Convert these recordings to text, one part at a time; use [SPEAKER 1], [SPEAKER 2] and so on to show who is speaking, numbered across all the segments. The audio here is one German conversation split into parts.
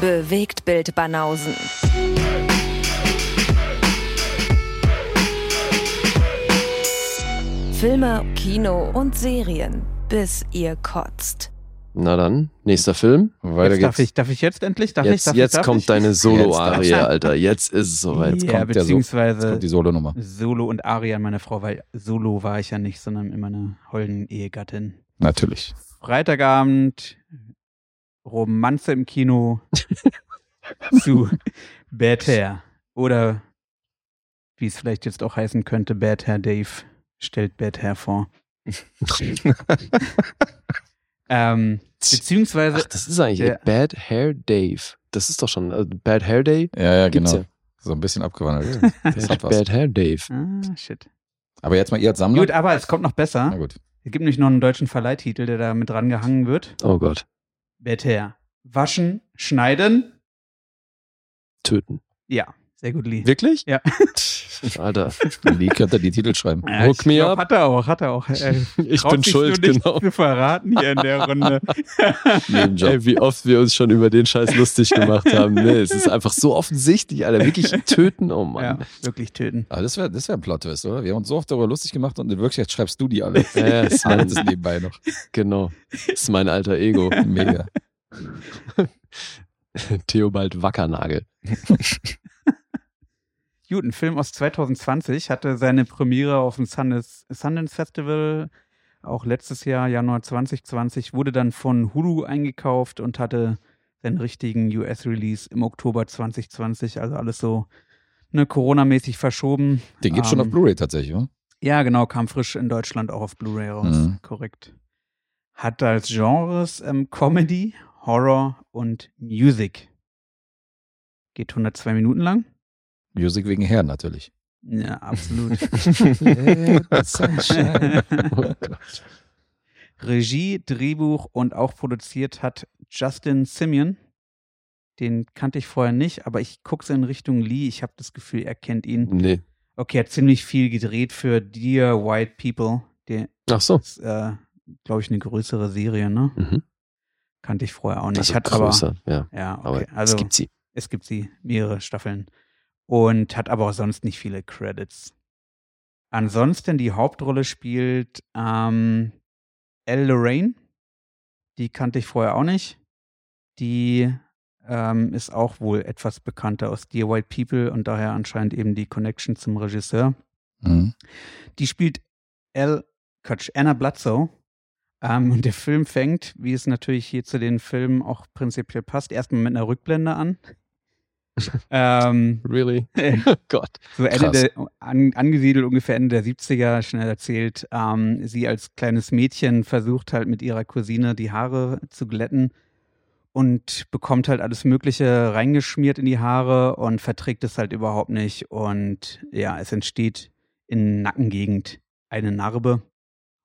[SPEAKER 1] Bewegt Bild Banausen. Filme, Kino und Serien, bis ihr kotzt.
[SPEAKER 2] Na dann, nächster Film.
[SPEAKER 3] Jetzt
[SPEAKER 2] Weiter
[SPEAKER 3] darf,
[SPEAKER 2] geht's.
[SPEAKER 3] ich, darf ich jetzt endlich? Darf ich,
[SPEAKER 2] Jetzt,
[SPEAKER 3] darf ich,
[SPEAKER 2] jetzt
[SPEAKER 3] darf
[SPEAKER 2] kommt
[SPEAKER 3] ich?
[SPEAKER 2] deine Solo-Arie,
[SPEAKER 3] Jetzt darf ich.
[SPEAKER 2] Alter. Jetzt ist es soweit.
[SPEAKER 3] ja,
[SPEAKER 2] Jetzt kommt der so.
[SPEAKER 3] beziehungsweise
[SPEAKER 4] Kommt die Solo-Nummer.
[SPEAKER 3] Solo und Arian, meine Frau, weil Solo war ich ja nicht, sondern immer eine holden Ehegattin.
[SPEAKER 4] Natürlich.
[SPEAKER 3] Freitagabend, Romanze im Kino zu Bad Hair. Oder wie es vielleicht jetzt auch heißen könnte, Bad Hair Dave stellt Bad Hair vor. ähm, beziehungsweise,
[SPEAKER 2] Ach, das ist eigentlich
[SPEAKER 3] Der-
[SPEAKER 2] Bad Hair Dave. Das ist doch schon äh, Bad Hair Day.
[SPEAKER 4] Ja, ja,
[SPEAKER 2] Gibt's
[SPEAKER 4] genau.
[SPEAKER 2] ja.
[SPEAKER 4] So ein bisschen abgewandelt. Das
[SPEAKER 2] Bad,
[SPEAKER 4] hat was.
[SPEAKER 2] Hair Dave.
[SPEAKER 3] ah, shit.
[SPEAKER 4] Aber jetzt mal ihr als Sammler.
[SPEAKER 3] Gut, aber ne? es kommt noch
[SPEAKER 4] Na
[SPEAKER 3] besser.
[SPEAKER 4] gut.
[SPEAKER 3] Es gibt nämlich noch einen deutschen Verleihtitel, der da mit rangehangen wird.
[SPEAKER 2] Oh Gott,
[SPEAKER 3] Bad Hair. Waschen, schneiden.
[SPEAKER 2] töten.
[SPEAKER 3] Ja, sehr gut, Lee.
[SPEAKER 2] Wirklich?
[SPEAKER 3] Ja.
[SPEAKER 2] Alter,
[SPEAKER 4] Die könnt ihr die Titel schreiben.
[SPEAKER 3] Ja,
[SPEAKER 2] Hook
[SPEAKER 3] ich
[SPEAKER 2] me
[SPEAKER 3] glaub,
[SPEAKER 2] up.
[SPEAKER 3] Hat er auch, hat er auch. Er
[SPEAKER 2] ich
[SPEAKER 3] Äh, traut
[SPEAKER 2] bin
[SPEAKER 3] sich
[SPEAKER 2] schuld,
[SPEAKER 3] nur nicht
[SPEAKER 2] genau.
[SPEAKER 3] zu verraten hier in der Runde.
[SPEAKER 4] Nebenjob.
[SPEAKER 2] Ey, wie oft wir uns schon über den Scheiß lustig gemacht haben. Ne? Es ist einfach so offensichtlich, Alter. Wirklich töten, oh
[SPEAKER 3] ja,
[SPEAKER 2] Mann.
[SPEAKER 3] wirklich töten.
[SPEAKER 4] Aber das wäre das wär ein Plot-Twist, oder? Wir haben uns so oft darüber lustig gemacht und in Wirklichkeit schreibst du die alle.
[SPEAKER 2] Ja, ja, ist
[SPEAKER 4] Alles
[SPEAKER 2] mein,
[SPEAKER 4] ist nebenbei noch.
[SPEAKER 2] genau. Ist mein alter Ego.
[SPEAKER 4] Mega.
[SPEAKER 2] Theobald Wackernagel.
[SPEAKER 3] Gut, ein Film aus 2020 hatte seine Premiere auf dem Sundance, Sundance Festival. Auch letztes Jahr, Januar 2020, wurde dann von Hulu eingekauft und hatte seinen richtigen US-Release im Oktober 2020. Also alles so ne, Corona-mäßig verschoben.
[SPEAKER 4] Den gibt's schon
[SPEAKER 3] Ähm,
[SPEAKER 4] auf Blu-ray tatsächlich, oder?
[SPEAKER 3] Ja, genau, kam frisch in Deutschland auch auf Blu-ray raus.
[SPEAKER 4] Mhm.
[SPEAKER 3] Korrekt. Hat als Genres ähm, Comedy, Horror und Music. Geht 102 Minuten lang.
[SPEAKER 4] Music wegen Herren natürlich.
[SPEAKER 3] Ja, absolut. Regie, Drehbuch und auch produziert hat Justin Simeon. Den kannte ich vorher nicht, aber ich gucke in Richtung Lee. Ich habe das Gefühl, er kennt ihn.
[SPEAKER 2] Nee.
[SPEAKER 3] Okay, er hat ziemlich viel gedreht für Dear White People. Der
[SPEAKER 2] Ach so.
[SPEAKER 3] ist, äh, glaube ich, eine größere Serie, ne?
[SPEAKER 2] Mhm.
[SPEAKER 3] Kannte ich vorher auch nicht.
[SPEAKER 2] Also
[SPEAKER 3] hat
[SPEAKER 2] größer, ja.
[SPEAKER 3] aber. Ja,
[SPEAKER 2] Aber
[SPEAKER 3] okay. also
[SPEAKER 2] es gibt sie.
[SPEAKER 3] es gibt sie, mehrere Staffeln. Und hat aber auch sonst nicht viele Credits. Ansonsten die Hauptrolle spielt ähm, Elle Lorraine. Die kannte ich vorher auch nicht. Die ähm, ist auch wohl etwas bekannter aus Dear White People und daher anscheinend eben die Connection zum Regisseur.
[SPEAKER 4] Mhm.
[SPEAKER 3] Die spielt Elle, Quatsch, Anna Blatzow. Ähm, und der Film fängt, wie es natürlich hier zu den Filmen auch prinzipiell passt, erstmal mit einer Rückblende an. ähm,
[SPEAKER 2] Really? Oh Gott.
[SPEAKER 3] so Ende
[SPEAKER 4] Krass.
[SPEAKER 3] der, an, angesiedelt ungefähr Ende der 70er, schnell erzählt, ähm, sie als kleines Mädchen versucht halt mit ihrer Cousine die Haare zu glätten und bekommt halt alles Mögliche reingeschmiert in die Haare und verträgt es halt überhaupt nicht. Und ja, es entsteht in Nackengegend eine Narbe.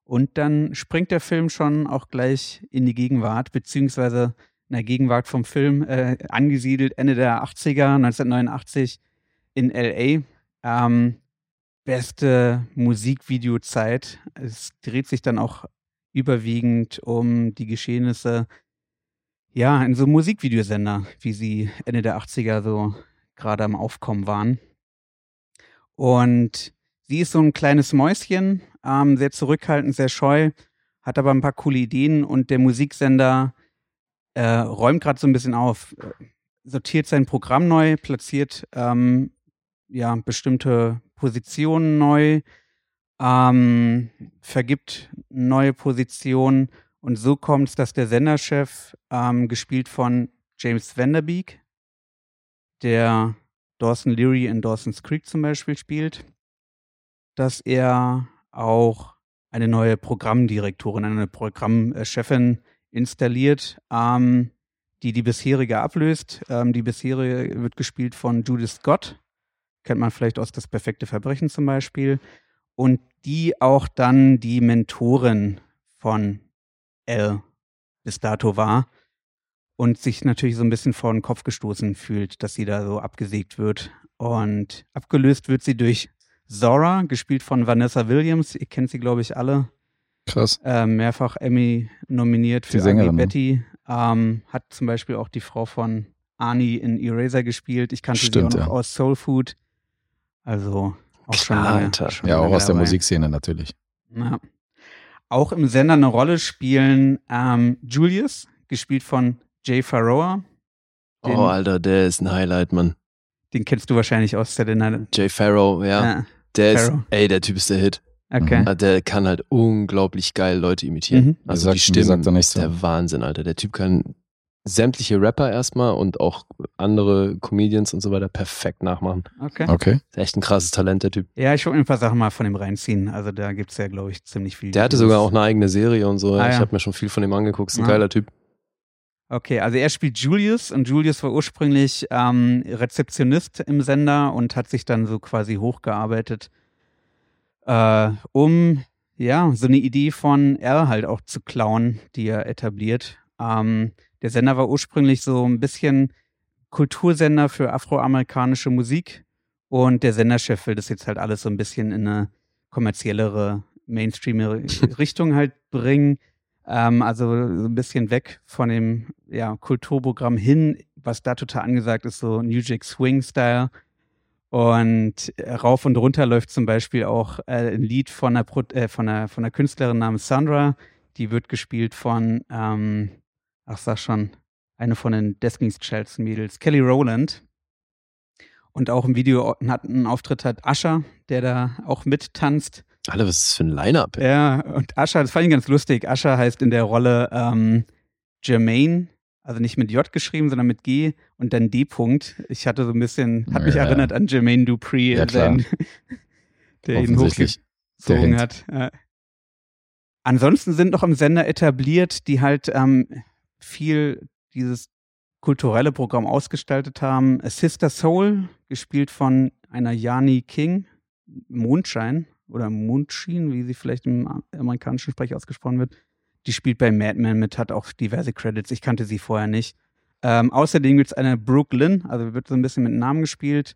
[SPEAKER 3] Und dann springt der Film schon auch gleich in die Gegenwart, beziehungsweise in der Gegenwart vom Film äh, angesiedelt, Ende der 80er, 1989 in LA. Ähm, beste Musikvideozeit. Es dreht sich dann auch überwiegend um die Geschehnisse, ja, in so Musikvideosender, wie sie Ende der 80er so gerade am Aufkommen waren. Und sie ist so ein kleines Mäuschen, ähm, sehr zurückhaltend, sehr scheu, hat aber ein paar coole Ideen und der Musiksender äh, räumt gerade so ein bisschen auf, äh, sortiert sein Programm neu, platziert ähm, ja, bestimmte Positionen neu, ähm, vergibt neue Positionen und so kommt es, dass der Senderchef, ähm, gespielt von James Vanderbeek, der Dawson Leary in Dawson's Creek zum Beispiel spielt, dass er auch eine neue Programmdirektorin, eine Programmchefin installiert, ähm, die die bisherige ablöst. Ähm, die bisherige wird gespielt von Judith Scott, kennt man vielleicht aus Das perfekte Verbrechen zum Beispiel, und die auch dann die Mentorin von L bis dato war und sich natürlich so ein bisschen vor den Kopf gestoßen fühlt, dass sie da so abgesägt wird. Und abgelöst wird sie durch Zora, gespielt von Vanessa Williams. Ihr kennt sie, glaube ich, alle.
[SPEAKER 4] Krass.
[SPEAKER 3] Äh, mehrfach Emmy nominiert
[SPEAKER 4] Die
[SPEAKER 3] für
[SPEAKER 4] Sängerin,
[SPEAKER 3] Ugly
[SPEAKER 4] ne?
[SPEAKER 3] Betty. Ähm, hat zum Beispiel auch die Frau von Ani in Eraser gespielt. Ich kannte
[SPEAKER 4] Stimmt,
[SPEAKER 3] sie auch noch
[SPEAKER 4] ja.
[SPEAKER 3] aus Soul Food. Also auch schon
[SPEAKER 2] Klar,
[SPEAKER 3] lange.
[SPEAKER 2] Alter.
[SPEAKER 3] Schon
[SPEAKER 4] Ja,
[SPEAKER 3] lange
[SPEAKER 4] auch aus der
[SPEAKER 3] dabei.
[SPEAKER 4] Musikszene natürlich.
[SPEAKER 3] Ja. Auch im Sender eine Rolle spielen ähm, Julius, gespielt von Jay Farrower. Den,
[SPEAKER 2] Oh, Alter, der ist ein Highlight, Mann.
[SPEAKER 3] den kennst du wahrscheinlich aus Saturday Night.
[SPEAKER 2] Jay Farrow, ja.
[SPEAKER 3] Ja,
[SPEAKER 2] Der ist,
[SPEAKER 3] Farrow.
[SPEAKER 2] ey, der Typ ist der Hit.
[SPEAKER 3] okay.
[SPEAKER 2] Ah, Der kann halt unglaublich geil Leute imitieren.
[SPEAKER 3] Mhm.
[SPEAKER 2] Also
[SPEAKER 4] Mir
[SPEAKER 2] die
[SPEAKER 4] sagt- mir
[SPEAKER 2] Stimmen,
[SPEAKER 4] sagt er nichts,
[SPEAKER 2] ist der Wahnsinn, Alter. Der Typ kann sämtliche Rapper erstmal und auch andere Comedians und so weiter perfekt nachmachen.
[SPEAKER 3] okay.
[SPEAKER 4] Okay.
[SPEAKER 2] Ist echt ein krasses Talent, der Typ.
[SPEAKER 3] Ja, ich wollte mir ein paar Sachen mal von ihm reinziehen. Also da gibt es ja, glaube ich, ziemlich viel.
[SPEAKER 2] Der hatte sogar auch eine eigene Serie und so.
[SPEAKER 3] Ah,
[SPEAKER 2] Ich
[SPEAKER 3] ja.
[SPEAKER 2] habe mir schon viel von ihm angeguckt. Ist ein
[SPEAKER 3] Ja.
[SPEAKER 2] geiler Typ.
[SPEAKER 3] Okay, also er spielt Julius und Julius war ursprünglich ähm, Rezeptionist im Sender und hat sich dann so quasi hochgearbeitet, äh, um ja so eine Idee von R halt auch zu klauen, die er etabliert. Ähm, der Sender war ursprünglich so ein bisschen Kultursender für afroamerikanische Musik und der Senderchef will das jetzt halt alles so ein bisschen in eine kommerziellere, mainstreamere Richtung halt bringen. Ähm, also so ein bisschen weg von dem ja, Kulturprogramm hin, was da total angesagt ist, so New Jack Swing Style. Und äh, rauf und runter läuft zum Beispiel auch äh, ein Lied von einer, Pro äh, von, einer, von einer Künstlerin namens Sandra. Die wird gespielt von, ähm, ach sag schon, eine von den Destiny's Childs Mädels, Kelly Rowland. Und auch im Video hat einen Auftritt hat Asher, der da auch mittanzt.
[SPEAKER 2] Alter, was ist das für ein Line-Up? ey?
[SPEAKER 3] Ja, und Asha, das fand ich ganz lustig. Asha heißt in der Rolle ähm, Jermaine, also nicht mit J geschrieben, sondern mit G und dann D. -Punkt. Ich hatte so ein bisschen, hat mich
[SPEAKER 4] Ja.
[SPEAKER 3] erinnert an Jermaine Dupri,
[SPEAKER 4] Ja, klar.
[SPEAKER 3] sein- der ihn
[SPEAKER 4] Offensichtlich. Der
[SPEAKER 3] hochgezogen
[SPEAKER 4] Hint.
[SPEAKER 3] hat. Ja. Ansonsten sind noch im Sender etabliert, die halt ähm, viel dieses kulturelle Programm ausgestaltet haben. A Sister Soul, gespielt von einer Yani King, Mondschein oder Mondschien, wie sie vielleicht im a- amerikanischen Sprech ausgesprochen wird. Die spielt bei Mad Men mit, hat auch diverse Credits. Ich kannte sie vorher nicht. Ähm, außerdem gibt es eine Brooklyn, also wird so ein bisschen mit Namen gespielt.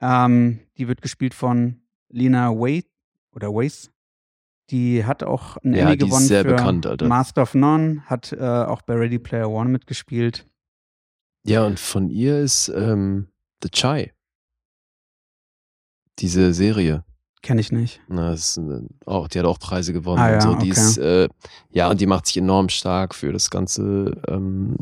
[SPEAKER 3] Ähm, die wird gespielt von Lena Waite oder Waze. Die hat auch einen
[SPEAKER 2] Ja,
[SPEAKER 3] Emmy
[SPEAKER 2] die ist
[SPEAKER 3] gewonnen
[SPEAKER 2] sehr
[SPEAKER 3] für
[SPEAKER 2] bekannt, Alter.
[SPEAKER 3] Master of None, hat äh, auch bei Ready Player One mitgespielt.
[SPEAKER 2] Ja, und von ihr ist ähm, The Chai. Diese Serie.
[SPEAKER 3] Kenne ich nicht.
[SPEAKER 2] Na, das ist, äh, auch, die hat auch Preise gewonnen.
[SPEAKER 3] Ah,
[SPEAKER 2] und
[SPEAKER 3] ja,
[SPEAKER 2] so. die
[SPEAKER 3] okay.
[SPEAKER 2] ist, äh, ja, und die macht sich enorm stark für das ganze ähm,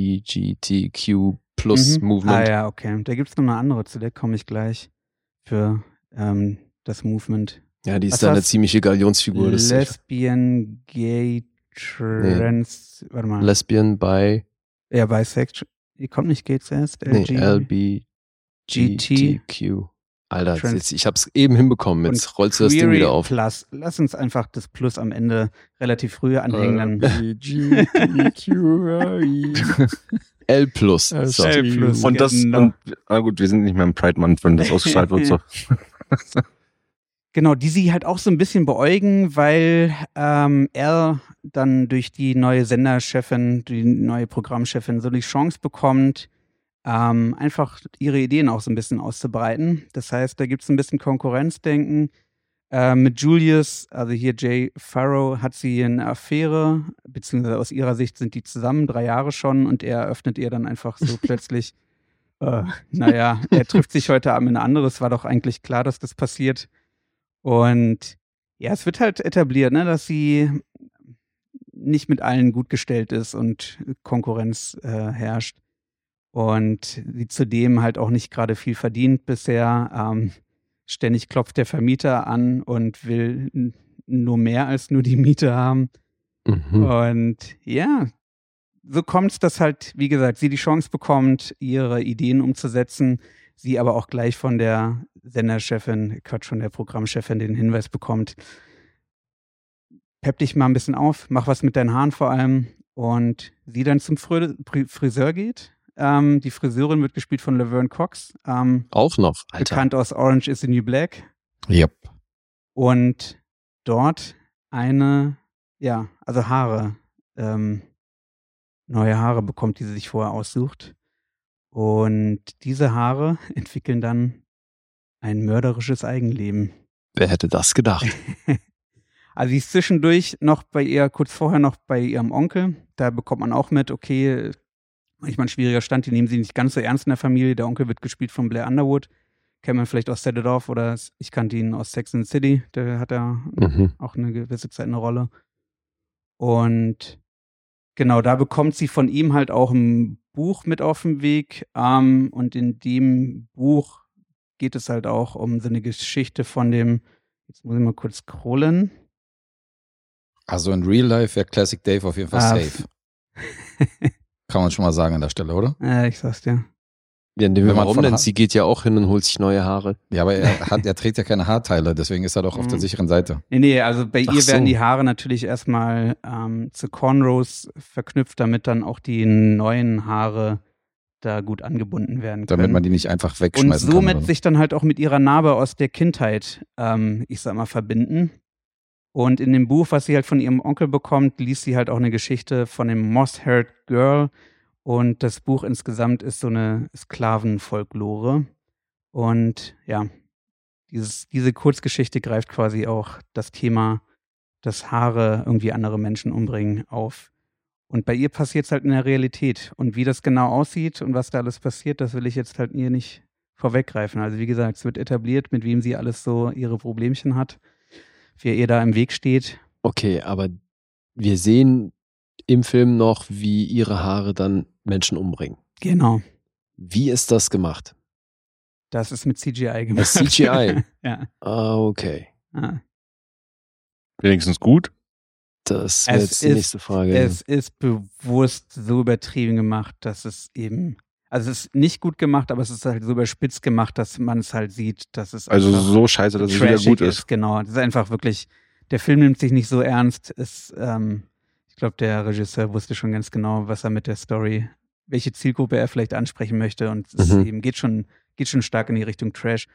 [SPEAKER 2] LBGTQ plus
[SPEAKER 3] Mhm.
[SPEAKER 2] Movement.
[SPEAKER 3] Ah ja, okay. Da gibt es nochmal andere, zu der komme ich gleich für ähm, das Movement.
[SPEAKER 2] ja. die ist
[SPEAKER 3] Was
[SPEAKER 2] da eine
[SPEAKER 3] war's?
[SPEAKER 2] ziemliche Galionsfigur. Das ist
[SPEAKER 3] Lesbian, gay, trans, warte mal.
[SPEAKER 2] Lesbian bei
[SPEAKER 3] ja, bisexual. Ihr kommt nicht gay zuerst?
[SPEAKER 2] nee,
[SPEAKER 3] LG.
[SPEAKER 2] LBGTQ. Alter,
[SPEAKER 3] Trans-
[SPEAKER 2] jetzt, ich hab's eben hinbekommen. Jetzt rollst du das Ding
[SPEAKER 3] Query
[SPEAKER 2] wieder auf.
[SPEAKER 3] Plus. Lass uns einfach das Plus am Ende relativ früh
[SPEAKER 2] Äh.
[SPEAKER 3] anhängen. Dann
[SPEAKER 2] L plus. So.
[SPEAKER 4] E L
[SPEAKER 3] plus.
[SPEAKER 5] Und das,
[SPEAKER 3] Genau.
[SPEAKER 5] und, ah gut, wir sind nicht mehr im Pride Month, wenn das ausgestrahlt wird. So.
[SPEAKER 3] Genau, die sie halt auch so ein bisschen beäugen, weil ähm, er dann durch die neue Senderchefin, die neue Programmchefin so die Chance bekommt, ähm, einfach ihre Ideen auch so ein bisschen auszubreiten. Das heißt, da gibt es ein bisschen Konkurrenzdenken. Ähm, mit Julius, also hier Jay Farrow, hat sie eine Affäre, beziehungsweise aus ihrer Sicht sind die zusammen, drei Jahre schon, und er öffnet ihr dann einfach so plötzlich, äh, naja, er trifft sich heute Abend in ein anderes, war doch eigentlich klar, dass das passiert. Und ja, es wird halt etabliert, ne, dass sie nicht mit allen gut gestellt ist und Konkurrenz äh, herrscht. Und sie zudem halt auch nicht gerade viel verdient bisher. Ähm, ständig klopft der Vermieter an und will n- nur mehr als nur die Miete haben.
[SPEAKER 2] Mhm.
[SPEAKER 3] Und ja, so kommt es, dass halt, wie gesagt, sie die Chance bekommt, ihre Ideen umzusetzen, sie aber auch gleich von der Senderchefin, Quatsch, von der Programmchefin den Hinweis bekommt, pep dich mal ein bisschen auf, mach was mit deinen Haaren vor allem. Und sie dann zum Frö Pri- Friseur geht. Ähm, die Friseurin wird gespielt von Laverne Cox, ähm,
[SPEAKER 2] Auch noch, Alter.
[SPEAKER 3] bekannt aus Orange is the New Black
[SPEAKER 4] Yep.
[SPEAKER 3] und dort eine, ja, also Haare, ähm, neue Haare bekommt, die sie sich vorher aussucht. Und diese Haare entwickeln dann ein mörderisches Eigenleben.
[SPEAKER 2] Wer hätte das gedacht?
[SPEAKER 3] Also sie ist zwischendurch noch bei ihr, kurz vorher noch bei ihrem Onkel. Da bekommt man auch mit, okay, manchmal ein schwieriger Stand. Die nehmen sie nicht ganz so ernst in der Familie. Der Onkel wird gespielt von Blair Underwood. Kennt man vielleicht aus Set It Off oder ich kannte ihn aus Sex and the City. Der hat ja
[SPEAKER 2] Mhm.
[SPEAKER 3] auch eine gewisse Zeit eine Rolle. Und genau, da bekommt sie von ihm halt auch ein Buch mit auf den Weg. Ähm, und in dem Buch geht es halt auch um so eine Geschichte von dem, jetzt muss ich mal kurz scrollen.
[SPEAKER 4] Also in Real Life wäre Classic Dave auf jeden Fall
[SPEAKER 3] Ah,
[SPEAKER 4] safe. Kann man schon mal sagen an der Stelle, oder?
[SPEAKER 3] Äh, ich sag's dir.
[SPEAKER 2] Ja, in dem
[SPEAKER 4] Wenn man
[SPEAKER 2] warum
[SPEAKER 4] von
[SPEAKER 2] um, denn?
[SPEAKER 4] hat-
[SPEAKER 2] Sie geht ja auch hin und holt sich neue Haare.
[SPEAKER 4] Ja, aber er, hat, er trägt ja keine Haarteile, deswegen ist er doch auf der
[SPEAKER 3] Mhm.
[SPEAKER 4] sicheren Seite.
[SPEAKER 3] Nee, nee, also bei
[SPEAKER 2] Ach
[SPEAKER 3] ihr werden
[SPEAKER 2] so.
[SPEAKER 3] die Haare natürlich erstmal ähm, zu Cornrows verknüpft, damit dann auch die neuen Haare da gut angebunden werden können.
[SPEAKER 4] Damit man die nicht einfach
[SPEAKER 3] und
[SPEAKER 4] wegschmeißen
[SPEAKER 3] somit
[SPEAKER 4] kann. oder so.
[SPEAKER 3] sich dann halt auch mit ihrer Narbe aus der Kindheit, ähm, ich sag mal, verbinden. Und in dem Buch, was sie halt von ihrem Onkel bekommt, liest sie halt auch eine Geschichte von dem Moss-Haired Girl. Und das Buch insgesamt ist so eine Sklavenfolklore. Und ja, dieses, diese Kurzgeschichte greift quasi auch das Thema, dass Haare irgendwie andere Menschen umbringen, auf. Und bei ihr passiert es halt in der Realität. Und wie das genau aussieht und was da alles passiert, das will ich jetzt halt ihr nicht vorweggreifen. Also wie gesagt, es wird etabliert, mit wem sie alles so ihre Problemchen hat, wer ihr da im Weg steht.
[SPEAKER 2] Okay, aber wir sehen im Film noch, wie ihre Haare dann Menschen umbringen.
[SPEAKER 3] Genau.
[SPEAKER 2] Wie ist das gemacht?
[SPEAKER 3] Das ist mit CGI gemacht.
[SPEAKER 2] Das CGI.
[SPEAKER 3] ja.
[SPEAKER 2] Ah, okay.
[SPEAKER 3] Ah.
[SPEAKER 5] Wenigstens gut.
[SPEAKER 2] Das wäre
[SPEAKER 3] Es
[SPEAKER 2] jetzt die
[SPEAKER 3] ist-
[SPEAKER 2] nächste Frage.
[SPEAKER 3] Es ist bewusst so übertrieben gemacht, dass es eben. Also es ist nicht gut gemacht, aber es ist halt so überspitzt gemacht, dass man es halt sieht, dass es
[SPEAKER 5] Also
[SPEAKER 3] einfach
[SPEAKER 5] so scheiße, dass es wieder
[SPEAKER 3] trashig
[SPEAKER 5] gut ist.
[SPEAKER 3] Genau, das ist einfach wirklich, der Film nimmt sich nicht so ernst. Es, ähm, ich glaube, der Regisseur wusste schon ganz genau, was er mit der Story, welche Zielgruppe er vielleicht ansprechen möchte. Und es
[SPEAKER 2] Mhm.
[SPEAKER 3] eben geht schon, geht schon stark in die Richtung Trash.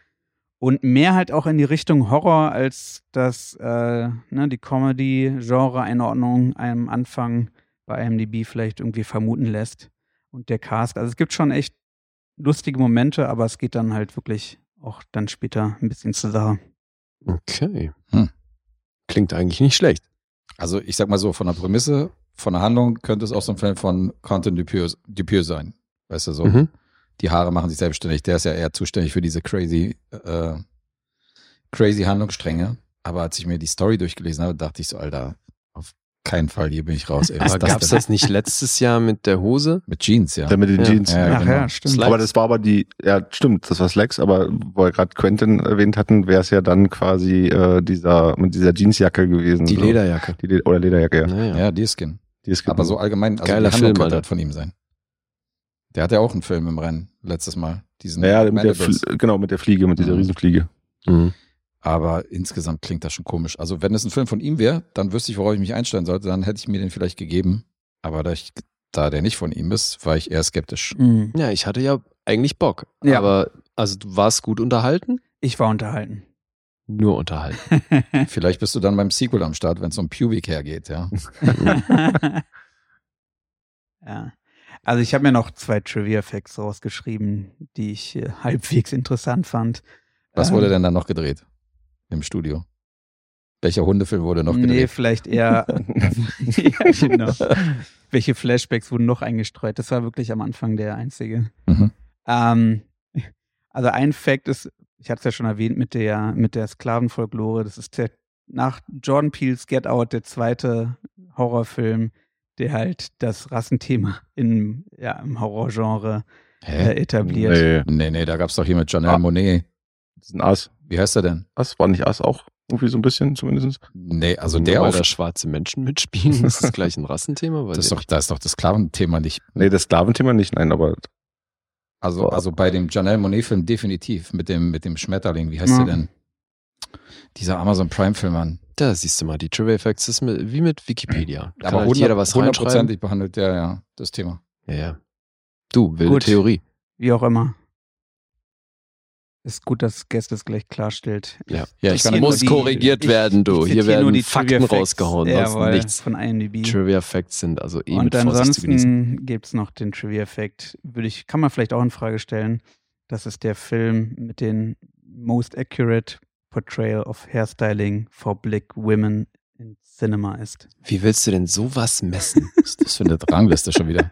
[SPEAKER 3] Und mehr halt auch in die Richtung Horror, als dass äh, ne, die Comedy-Genre-Einordnung einem Anfang bei IMDb vielleicht irgendwie vermuten lässt. Und der Cast, also es gibt schon echt lustige Momente, aber es geht dann halt wirklich auch dann später ein bisschen zur Sache.
[SPEAKER 2] Okay.
[SPEAKER 4] Hm.
[SPEAKER 2] Klingt eigentlich nicht schlecht.
[SPEAKER 4] Also ich sag mal so, von der Prämisse, von der Handlung könnte es auch so ein Film von Quentin Dupieux, Dupieux sein. Weißt du so?
[SPEAKER 2] Mhm.
[SPEAKER 4] Die Haare machen sich selbstständig. Der ist ja eher zuständig für diese crazy, äh, crazy Handlungsstränge. Aber als ich mir die Story durchgelesen habe, dachte ich so, Alter, auf keinen Fall, hier bin ich raus. Ey, was
[SPEAKER 2] Aber
[SPEAKER 4] ist das
[SPEAKER 2] gab es
[SPEAKER 4] denn?
[SPEAKER 2] das nicht letztes Jahr mit der Hose?
[SPEAKER 4] Mit Jeans, ja.
[SPEAKER 5] Damit die
[SPEAKER 2] Ja.
[SPEAKER 5] Jeans.
[SPEAKER 4] Ja,
[SPEAKER 3] Ach
[SPEAKER 4] genau.
[SPEAKER 3] ja, stimmt.
[SPEAKER 5] Aber das war aber die, ja stimmt, das war Slacks, aber wo wir gerade Quentin erwähnt hatten, wäre es ja dann quasi äh, dieser mit dieser Jeansjacke gewesen.
[SPEAKER 2] Die
[SPEAKER 5] so.
[SPEAKER 2] Lederjacke.
[SPEAKER 5] Die Le oder Lederjacke, ja.
[SPEAKER 2] Naja.
[SPEAKER 4] Mhm. Ja, die Skin.
[SPEAKER 5] Die ist
[SPEAKER 4] Aber so allgemein, also
[SPEAKER 2] Geiler
[SPEAKER 4] die Handlung
[SPEAKER 2] Film,
[SPEAKER 4] könnte
[SPEAKER 2] Alter.
[SPEAKER 4] halt von ihm sein. Der hat ja auch einen Film im Rennen letztes Mal. Diesen
[SPEAKER 5] naja, mit der
[SPEAKER 4] Mandibles.
[SPEAKER 5] Fl- genau, mit der Fliege, mit dieser
[SPEAKER 4] Mhm.
[SPEAKER 5] Riesenfliege.
[SPEAKER 2] Mhm.
[SPEAKER 4] Aber insgesamt klingt das schon komisch. Also, wenn es ein Film von ihm wäre, dann wüsste ich, worauf ich mich einstellen sollte. Dann hätte ich mir den vielleicht gegeben. Aber da, ich, da der nicht von ihm ist, war ich eher skeptisch.
[SPEAKER 3] Mhm.
[SPEAKER 2] Ja, ich hatte ja eigentlich Bock.
[SPEAKER 3] Ja.
[SPEAKER 2] Aber also du warst gut unterhalten?
[SPEAKER 3] Ich war unterhalten.
[SPEAKER 2] Nur unterhalten.
[SPEAKER 4] Vielleicht bist du dann beim Sequel am Start, wenn es um Pubic hergeht, ja.
[SPEAKER 3] ja. Also ich habe mir noch zwei Trivia-Facts rausgeschrieben, die ich äh, halbwegs interessant fand.
[SPEAKER 4] Was
[SPEAKER 3] Ähm,
[SPEAKER 4] wurde denn dann noch gedreht? Im Studio? Welcher Hundefilm wurde noch
[SPEAKER 3] Nee,
[SPEAKER 4] gedreht?
[SPEAKER 3] vielleicht eher. ja, genau. Welche Flashbacks wurden noch eingestreut? Das war wirklich am Anfang der einzige.
[SPEAKER 4] Mhm.
[SPEAKER 3] Ähm, also ein Fact ist, ich hatte es ja schon erwähnt mit der, mit der Sklavenfolklore, das ist der nach Jordan Peels Get Out der zweite Horrorfilm, der halt das Rassenthema in, ja, im Horrorgenre
[SPEAKER 4] Hä?
[SPEAKER 3] äh, etabliert.
[SPEAKER 5] Nee,
[SPEAKER 4] Nee, nee, da gab es doch hier mit Janelle
[SPEAKER 5] Ah.
[SPEAKER 4] Monet.
[SPEAKER 5] das ist ein Ass.
[SPEAKER 4] Wie heißt er denn?
[SPEAKER 5] Ass war nicht Ass auch irgendwie so ein bisschen zumindest.
[SPEAKER 4] Nee, also
[SPEAKER 2] Nur
[SPEAKER 4] der
[SPEAKER 2] weil
[SPEAKER 4] auch.
[SPEAKER 2] da schwarze Menschen mitspielen, ist das gleich ein Rassenthema? Weil
[SPEAKER 4] Das ist doch, da ist doch das Sklaventhema nicht.
[SPEAKER 5] Nee, das Sklaventhema nicht, nein, aber
[SPEAKER 4] Also, also bei dem Janelle Monet-Film definitiv. Mit dem, mit dem Schmetterling. Wie heißt
[SPEAKER 3] Ja.
[SPEAKER 4] der denn? Dieser Amazon Prime-Film, Mann.
[SPEAKER 2] da siehst du mal, die Trivia Facts das ist mit, wie mit Wikipedia. Da
[SPEAKER 4] Aber
[SPEAKER 2] kann halt jeder was reinschreiben.
[SPEAKER 4] hundertprozentig behandelt, ja, ja, das Thema.
[SPEAKER 2] Ja, ja. Du, wilde
[SPEAKER 3] Gut.
[SPEAKER 2] Theorie.
[SPEAKER 3] Wie auch immer. Ist gut, dass Guest das gleich klarstellt.
[SPEAKER 2] Ja,
[SPEAKER 4] Ja,
[SPEAKER 2] das
[SPEAKER 4] ich kann-
[SPEAKER 2] muss
[SPEAKER 3] nur die-
[SPEAKER 2] korrigiert
[SPEAKER 3] ich-
[SPEAKER 2] werden, du.
[SPEAKER 3] ich
[SPEAKER 2] Hier
[SPEAKER 3] zitiere nur
[SPEAKER 2] werden
[SPEAKER 3] die
[SPEAKER 2] Fakten
[SPEAKER 3] Trivia-Facts.
[SPEAKER 2] rausgehauen aus
[SPEAKER 3] Jawohl,
[SPEAKER 2] nichts.
[SPEAKER 3] Von IMDb.
[SPEAKER 2] Trivia Facts sind also eh mit
[SPEAKER 3] Und
[SPEAKER 2] Vorsicht zu genießen.
[SPEAKER 3] ansonsten gibt es noch den Trivia-Effekt. Würde ich, kann man vielleicht auch in Frage stellen. Das ist der Film mit den most accurate portrayal of hairstyling for black women in Cinema ist.
[SPEAKER 2] Wie willst du denn sowas messen?
[SPEAKER 4] Was ist das für eine Drangliste schon wieder?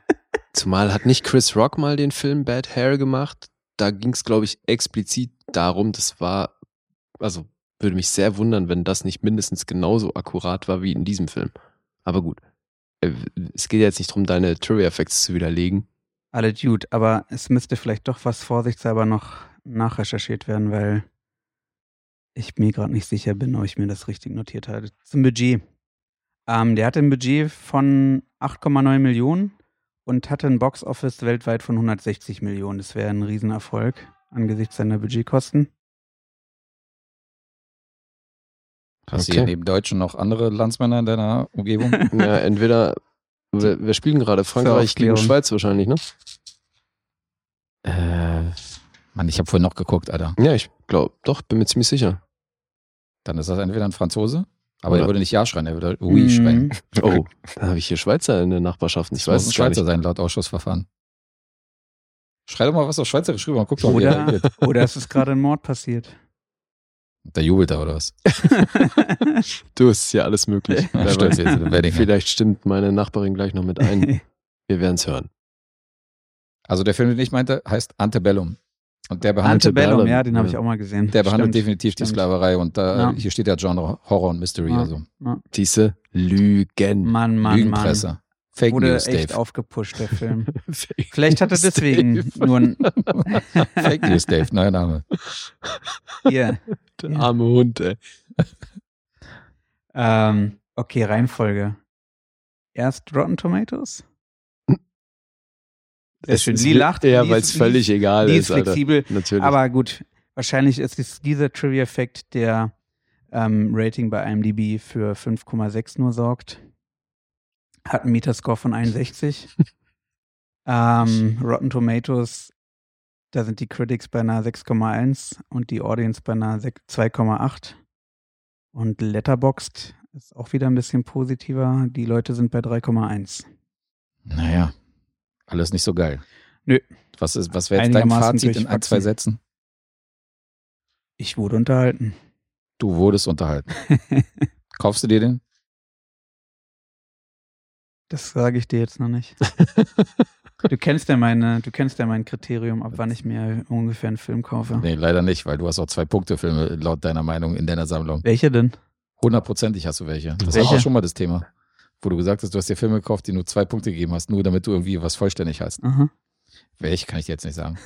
[SPEAKER 2] Zumal hat nicht Chris Rock mal den Film Bad Hair gemacht. Da ging es, glaube ich, explizit darum, das war, also würde mich sehr wundern, wenn das nicht mindestens genauso akkurat war wie in diesem Film. Aber gut. Äh, Es geht ja jetzt nicht darum, deine Trivia-Facts zu widerlegen.
[SPEAKER 3] Alle Dude, aber es müsste vielleicht doch was vorsichtshalber noch nachrecherchiert werden, weil ich mir gerade nicht sicher bin, ob ich mir das richtig notiert hatte. Zum Budget. Ähm, der hatte ein Budget von 8,9 Millionen und hatte ein Boxoffice weltweit von 160 Millionen. Das wäre ein Riesenerfolg angesichts seiner Budgetkosten.
[SPEAKER 4] Passieren
[SPEAKER 2] Okay.
[SPEAKER 4] neben Deutschen noch andere Landsmänner in deiner Umgebung?
[SPEAKER 2] Ja, entweder, wir, wir spielen gerade Frankreich gegen
[SPEAKER 3] Aufklärung.
[SPEAKER 2] Schweiz wahrscheinlich, ne?
[SPEAKER 4] äh, Mann, ich habe vorhin noch geguckt, Alter.
[SPEAKER 2] Ja, ich glaube, doch, bin mir ziemlich sicher.
[SPEAKER 4] Dann ist das entweder ein Franzose, aber
[SPEAKER 2] Oder-
[SPEAKER 4] er würde nicht Ja schreien, er würde halt Oui schreien.
[SPEAKER 3] Mhm.
[SPEAKER 2] Oh, da habe ich hier Schweizer in der Nachbarschaft. Ich
[SPEAKER 4] Das
[SPEAKER 2] weiß
[SPEAKER 4] muss ein
[SPEAKER 2] es gar
[SPEAKER 4] Schweizer
[SPEAKER 2] nicht.
[SPEAKER 4] sein, laut Ausschussverfahren. Schrei doch mal was auf Schweizerisch rüber und guck doch, wie er
[SPEAKER 3] Oder,
[SPEAKER 4] reagiert.
[SPEAKER 3] oder es ist gerade ein Mord passiert.
[SPEAKER 4] Da jubelt er oder was?
[SPEAKER 2] Du, es ist ja alles möglich.
[SPEAKER 4] Ja,
[SPEAKER 2] Wer
[SPEAKER 4] stimmt,
[SPEAKER 2] weiß.
[SPEAKER 4] wir sind in Wedding.
[SPEAKER 2] Vielleicht stimmt meine Nachbarin gleich noch mit ein. Wir werden es hören.
[SPEAKER 4] Also der Film, den ich meinte, heißt Antebellum. Und der behandelt,
[SPEAKER 3] Antebellum,
[SPEAKER 2] Antebellum,
[SPEAKER 3] ja, den habe ich
[SPEAKER 2] ja.
[SPEAKER 3] auch mal gesehen.
[SPEAKER 4] der behandelt
[SPEAKER 3] Stimmt,
[SPEAKER 4] definitiv
[SPEAKER 3] stimmt.
[SPEAKER 4] die Sklaverei und da,
[SPEAKER 3] Ja.
[SPEAKER 4] hier steht ja Genre Horror und Mystery,
[SPEAKER 3] Ja.
[SPEAKER 4] also
[SPEAKER 2] Diese Lügen.
[SPEAKER 3] Mann, Mann, Mann.
[SPEAKER 4] Lügenpresse. Fake
[SPEAKER 3] Wurde
[SPEAKER 4] News,
[SPEAKER 3] echt
[SPEAKER 4] Dave.
[SPEAKER 3] aufgepusht, der Film. Vielleicht hat er
[SPEAKER 2] Dave.
[SPEAKER 3] deswegen nur ein
[SPEAKER 4] Fake News, Dave, neuer Name.
[SPEAKER 3] Hier.
[SPEAKER 2] Der arme Hund, ey.
[SPEAKER 3] Ähm, okay, Reihenfolge. Erst Rotten Tomatoes. Sehr schön.
[SPEAKER 2] ist
[SPEAKER 3] Die
[SPEAKER 2] wi-
[SPEAKER 3] lacht,
[SPEAKER 2] Ja,
[SPEAKER 3] die
[SPEAKER 2] weil
[SPEAKER 3] ist-
[SPEAKER 2] es
[SPEAKER 3] die
[SPEAKER 2] völlig egal
[SPEAKER 3] Die
[SPEAKER 2] ist,
[SPEAKER 3] ist
[SPEAKER 2] Alter.
[SPEAKER 3] flexibel,
[SPEAKER 2] Natürlich.
[SPEAKER 3] aber gut. Wahrscheinlich ist dies- dieser Trivia-Fact, der ähm, Rating bei IMDb für 5,6 nur sorgt. Hat einen Metascore von 61. ähm, Rotten Tomatoes, da sind die Critics bei einer 6,1 und die Audience bei einer sech- 2,8. Und Letterboxd ist auch wieder ein bisschen positiver. Die Leute sind bei 3,1.
[SPEAKER 4] Naja, alles nicht so geil.
[SPEAKER 3] Nö.
[SPEAKER 4] Was, ist- was wäre jetzt dein
[SPEAKER 3] Einigermaßen
[SPEAKER 4] Fazit in ein, zwei
[SPEAKER 3] durchwachsen.
[SPEAKER 4] Sätzen?
[SPEAKER 3] Ich wurde unterhalten.
[SPEAKER 4] Du wurdest unterhalten. Kaufst du dir den?
[SPEAKER 3] Das sage ich dir jetzt noch nicht. Du kennst ja meine, du kennst ja mein Kriterium, ab wann ich mir ungefähr einen Film kaufe.
[SPEAKER 4] Nee, leider nicht, weil du hast auch zwei Punktefilme laut deiner Meinung in deiner Sammlung.
[SPEAKER 3] Welche denn?
[SPEAKER 4] Hundertprozentig hast du welche. Das war
[SPEAKER 3] Welche?
[SPEAKER 4] auch schon mal das Thema. Wo du gesagt hast, du hast dir Filme gekauft, die nur zwei Punkte gegeben hast, nur damit du irgendwie was vollständig hast.
[SPEAKER 3] Aha.
[SPEAKER 4] Welche kann ich dir jetzt nicht sagen.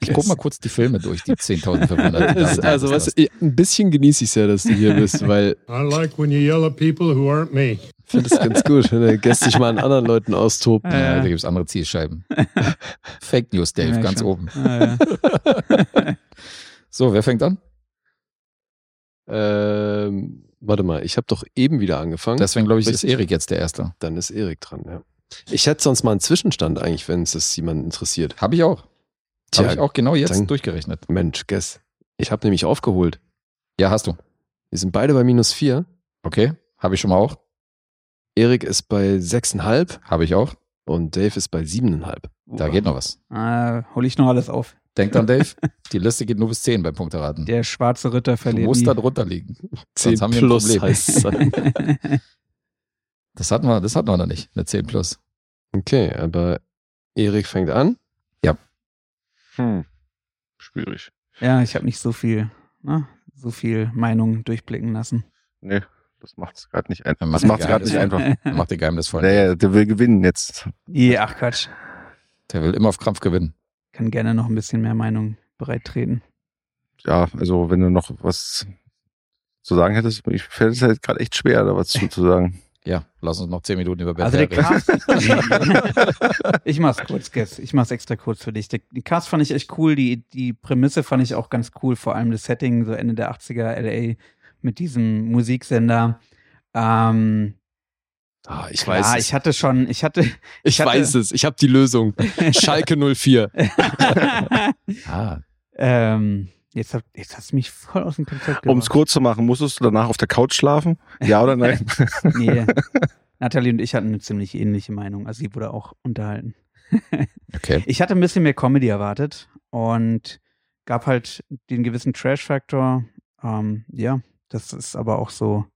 [SPEAKER 4] Ich guck mal kurz die Filme durch, die 10.500. die
[SPEAKER 2] Das-
[SPEAKER 4] da
[SPEAKER 2] also,
[SPEAKER 4] sind.
[SPEAKER 2] was, ein bisschen genieße ich ja, dass du hier bist, weil
[SPEAKER 6] I like when you yell at people who aren't me.
[SPEAKER 2] ich finde es ganz gut, wenn der Gäste sich mal an anderen Leuten austobt.
[SPEAKER 3] Ja,
[SPEAKER 4] Ja,
[SPEAKER 3] ja.
[SPEAKER 4] da gibt es andere Zielscheiben. Fake News, Dave,
[SPEAKER 3] Ja,
[SPEAKER 4] ganz
[SPEAKER 3] schon.
[SPEAKER 4] oben.
[SPEAKER 3] Äh,
[SPEAKER 4] So, wer fängt an?
[SPEAKER 2] Ähm, warte mal, ich habe doch eben wieder angefangen.
[SPEAKER 4] Deswegen glaube ich, ist
[SPEAKER 2] Richtig.
[SPEAKER 4] Erik jetzt der Erste.
[SPEAKER 2] Dann ist Erik dran, ja. Ich hätte sonst mal einen Zwischenstand eigentlich, wenn es das jemanden interessiert.
[SPEAKER 4] Habe ich auch. Habe ich auch genau jetzt
[SPEAKER 2] dann-
[SPEAKER 4] durchgerechnet.
[SPEAKER 2] Mensch, Guess. Ich habe nämlich aufgeholt.
[SPEAKER 4] Ja, hast du.
[SPEAKER 2] Wir sind beide bei minus vier.
[SPEAKER 4] Okay, habe ich schon mal auch.
[SPEAKER 2] Erik ist bei sechseinhalb
[SPEAKER 4] Habe ich auch.
[SPEAKER 2] und Dave ist bei siebeneinhalb.
[SPEAKER 4] Da geht noch was.
[SPEAKER 3] äh, hol ich noch alles auf.
[SPEAKER 4] Denk dran, Dave. Die Liste geht nur bis 10 beim Punkteraten.
[SPEAKER 3] Der schwarze Ritter
[SPEAKER 4] Hm. Du
[SPEAKER 3] verliert.
[SPEAKER 4] musst
[SPEAKER 3] nie.
[SPEAKER 4] da drunter liegen.
[SPEAKER 2] Zehn
[SPEAKER 4] haben wir ein
[SPEAKER 2] plus
[SPEAKER 4] Problem.
[SPEAKER 2] heißt es dann.
[SPEAKER 4] Das hatten wir, das hatten wir noch nicht. Eine 10 plus.
[SPEAKER 2] Okay, aber Erik fängt an.
[SPEAKER 5] Hm. Schwierig.
[SPEAKER 3] ja, ich habe nicht so viel, ne, so viel Meinung durchblicken lassen.
[SPEAKER 5] Nee, das macht's gerade nicht einfach.
[SPEAKER 4] Dann
[SPEAKER 5] Das
[SPEAKER 4] mach
[SPEAKER 5] macht's
[SPEAKER 4] egal,
[SPEAKER 5] gerade nicht
[SPEAKER 4] das-
[SPEAKER 5] einfach.
[SPEAKER 4] Mach dir geheimnisvoll.
[SPEAKER 5] Naja, der will gewinnen jetzt.
[SPEAKER 3] Ja, ach Quatsch.
[SPEAKER 4] Der will immer auf Krampf gewinnen.
[SPEAKER 3] Kann gerne noch ein bisschen mehr Meinung bereit treten.
[SPEAKER 5] Ja, also wenn du noch was zu sagen hättest, ich fällt es halt gerade echt schwer, da was zu, zu sagen.
[SPEAKER 4] Ja, lass uns noch 10 Minuten über Bad
[SPEAKER 3] Also
[SPEAKER 4] Hair
[SPEAKER 3] der
[SPEAKER 4] reden.
[SPEAKER 3] Cast. ich mach's kurz, Guess. Ich mach's extra kurz für dich. Der, den Cast fand ich echt cool. Die, die Prämisse fand ich auch ganz cool. Vor allem das Setting, so Ende der 80er LA mit diesem Musiksender. Ähm,
[SPEAKER 2] Ah, ich
[SPEAKER 3] klar,
[SPEAKER 2] weiß es.
[SPEAKER 3] ich hatte schon, ich hatte.
[SPEAKER 2] Ich,
[SPEAKER 3] hatte-
[SPEAKER 2] weiß es. Ich habe die Lösung. Schalke 04.
[SPEAKER 4] Ah,
[SPEAKER 3] ähm, jetzt, hab, jetzt hast du mich voll aus dem Konzept
[SPEAKER 5] Um es
[SPEAKER 3] gebracht.
[SPEAKER 5] kurz zu machen, musstest du danach auf der Couch schlafen? Ja oder nein?
[SPEAKER 3] Nee. Nathalie und ich hatten eine ziemlich ähnliche Meinung. Also sie wurde auch unterhalten.
[SPEAKER 4] okay.
[SPEAKER 3] Ich hatte ein bisschen mehr Comedy erwartet und gab halt den gewissen Trash-Faktor. Ähm, ja, das ist aber auch so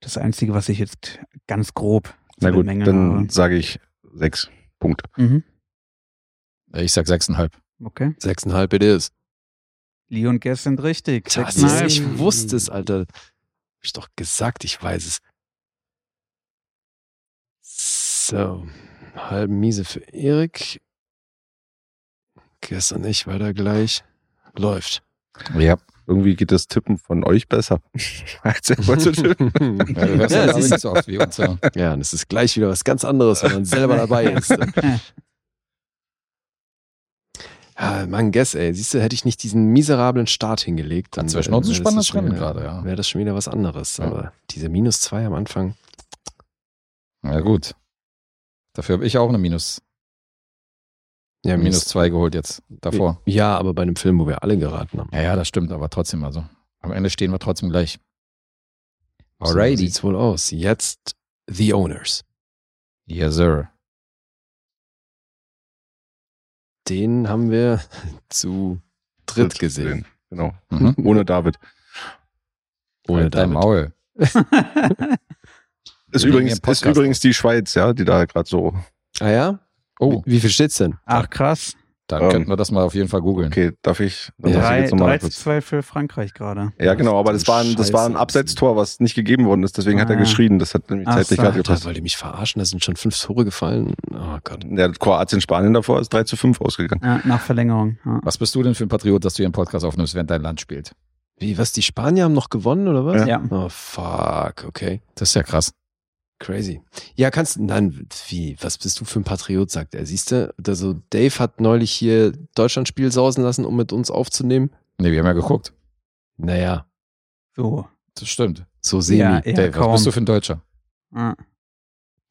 [SPEAKER 3] das Einzige, was ich jetzt ganz grob zu
[SPEAKER 5] Na gut,
[SPEAKER 3] bemängeln
[SPEAKER 5] dann
[SPEAKER 3] habe.
[SPEAKER 5] sage ich sechs. Punkt.
[SPEAKER 3] Mhm.
[SPEAKER 4] Ich sag 6,5.
[SPEAKER 3] Okay.
[SPEAKER 2] 6,5 BDs.
[SPEAKER 3] Lee und Guess sind richtig.
[SPEAKER 2] Tja,
[SPEAKER 3] Sechseinhalb.
[SPEAKER 2] siehst du, ich wusste es, Alter. Hab ich doch gesagt, ich weiß es. So, halb miese für Erik. Gestern nicht, weiter gleich. Läuft.
[SPEAKER 4] Ja.
[SPEAKER 5] Irgendwie geht das Tippen von euch besser, als selber zu tippen.
[SPEAKER 4] Ja, du hörst
[SPEAKER 2] Ja,
[SPEAKER 4] ja,
[SPEAKER 2] das ist-
[SPEAKER 4] nicht so oft wie uns. Ja.
[SPEAKER 2] ja, und es ist gleich wieder was ganz anderes, wenn man selber dabei ist. Ja, Mann, guess, ey. Siehst du, hätte ich nicht diesen miserablen Start hingelegt.
[SPEAKER 4] Hat
[SPEAKER 2] dann
[SPEAKER 4] zwischen uns ein
[SPEAKER 2] wäre das
[SPEAKER 4] spannendes
[SPEAKER 2] schon wieder-
[SPEAKER 4] Rennen gerade, ja.
[SPEAKER 2] Wäre das schon wieder was anderes.
[SPEAKER 4] Ja.
[SPEAKER 2] Aber diese minus zwei am Anfang.
[SPEAKER 4] Na gut. Dafür habe ich auch eine Minus,
[SPEAKER 2] Ja,
[SPEAKER 4] Minus 2 geholt jetzt davor.
[SPEAKER 2] Ja, aber bei einem Film, wo wir alle geraten haben.
[SPEAKER 4] Ja, ja, das stimmt, aber trotzdem also. Am Ende stehen wir trotzdem gleich.
[SPEAKER 2] So
[SPEAKER 4] Alrighty.
[SPEAKER 2] sieht's wohl aus. Jetzt The Owners.
[SPEAKER 4] Yes, sir.
[SPEAKER 2] Den haben wir zu dritt gesehen.
[SPEAKER 5] Genau.
[SPEAKER 4] Mhm.
[SPEAKER 5] Ohne David.
[SPEAKER 2] Ohne
[SPEAKER 4] Halt
[SPEAKER 2] David.
[SPEAKER 4] dein Maul.
[SPEAKER 5] Ist
[SPEAKER 4] Wir nehmen
[SPEAKER 5] übrigens,
[SPEAKER 4] hier einen
[SPEAKER 5] ist
[SPEAKER 4] Podcast
[SPEAKER 5] übrigens die Schweiz, ja, die da gerade so.
[SPEAKER 2] Ah ja?
[SPEAKER 4] Oh,
[SPEAKER 2] Wie, wie viel steht's denn?
[SPEAKER 3] Ach krass.
[SPEAKER 4] dann
[SPEAKER 5] Ähm,
[SPEAKER 4] könnten wir das mal auf jeden Fall googeln.
[SPEAKER 5] Okay, darf ich? Dann
[SPEAKER 2] Ja.
[SPEAKER 5] muss ich
[SPEAKER 3] Drei-
[SPEAKER 5] jetzt noch mal
[SPEAKER 3] 3 zu
[SPEAKER 5] kurz-
[SPEAKER 3] 2 für Frankreich gerade.
[SPEAKER 5] Ja, genau, aber das war ein, das war ein
[SPEAKER 2] Scheiße.
[SPEAKER 5] Abseitstor, was nicht gegeben worden ist, deswegen hat er
[SPEAKER 3] Ah.
[SPEAKER 5] geschrien. Das hat nämlich
[SPEAKER 3] Ach
[SPEAKER 5] zeitlich
[SPEAKER 3] so.
[SPEAKER 5] gerade
[SPEAKER 2] Alter,
[SPEAKER 5] gepasst.
[SPEAKER 2] wollt ihr mich verarschen? Da sind schon fünf Tore gefallen. Oh Gott.
[SPEAKER 5] Ja, Kroatien-Spanien davor ist 3 zu 5 ausgegangen.
[SPEAKER 3] Ja, nach Verlängerung. Ja.
[SPEAKER 4] Was bist du denn für ein Patriot, dass du hier einen Podcast aufnimmst, während dein Land spielt?
[SPEAKER 2] Wie, was? Die Spanier haben noch gewonnen, oder was?
[SPEAKER 3] Ja.
[SPEAKER 2] Oh, fuck. Okay.
[SPEAKER 4] Das ist ja krass.
[SPEAKER 2] Crazy. Ja, kannst nein, wie, was bist du für ein Patriot, sagt er. Siehst du, also Dave hat neulich hier Deutschlandspiel sausen lassen, um mit uns aufzunehmen.
[SPEAKER 4] Nee, wir haben ja geguckt.
[SPEAKER 2] Naja,
[SPEAKER 3] So.
[SPEAKER 4] Das stimmt.
[SPEAKER 2] so sehen
[SPEAKER 3] ja,
[SPEAKER 2] ja,
[SPEAKER 3] eher
[SPEAKER 4] Dave,
[SPEAKER 3] kaum.
[SPEAKER 4] was bist du für ein Deutscher?
[SPEAKER 3] ja.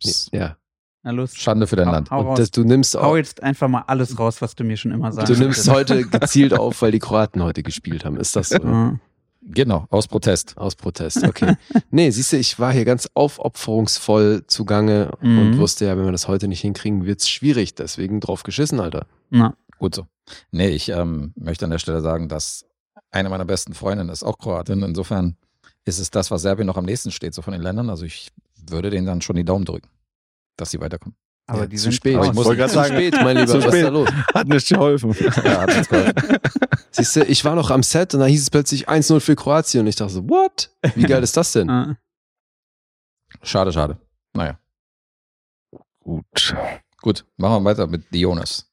[SPEAKER 4] Psst,
[SPEAKER 2] Ja.
[SPEAKER 3] Na los.
[SPEAKER 4] Schande für dein
[SPEAKER 3] hau,
[SPEAKER 4] Land.
[SPEAKER 3] Hau,
[SPEAKER 2] Und
[SPEAKER 3] raus.
[SPEAKER 2] das, du nimmst
[SPEAKER 3] hau
[SPEAKER 2] auch,
[SPEAKER 3] jetzt einfach mal alles raus, was du mir schon immer sagst.
[SPEAKER 2] du nimmst heute gezielt auf, weil die Kroaten heute gespielt haben. Ist das so?
[SPEAKER 3] Ja.
[SPEAKER 4] Genau, aus Protest.
[SPEAKER 2] Aus Protest, okay. Nee, siehst du, ich war hier ganz aufopferungsvoll zugange und
[SPEAKER 3] Mhm.
[SPEAKER 2] wusste ja, wenn wir das heute nicht hinkriegen, wird's schwierig. Deswegen drauf geschissen, Alter.
[SPEAKER 3] Na,
[SPEAKER 4] Gut so. Nee, ich ähm, möchte an der Stelle sagen, dass eine meiner besten Freundinnen ist auch Kroatin. Insofern ist es das, was Serbien noch am nächsten steht, so von den Ländern. Also ich würde denen dann schon die Daumen drücken, dass sie weiterkommen.
[SPEAKER 3] aber
[SPEAKER 2] Ja,
[SPEAKER 3] die
[SPEAKER 2] zu
[SPEAKER 3] sind
[SPEAKER 2] spät.
[SPEAKER 3] raus.
[SPEAKER 4] Ich muss-
[SPEAKER 5] Wollte gerade
[SPEAKER 2] Zu
[SPEAKER 5] sagen,
[SPEAKER 2] spät, mein Lieber,
[SPEAKER 5] Zu
[SPEAKER 2] was ist da
[SPEAKER 5] spät.
[SPEAKER 2] los?
[SPEAKER 5] hat nicht geholfen.
[SPEAKER 4] Ja, hat uns geholfen.
[SPEAKER 2] Siehst du, ich war noch am Set und da hieß es plötzlich 1-0 für Kroatien und ich dachte so, what? Wie geil ist das denn?
[SPEAKER 3] Ja.
[SPEAKER 4] schade, schade. Naja,
[SPEAKER 5] Gut.
[SPEAKER 4] gut. Machen wir weiter mit Dionis.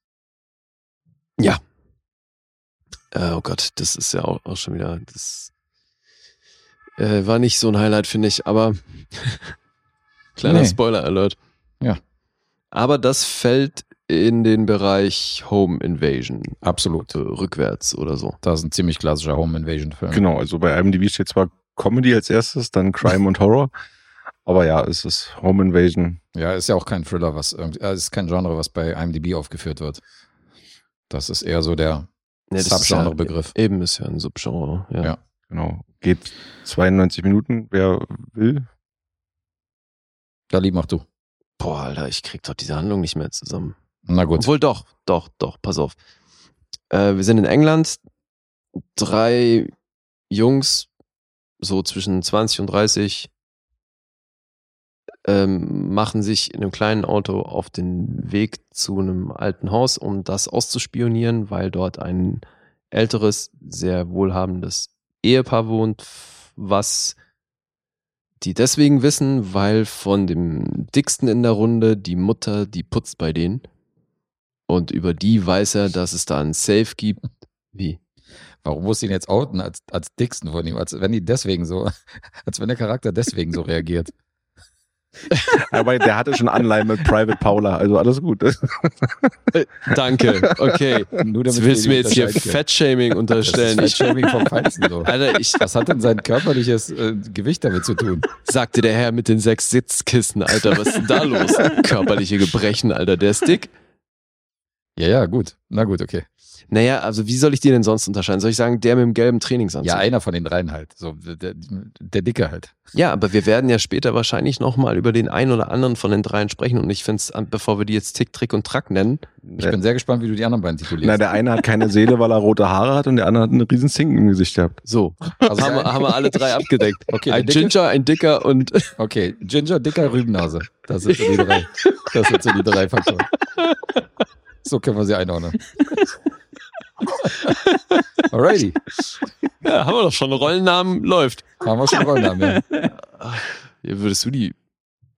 [SPEAKER 2] Äh, oh Gott, das ist ja auch, auch schon wieder, das äh, war nicht so ein Highlight, finde ich, aber kleiner
[SPEAKER 4] Nee.
[SPEAKER 2] Spoiler-Alert.
[SPEAKER 4] Ja.
[SPEAKER 2] Aber das fällt in den Bereich Home Invasion,
[SPEAKER 4] Absolut.
[SPEAKER 2] so rückwärts oder so.
[SPEAKER 4] Das ist ein ziemlich klassischer Home Invasion-Film.
[SPEAKER 5] Genau, also bei IMDb steht zwar Comedy als erstes, dann Crime und Horror. Aber ja, es ist Home Invasion.
[SPEAKER 4] Ja, ist ja auch kein Thriller, was irgendwie, äh, ist kein Genre, was bei IMDb aufgeführt wird. Das ist eher so der
[SPEAKER 2] Nee, das ist
[SPEAKER 4] Subgenre-Begriff.
[SPEAKER 2] Ja, eben ist ja ein Subgenre. Ja.
[SPEAKER 4] Ja.
[SPEAKER 5] Genau. Geht 92 Minuten, wer will.
[SPEAKER 4] Da lieb mach du.
[SPEAKER 2] Boah, Alter, ich krieg doch diese Handlung nicht mehr zusammen.
[SPEAKER 4] Na gut.
[SPEAKER 2] Obwohl doch, doch, doch, pass auf. Äh, wir sind in England. Drei Jungs, so zwischen 20 und 30, ähm, machen sich in einem kleinen Auto auf den Weg zu einem alten Haus, um das auszuspionieren, weil dort ein älteres, sehr wohlhabendes Ehepaar wohnt, f- was die deswegen wissen, weil von dem dicksten in der Runde die Mutter, die putzt bei denen. Und über die weiß er, dass es da einen Safe gibt. Wie?
[SPEAKER 4] Warum muss ich ihn jetzt outen als, als dicksten von ihm? Als wenn die deswegen so, als wenn der Charakter deswegen so reagiert.
[SPEAKER 5] Aber der hatte schon Anleihen mit Private Paula, also alles gut.
[SPEAKER 2] Danke, okay.
[SPEAKER 4] Nur
[SPEAKER 2] Jetzt willst du mir
[SPEAKER 4] wir
[SPEAKER 2] jetzt hier
[SPEAKER 4] unterscheiden können.
[SPEAKER 2] Fettshaming
[SPEAKER 4] Das ist
[SPEAKER 2] unterstellen. Ich,
[SPEAKER 4] Fettshaming vom Feinsten so.
[SPEAKER 2] Alter, ich,
[SPEAKER 4] Was hat denn sein körperliches äh, Gewicht damit zu tun?
[SPEAKER 2] sagte der Herr mit den sechs Sitzkissen, Alter, was ist denn da los? Körperliche Gebrechen, Alter, der ist dick.
[SPEAKER 4] Ja, ja, gut. Na gut, okay.
[SPEAKER 2] Naja, also wie soll ich die denn sonst unterscheiden? Soll ich sagen, der mit dem gelben Trainingsanzug?
[SPEAKER 4] Ja, einer von den dreien halt. So, der, der Dicke halt.
[SPEAKER 2] Ja, aber wir werden ja später wahrscheinlich nochmal über den einen oder anderen von den dreien sprechen. Und ich finde es, bevor wir die jetzt Tick, Trick und Track nennen,
[SPEAKER 4] Ich bin sehr gespannt, wie du die anderen beiden
[SPEAKER 5] Na,
[SPEAKER 4] titulierst.
[SPEAKER 5] der eine hat keine Seele, weil er rote Haare hat und der andere hat einen riesen Zinken im Gesicht gehabt.
[SPEAKER 2] so,
[SPEAKER 4] Also
[SPEAKER 2] haben, wir,
[SPEAKER 4] der-
[SPEAKER 2] haben wir alle drei abgedeckt.
[SPEAKER 4] Okay, der
[SPEAKER 2] ein
[SPEAKER 4] Dicke-
[SPEAKER 2] Ginger, ein Dicker und
[SPEAKER 4] Okay, Ginger, dicker, Rübennase. Das sind so die drei. Das sind so die drei Faktoren. So können wir sie einordnen. Alrighty.
[SPEAKER 2] Ja, haben wir doch schon. Rollennamen läuft.
[SPEAKER 4] Haben wir schon Rollennamen. Ja.
[SPEAKER 2] Ja, würdest du die.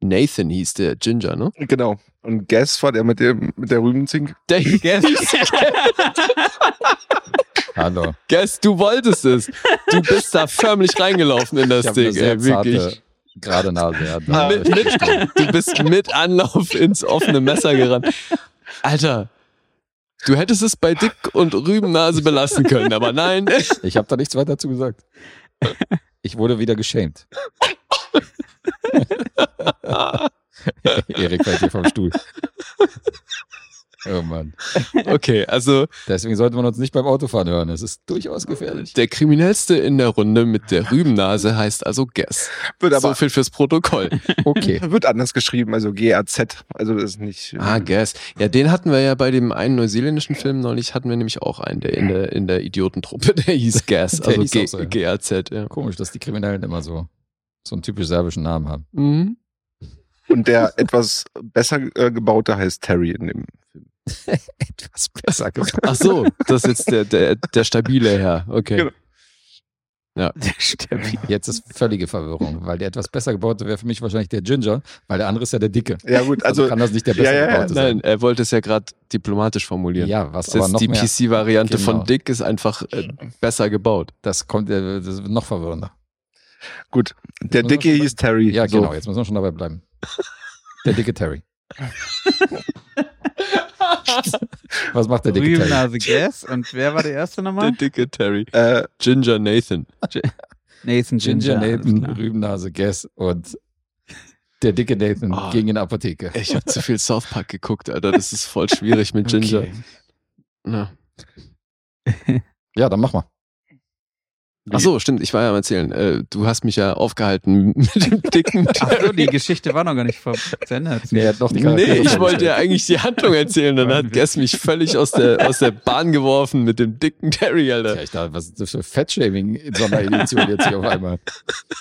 [SPEAKER 2] Nathan hieß der Ginger, ne?
[SPEAKER 5] Genau. Und Guess war der mit, dem, mit der Rübenzink.
[SPEAKER 2] Der
[SPEAKER 4] Hallo.
[SPEAKER 2] Guess, du wolltest es. Du bist da förmlich reingelaufen in das
[SPEAKER 4] Ich habe eine
[SPEAKER 2] Ding.
[SPEAKER 4] sehr
[SPEAKER 2] Ey, wirklich.
[SPEAKER 4] zarte, gerade Nase. Ja, da-
[SPEAKER 2] Mit, mit, du bist mit Anlauf ins offene Messer gerannt. Alter, du hättest es bei Dick und Rübennase belassen können, aber nein.
[SPEAKER 4] Ich habe da nichts weiter dazu gesagt. Ich wurde wieder geschämt. Erik fällt hier vom Stuhl. Oh Mann.
[SPEAKER 2] Okay, also
[SPEAKER 4] Deswegen sollte man uns nicht beim Autofahren hören. Es ist durchaus gefährlich.
[SPEAKER 2] der kriminellste in der Runde mit der Rübennase heißt also Guess.
[SPEAKER 5] Wird
[SPEAKER 2] so
[SPEAKER 5] aber
[SPEAKER 2] viel fürs Protokoll.
[SPEAKER 4] Okay.
[SPEAKER 5] wird anders geschrieben, also GAZ. Also das ist nicht.
[SPEAKER 2] Ah, Guess. Ja, den hatten wir ja bei dem einen neuseeländischen Film neulich, hatten wir nämlich auch einen, der in der, in der Idiotentruppe, der hieß Gas,
[SPEAKER 4] Der
[SPEAKER 2] also
[SPEAKER 4] hieß
[SPEAKER 2] G
[SPEAKER 4] auch so, ja.
[SPEAKER 2] GAZ, ja.
[SPEAKER 4] Komisch, dass die Kriminellen immer so, so einen typisch serbischen Namen haben.
[SPEAKER 2] Mhm.
[SPEAKER 5] Und der etwas besser äh, gebaute heißt Terry in dem Film.
[SPEAKER 4] Etwas besser gesagt.
[SPEAKER 2] Ach so, das ist jetzt der, der, der stabile Herr, okay.
[SPEAKER 5] Genau.
[SPEAKER 3] Der Steffi.
[SPEAKER 4] Jetzt ist völlige Verwirrung, weil der etwas besser gebaute wäre für mich wahrscheinlich der Ginger, weil der andere ist ja der Dicke.
[SPEAKER 5] Ja gut,
[SPEAKER 4] Also,
[SPEAKER 5] also
[SPEAKER 4] kann das nicht der
[SPEAKER 5] ja,
[SPEAKER 4] besser
[SPEAKER 5] ja, ja,
[SPEAKER 4] gebaute sein.
[SPEAKER 2] Nein, er wollte es ja gerade diplomatisch formulieren.
[SPEAKER 4] Ja, was
[SPEAKER 2] Das
[SPEAKER 4] aber
[SPEAKER 2] ist
[SPEAKER 4] noch
[SPEAKER 2] jetzt die
[SPEAKER 4] mehr,
[SPEAKER 2] PC-Variante
[SPEAKER 4] Genau.
[SPEAKER 2] von Dick ist einfach äh, besser gebaut.
[SPEAKER 4] das kommt äh, das ist noch verwirrender.
[SPEAKER 5] gut. Der
[SPEAKER 4] Muss man
[SPEAKER 5] Dicke
[SPEAKER 4] schon
[SPEAKER 5] hieß Terry.
[SPEAKER 4] Ja,
[SPEAKER 5] So.
[SPEAKER 4] genau, jetzt müssen wir schon dabei bleiben. Der dicke Terry. Was macht der dicke Terry?
[SPEAKER 3] Rübennase Guess. Und wer war der erste
[SPEAKER 2] Der
[SPEAKER 3] nochmal?
[SPEAKER 2] dicke Terry.
[SPEAKER 5] Äh,
[SPEAKER 2] Ginger Nathan.
[SPEAKER 3] Nathan
[SPEAKER 4] Ginger
[SPEAKER 3] Ginger. alles
[SPEAKER 4] Nathan,
[SPEAKER 3] klar.
[SPEAKER 4] Rübennase Guess und der dicke Nathan
[SPEAKER 5] Ah.
[SPEAKER 2] Oh.
[SPEAKER 4] ging in die Apotheke.
[SPEAKER 2] Ich habe zu viel South Park geguckt, Alter. Das ist voll schwierig mit Ginger.
[SPEAKER 4] Okay.
[SPEAKER 2] Na.
[SPEAKER 4] Ja, dann mach mal.
[SPEAKER 2] Ach so, stimmt. Ich war ja am Erzählen. Äh, du hast mich ja aufgehalten mit dem dicken
[SPEAKER 3] Ach so,
[SPEAKER 2] Terry.
[SPEAKER 3] die Geschichte war noch gar nicht ver- zu Ende.
[SPEAKER 4] Nee, er hat noch die Charaktere
[SPEAKER 2] Nee, ich
[SPEAKER 4] vorgestellt.
[SPEAKER 2] wollte ja eigentlich die Handlung erzählen. Dann hat Guess mich völlig aus der, aus der Bahn geworfen mit dem dicken Terry, Alter.
[SPEAKER 4] Tja, ich dachte, was ist das für Fettshaming-Sonderedition jetzt hier auf einmal?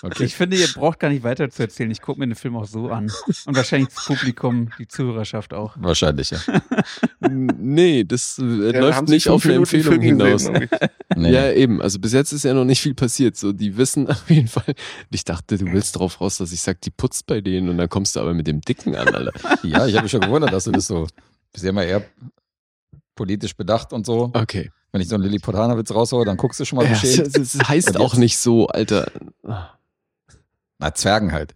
[SPEAKER 4] Okay.
[SPEAKER 3] Ich finde, ihr braucht gar nicht weiter zu erzählen. Ich gucke mir den Film auch so an. Und wahrscheinlich das Publikum, die Zuhörerschaft auch.
[SPEAKER 4] Wahrscheinlich, ja.
[SPEAKER 2] Nee, das äh,
[SPEAKER 5] ja,
[SPEAKER 2] läuft
[SPEAKER 5] haben sie
[SPEAKER 2] nicht
[SPEAKER 5] fünf
[SPEAKER 2] auf eine
[SPEAKER 5] Minuten
[SPEAKER 2] Empfehlung
[SPEAKER 5] Film gesehen,
[SPEAKER 2] hinaus.
[SPEAKER 5] irgendwie.
[SPEAKER 4] Nee.
[SPEAKER 2] Ja, eben. Also bis jetzt ist ja noch nicht viel passiert. So, die wissen auf jeden Fall. Ich dachte, du willst drauf raus, dass ich sag, die putzt bei denen und dann kommst du aber mit dem Dicken an, Alter.
[SPEAKER 4] Ja, ich habe mich schon gewundert, dass du das so. Bist ja immer eher politisch bedacht und so.
[SPEAKER 2] Okay.
[SPEAKER 4] Wenn ich so einen Lilliputaner-Witz raushaue, dann guckst du schon mal
[SPEAKER 2] Ja, das,
[SPEAKER 4] beschämt.
[SPEAKER 2] das
[SPEAKER 4] Oh, Und
[SPEAKER 2] heißt
[SPEAKER 4] jetzt-
[SPEAKER 2] auch nicht so, Alter.
[SPEAKER 4] Na, Zwergen halt.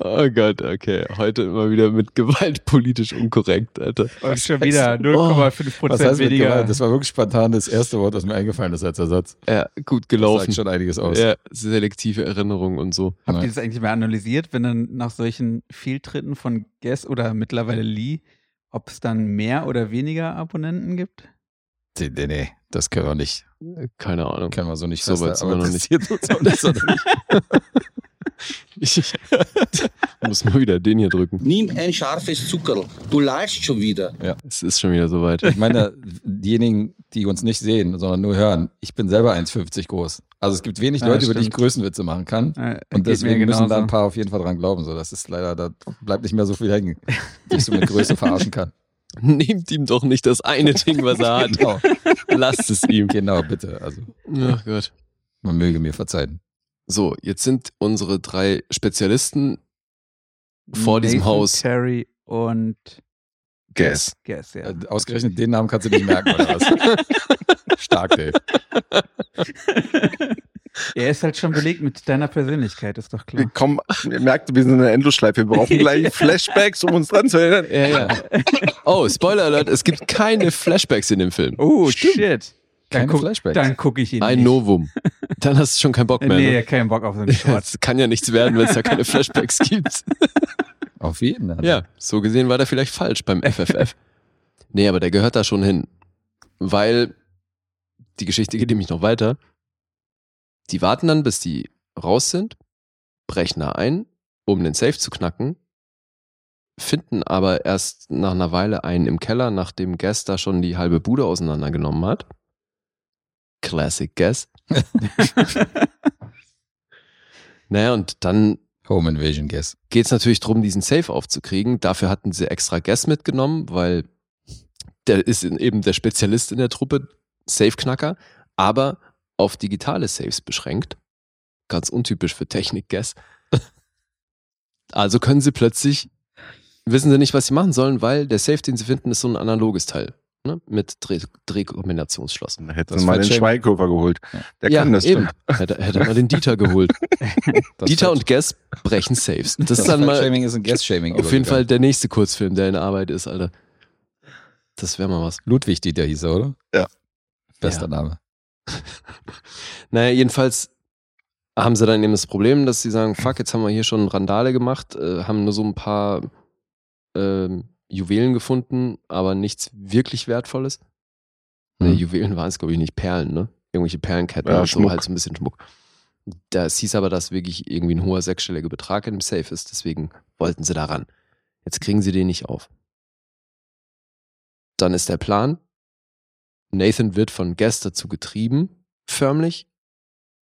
[SPEAKER 2] Oh Gott, okay. Heute immer wieder mit Gewalt politisch unkorrekt, Alter.
[SPEAKER 3] Und schon wieder 0,5
[SPEAKER 4] Oh, Was
[SPEAKER 3] Prozent
[SPEAKER 4] heißt mit
[SPEAKER 3] weniger.
[SPEAKER 4] Gewalt? Das war wirklich spontan das erste Wort, das mir eingefallen ist als Ersatz.
[SPEAKER 2] Ja, gut
[SPEAKER 4] Das sagt
[SPEAKER 2] gelaufen.
[SPEAKER 4] schon einiges aus.
[SPEAKER 2] Ja, selektive Erinnerung und so.
[SPEAKER 3] Habt ihr
[SPEAKER 4] Nein.
[SPEAKER 3] das eigentlich mal analysiert, wenn dann nach solchen Fehltritten von Guess oder mittlerweile Lee, ob es dann mehr oder weniger Abonnenten gibt?
[SPEAKER 4] Nee, nee, nee, das können wir nicht.
[SPEAKER 2] Keine Ahnung.
[SPEAKER 4] Können wir so nicht
[SPEAKER 2] So weit
[SPEAKER 4] festhalten,
[SPEAKER 2] sind wir
[SPEAKER 4] aber
[SPEAKER 2] noch
[SPEAKER 4] das
[SPEAKER 2] nicht.
[SPEAKER 4] hier tut's auch nicht. sonderlich.
[SPEAKER 2] Ich, ich muss mal wieder den hier drücken.
[SPEAKER 7] Nimm ein scharfes Zuckerl. Du lachst schon wieder.
[SPEAKER 2] Es ist schon wieder soweit.
[SPEAKER 4] Ich meine, diejenigen, die uns nicht sehen, sondern nur hören, ich bin selber 1,50 groß. Also es gibt wenig
[SPEAKER 3] Ja,
[SPEAKER 4] Leute, über die ich
[SPEAKER 3] stimmt.
[SPEAKER 4] Größenwitze machen kann.
[SPEAKER 3] Äh, geht
[SPEAKER 4] Und
[SPEAKER 3] mir
[SPEAKER 4] deswegen müssen
[SPEAKER 3] genauso.
[SPEAKER 4] da ein paar auf jeden Fall dran glauben. So, das ist leider, da bleibt nicht mehr so viel hängen, die ich so mit Größe verarschen kann.
[SPEAKER 2] Nehmt ihm doch nicht das eine Ding, was er hat.
[SPEAKER 4] Genau,
[SPEAKER 2] Lasst es ihm.
[SPEAKER 4] genau, bitte. Also,
[SPEAKER 2] Ach Gott.
[SPEAKER 4] man möge mir verzeihen.
[SPEAKER 2] So, jetzt sind unsere drei Spezialisten vor diesem
[SPEAKER 3] Nathan,
[SPEAKER 2] Haus.
[SPEAKER 3] Terry und
[SPEAKER 5] Guess.
[SPEAKER 3] Guess, ja.
[SPEAKER 4] Äh, Ausgerechnet den Namen kannst du nicht merken, oder was? Stark, Dave.
[SPEAKER 3] er ist halt schon belegt mit deiner Persönlichkeit, ist doch
[SPEAKER 5] Wir
[SPEAKER 3] klar.
[SPEAKER 5] kommen, ihr merkt, wir sind in der Endlosschleife. Wir brauchen gleich Flashbacks, um uns dran zu erinnern.
[SPEAKER 2] Ja, ja. Oh, Spoiler Alert, es gibt keine Flashbacks in dem Film.
[SPEAKER 3] Oh,
[SPEAKER 4] Stimmt.
[SPEAKER 3] shit. Dann
[SPEAKER 4] Keine
[SPEAKER 3] guck,
[SPEAKER 4] Flashbacks.
[SPEAKER 3] dann guck ich ihn
[SPEAKER 2] Ein
[SPEAKER 3] nicht.
[SPEAKER 2] Novum. Dann hast du schon keinen Bock
[SPEAKER 3] Äh,
[SPEAKER 2] mehr.
[SPEAKER 3] nee,
[SPEAKER 2] Ne?
[SPEAKER 3] keinen Bock auf so einen Shorts.
[SPEAKER 2] Es kann ja nichts werden, wenn es da keine Flashbacks gibt.
[SPEAKER 4] Auf jeden Fall.
[SPEAKER 2] Ja, so gesehen war der vielleicht falsch beim FFF. nee, aber der gehört da schon hin. Weil die Geschichte geht nämlich noch weiter. Die warten dann, bis die raus sind, brechen da ein, um den Safe zu knacken, finden aber erst nach einer Weile einen im Keller, nachdem Guess da schon die halbe Bude auseinandergenommen hat. Classic Guess. naja, und dann
[SPEAKER 4] Home Invasion Guess.
[SPEAKER 2] geht es natürlich darum, diesen Safe aufzukriegen. Dafür hatten sie extra Guess mitgenommen, weil der ist in, eben der Spezialist in der Truppe, Safe-Knacker, aber auf digitale Saves beschränkt. Ganz untypisch für Technik-Guess. Also können sie plötzlich, wissen sie nicht, was sie machen sollen, weil der Safe, den sie finden, ist so ein analoges Teil. Ne? Mit Dreh Drehkombinationsschloss.
[SPEAKER 5] Dann hätten
[SPEAKER 4] Das
[SPEAKER 5] wir mal
[SPEAKER 4] wird
[SPEAKER 5] den
[SPEAKER 4] schön.
[SPEAKER 5] Schweighöfer geholt. Der kann das
[SPEAKER 2] eben. Hätte, hätte man den Dieter geholt.
[SPEAKER 4] Das
[SPEAKER 2] Dieter
[SPEAKER 4] Fat-
[SPEAKER 2] und Guess brechen Saves. Das
[SPEAKER 4] das
[SPEAKER 2] ist dann mal
[SPEAKER 4] Shaming ist ein Guess-Shaming.
[SPEAKER 2] Auf jeden
[SPEAKER 4] übergegangen.
[SPEAKER 2] Fall der nächste Kurzfilm, der in Arbeit ist, Alter. Das wäre mal was.
[SPEAKER 4] Ludwig Dieter hieß er, oder?
[SPEAKER 5] Ja.
[SPEAKER 4] Bester
[SPEAKER 2] Ja.
[SPEAKER 4] Name.
[SPEAKER 2] Naja, jedenfalls haben sie dann eben das Problem, dass sie sagen, fuck, jetzt haben wir hier schon Randale gemacht, äh, haben nur so ein paar ähm, Juwelen gefunden, aber nichts wirklich Wertvolles. Ne,
[SPEAKER 4] Mhm.
[SPEAKER 2] Juwelen waren es, glaube ich, nicht Perlen, ne? Irgendwelche Perlenketten
[SPEAKER 5] Ja,
[SPEAKER 2] oder so,
[SPEAKER 5] Schmuck.
[SPEAKER 2] halt so ein bisschen Schmuck. Das hieß aber, dass wirklich irgendwie ein hoher sechsstelliger Betrag in dem Safe ist, deswegen wollten sie da ran. Jetzt kriegen sie den nicht auf. Dann ist der Plan. Nathan wird von Guest dazu getrieben, förmlich.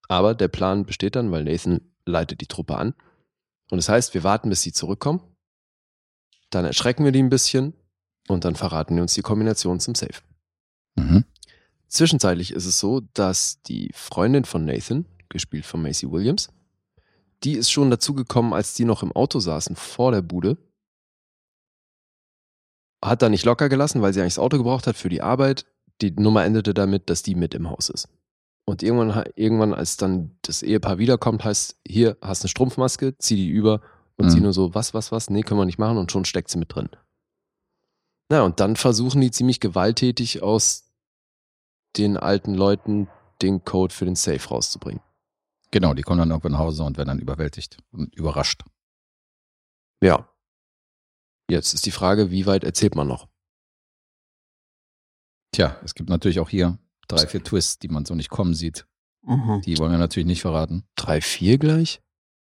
[SPEAKER 2] Aber der Plan besteht dann, weil Nathan leitet die Truppe an. Und das heißt, wir warten, bis sie zurückkommen. Dann erschrecken wir die ein bisschen und dann verraten die uns die Kombination zum Safe.
[SPEAKER 4] Mhm.
[SPEAKER 2] Zwischenzeitlich ist es so, dass die Freundin von Nathan, gespielt von Macy Williams, die ist schon dazugekommen, als die noch im Auto saßen vor der Bude. Hat da nicht locker gelassen, weil sie eigentlich das Auto gebraucht hat für die Arbeit. Die Nummer endete damit, dass die mit im Haus ist. Und irgendwann, ha- irgendwann als dann das Ehepaar wiederkommt, heißt, hier hast eine Strumpfmaske, zieh die über und
[SPEAKER 4] Mhm.
[SPEAKER 2] sie nur so, was, was, was, nee, können wir nicht machen und schon steckt sie mit drin. Na, und dann versuchen die ziemlich gewalttätig aus den alten Leuten den Code für den Safe rauszubringen.
[SPEAKER 4] Genau, die kommen dann irgendwann nach Hause und werden dann überwältigt und überrascht.
[SPEAKER 2] Ja. Jetzt ist die Frage, wie weit erzählt man noch?
[SPEAKER 4] Tja, es gibt natürlich auch hier drei, vier Twists, die man so nicht kommen sieht.
[SPEAKER 3] Aha.
[SPEAKER 4] Die wollen wir natürlich nicht verraten.
[SPEAKER 2] Drei, vier gleich?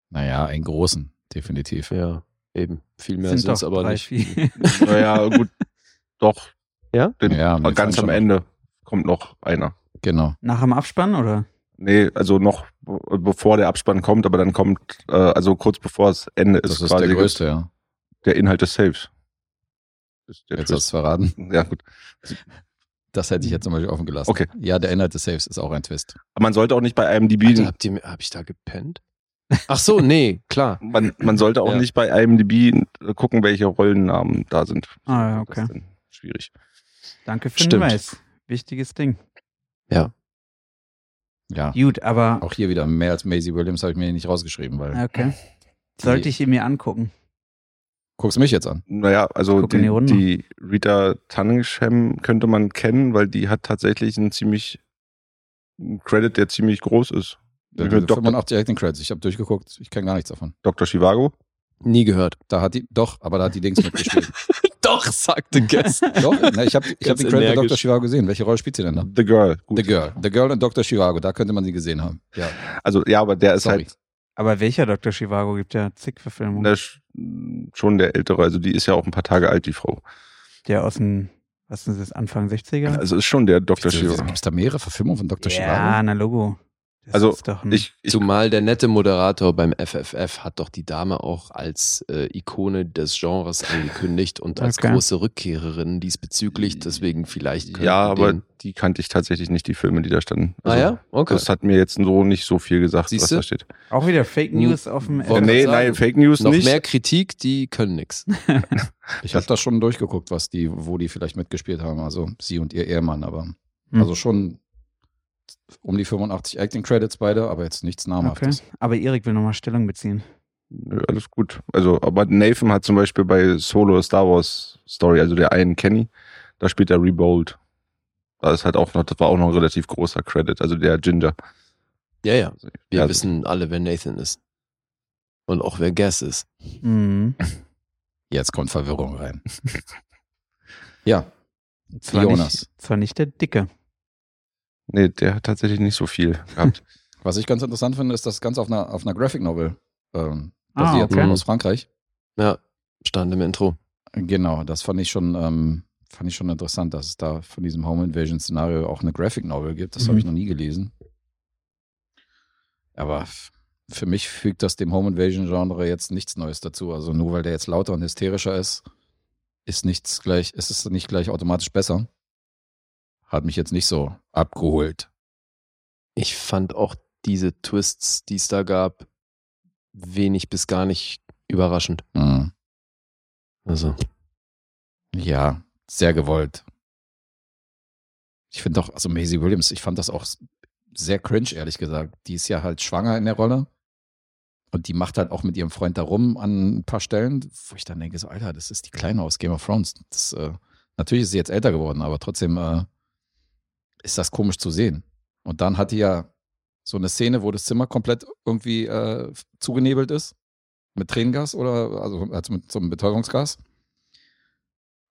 [SPEAKER 4] Naja, einen großen, definitiv.
[SPEAKER 2] Ja, eben. Viel mehr
[SPEAKER 3] Sind
[SPEAKER 2] sind
[SPEAKER 3] doch
[SPEAKER 2] es aber
[SPEAKER 3] drei,
[SPEAKER 2] nicht.
[SPEAKER 3] vier.
[SPEAKER 5] stimmt. Naja, gut. Doch. Den-
[SPEAKER 4] Ja, wir fangen
[SPEAKER 5] ganz am
[SPEAKER 4] schon-
[SPEAKER 5] Ende kommt noch einer.
[SPEAKER 4] Genau.
[SPEAKER 3] Nach dem Abspann, oder?
[SPEAKER 5] Nee, also noch be- bevor der Abspann kommt, aber dann kommt, äh, also kurz bevor das Ende ist,
[SPEAKER 4] Das ist,
[SPEAKER 5] quasi
[SPEAKER 4] der größte, ja.
[SPEAKER 5] der Inhalt des Saves. Ist der
[SPEAKER 4] Jetzt
[SPEAKER 5] Twist.
[SPEAKER 4] hast du es verraten.
[SPEAKER 5] ja, gut.
[SPEAKER 4] Das hätte ich jetzt zum Beispiel offen gelassen.
[SPEAKER 5] Okay.
[SPEAKER 4] Ja, der Inhalt des Saves ist auch ein Twist.
[SPEAKER 5] Aber man sollte auch nicht bei IMDb,
[SPEAKER 2] Alter, habt ihr, mir- hab ich da gepennt? Ach so, nee, klar.
[SPEAKER 5] man, man sollte auch
[SPEAKER 2] Ja.
[SPEAKER 5] nicht bei IMDb äh, gucken, welche Rollennamen da sind.
[SPEAKER 3] Ah, ja,
[SPEAKER 5] Das
[SPEAKER 3] okay.
[SPEAKER 5] ist dann schwierig.
[SPEAKER 3] Danke für
[SPEAKER 2] Stimmt.
[SPEAKER 3] den Hinweis. Wichtiges Ding.
[SPEAKER 4] Ja.
[SPEAKER 3] Gut, aber
[SPEAKER 4] Auch hier wieder mehr als Maisie Williams habe ich mir nicht rausgeschrieben, weil.
[SPEAKER 3] okay.
[SPEAKER 4] die-
[SPEAKER 3] Sollte ich ihn mir angucken.
[SPEAKER 4] Guckst mich jetzt an.
[SPEAKER 5] Naja, also
[SPEAKER 3] Guck in die
[SPEAKER 5] die,
[SPEAKER 3] Runde.
[SPEAKER 5] die Rita Tanningham könnte man kennen, weil die hat tatsächlich einen ziemlich einen Credit, der ziemlich groß ist.
[SPEAKER 4] Da
[SPEAKER 5] Wie viel
[SPEAKER 4] kriegt man
[SPEAKER 5] Dr.
[SPEAKER 4] auch direkt den Credits. Ich habe durchgeguckt, ich kenne gar nichts davon.
[SPEAKER 5] Dr. Chivago?
[SPEAKER 2] Nie gehört.
[SPEAKER 4] Da hat die, doch, aber da hat die Dings mitgespielt.
[SPEAKER 2] Doch, sagte Guess.
[SPEAKER 4] doch, na, ich habe ich hab
[SPEAKER 2] Ganz
[SPEAKER 4] den Credit
[SPEAKER 2] energisch.
[SPEAKER 4] Dr. Chivago gesehen. Welche Rolle spielt sie denn da?
[SPEAKER 5] The Girl. Gut.
[SPEAKER 4] The Girl. The Girl und Dr. Chivago, da könnte man sie gesehen haben. Ja,
[SPEAKER 5] Also ja, aber der ist
[SPEAKER 4] sorry.
[SPEAKER 5] halt
[SPEAKER 3] Aber welcher Dr. Chivago gibt ja zig Verfilmungen?
[SPEAKER 5] na, sch- schon der ältere, also die ist ja auch ein paar Tage alt, die Frau.
[SPEAKER 3] Der aus dem, was ist das, Anfang 60er?
[SPEAKER 5] Also ist schon der Dr. Chivago.
[SPEAKER 4] Gibt es da mehrere Verfilmungen von Dr.
[SPEAKER 3] ja,
[SPEAKER 4] Chivago?
[SPEAKER 3] na Logo. Das
[SPEAKER 5] Also,
[SPEAKER 3] ist
[SPEAKER 2] Hm.
[SPEAKER 3] doch ein,
[SPEAKER 5] Ich, ich,
[SPEAKER 2] Zumal der nette Moderator beim FFF hat doch die Dame auch als äh, Ikone des Genres angekündigt und als
[SPEAKER 3] Okay.
[SPEAKER 2] große Rückkehrerin diesbezüglich. Deswegen vielleicht. könnten
[SPEAKER 5] ja, aber
[SPEAKER 2] Den,
[SPEAKER 5] die kannte ich tatsächlich nicht, die Filme, die da standen. Also
[SPEAKER 2] ah ja, okay.
[SPEAKER 5] Das hat mir jetzt so nicht so viel gesagt, was
[SPEAKER 2] Siehste?
[SPEAKER 5] da steht. Äh,
[SPEAKER 3] auch wieder Fake News auf dem
[SPEAKER 2] Wollte
[SPEAKER 5] nee,
[SPEAKER 2] gerade
[SPEAKER 5] nein,
[SPEAKER 2] sagen,
[SPEAKER 5] Fake News
[SPEAKER 2] Noch
[SPEAKER 5] nicht.
[SPEAKER 2] mehr Kritik, die können nix.
[SPEAKER 4] Ich habe da schon durchgeguckt, was die, wo die vielleicht mitgespielt haben. Also sie und ihr Ehemann, aber
[SPEAKER 3] Hm.
[SPEAKER 4] also schon um die 85 Acting Credits beide, aber jetzt nichts
[SPEAKER 3] Okay.
[SPEAKER 4] namhaftes.
[SPEAKER 3] Aber Erik will nochmal Stellung beziehen.
[SPEAKER 5] Nö, alles gut. Also, aber Nathan hat zum Beispiel bei Solo A Star Wars Story, also der einen Kenny, da spielt er Rebold. Da ist halt auch noch, das war auch noch ein relativ großer Credit, also der Ginger.
[SPEAKER 2] Ja, ja. Wir
[SPEAKER 4] Also
[SPEAKER 5] Ja,
[SPEAKER 2] wissen alle, wer Nathan ist. Und auch wer Guess ist.
[SPEAKER 3] Mhm.
[SPEAKER 4] Jetzt kommt Verwirrung rein. ja,
[SPEAKER 3] Zwar
[SPEAKER 4] Jonas.
[SPEAKER 3] Nicht, zwar nicht der Dicke.
[SPEAKER 5] Nee, der hat tatsächlich nicht so viel gehabt.
[SPEAKER 4] Was ich ganz interessant finde, ist, dass das Ganze auf einer, auf einer Graphic Novel ähm,
[SPEAKER 3] Ah,
[SPEAKER 4] basiert
[SPEAKER 2] okay.
[SPEAKER 4] aus Frankreich.
[SPEAKER 2] Ja, stand im Intro.
[SPEAKER 4] Genau, das fand ich schon, ähm, fand ich schon interessant, dass es da von diesem Home Invasion Szenario auch eine Graphic Novel gibt. Das
[SPEAKER 3] Mhm.
[SPEAKER 4] habe ich noch nie gelesen. Aber für mich fügt das dem Home Invasion Genre jetzt nichts Neues dazu. Also nur weil der jetzt lauter und hysterischer ist, ist nichts gleich, ist es nicht gleich automatisch besser. Hat mich jetzt nicht so abgeholt.
[SPEAKER 2] Ich fand auch diese Twists, die es da gab, wenig bis gar nicht überraschend.
[SPEAKER 4] Mhm.
[SPEAKER 2] Also,
[SPEAKER 4] Ja, sehr gewollt. Ich finde auch, also Maisie Williams, ich fand das auch s- sehr cringe, ehrlich gesagt. Die ist ja halt schwanger in der Rolle. Und die macht halt auch mit ihrem Freund da rum an ein paar Stellen, wo ich dann denke, so, Alter, das ist die Kleine aus Game of Thrones. Das, äh, natürlich ist sie jetzt älter geworden, aber trotzdem äh, ist das komisch zu sehen. Und dann hat die ja so eine Szene, wo das Zimmer komplett irgendwie äh, zugenebelt ist. Mit Tränengas oder also, also mit so einem Betäubungsgas.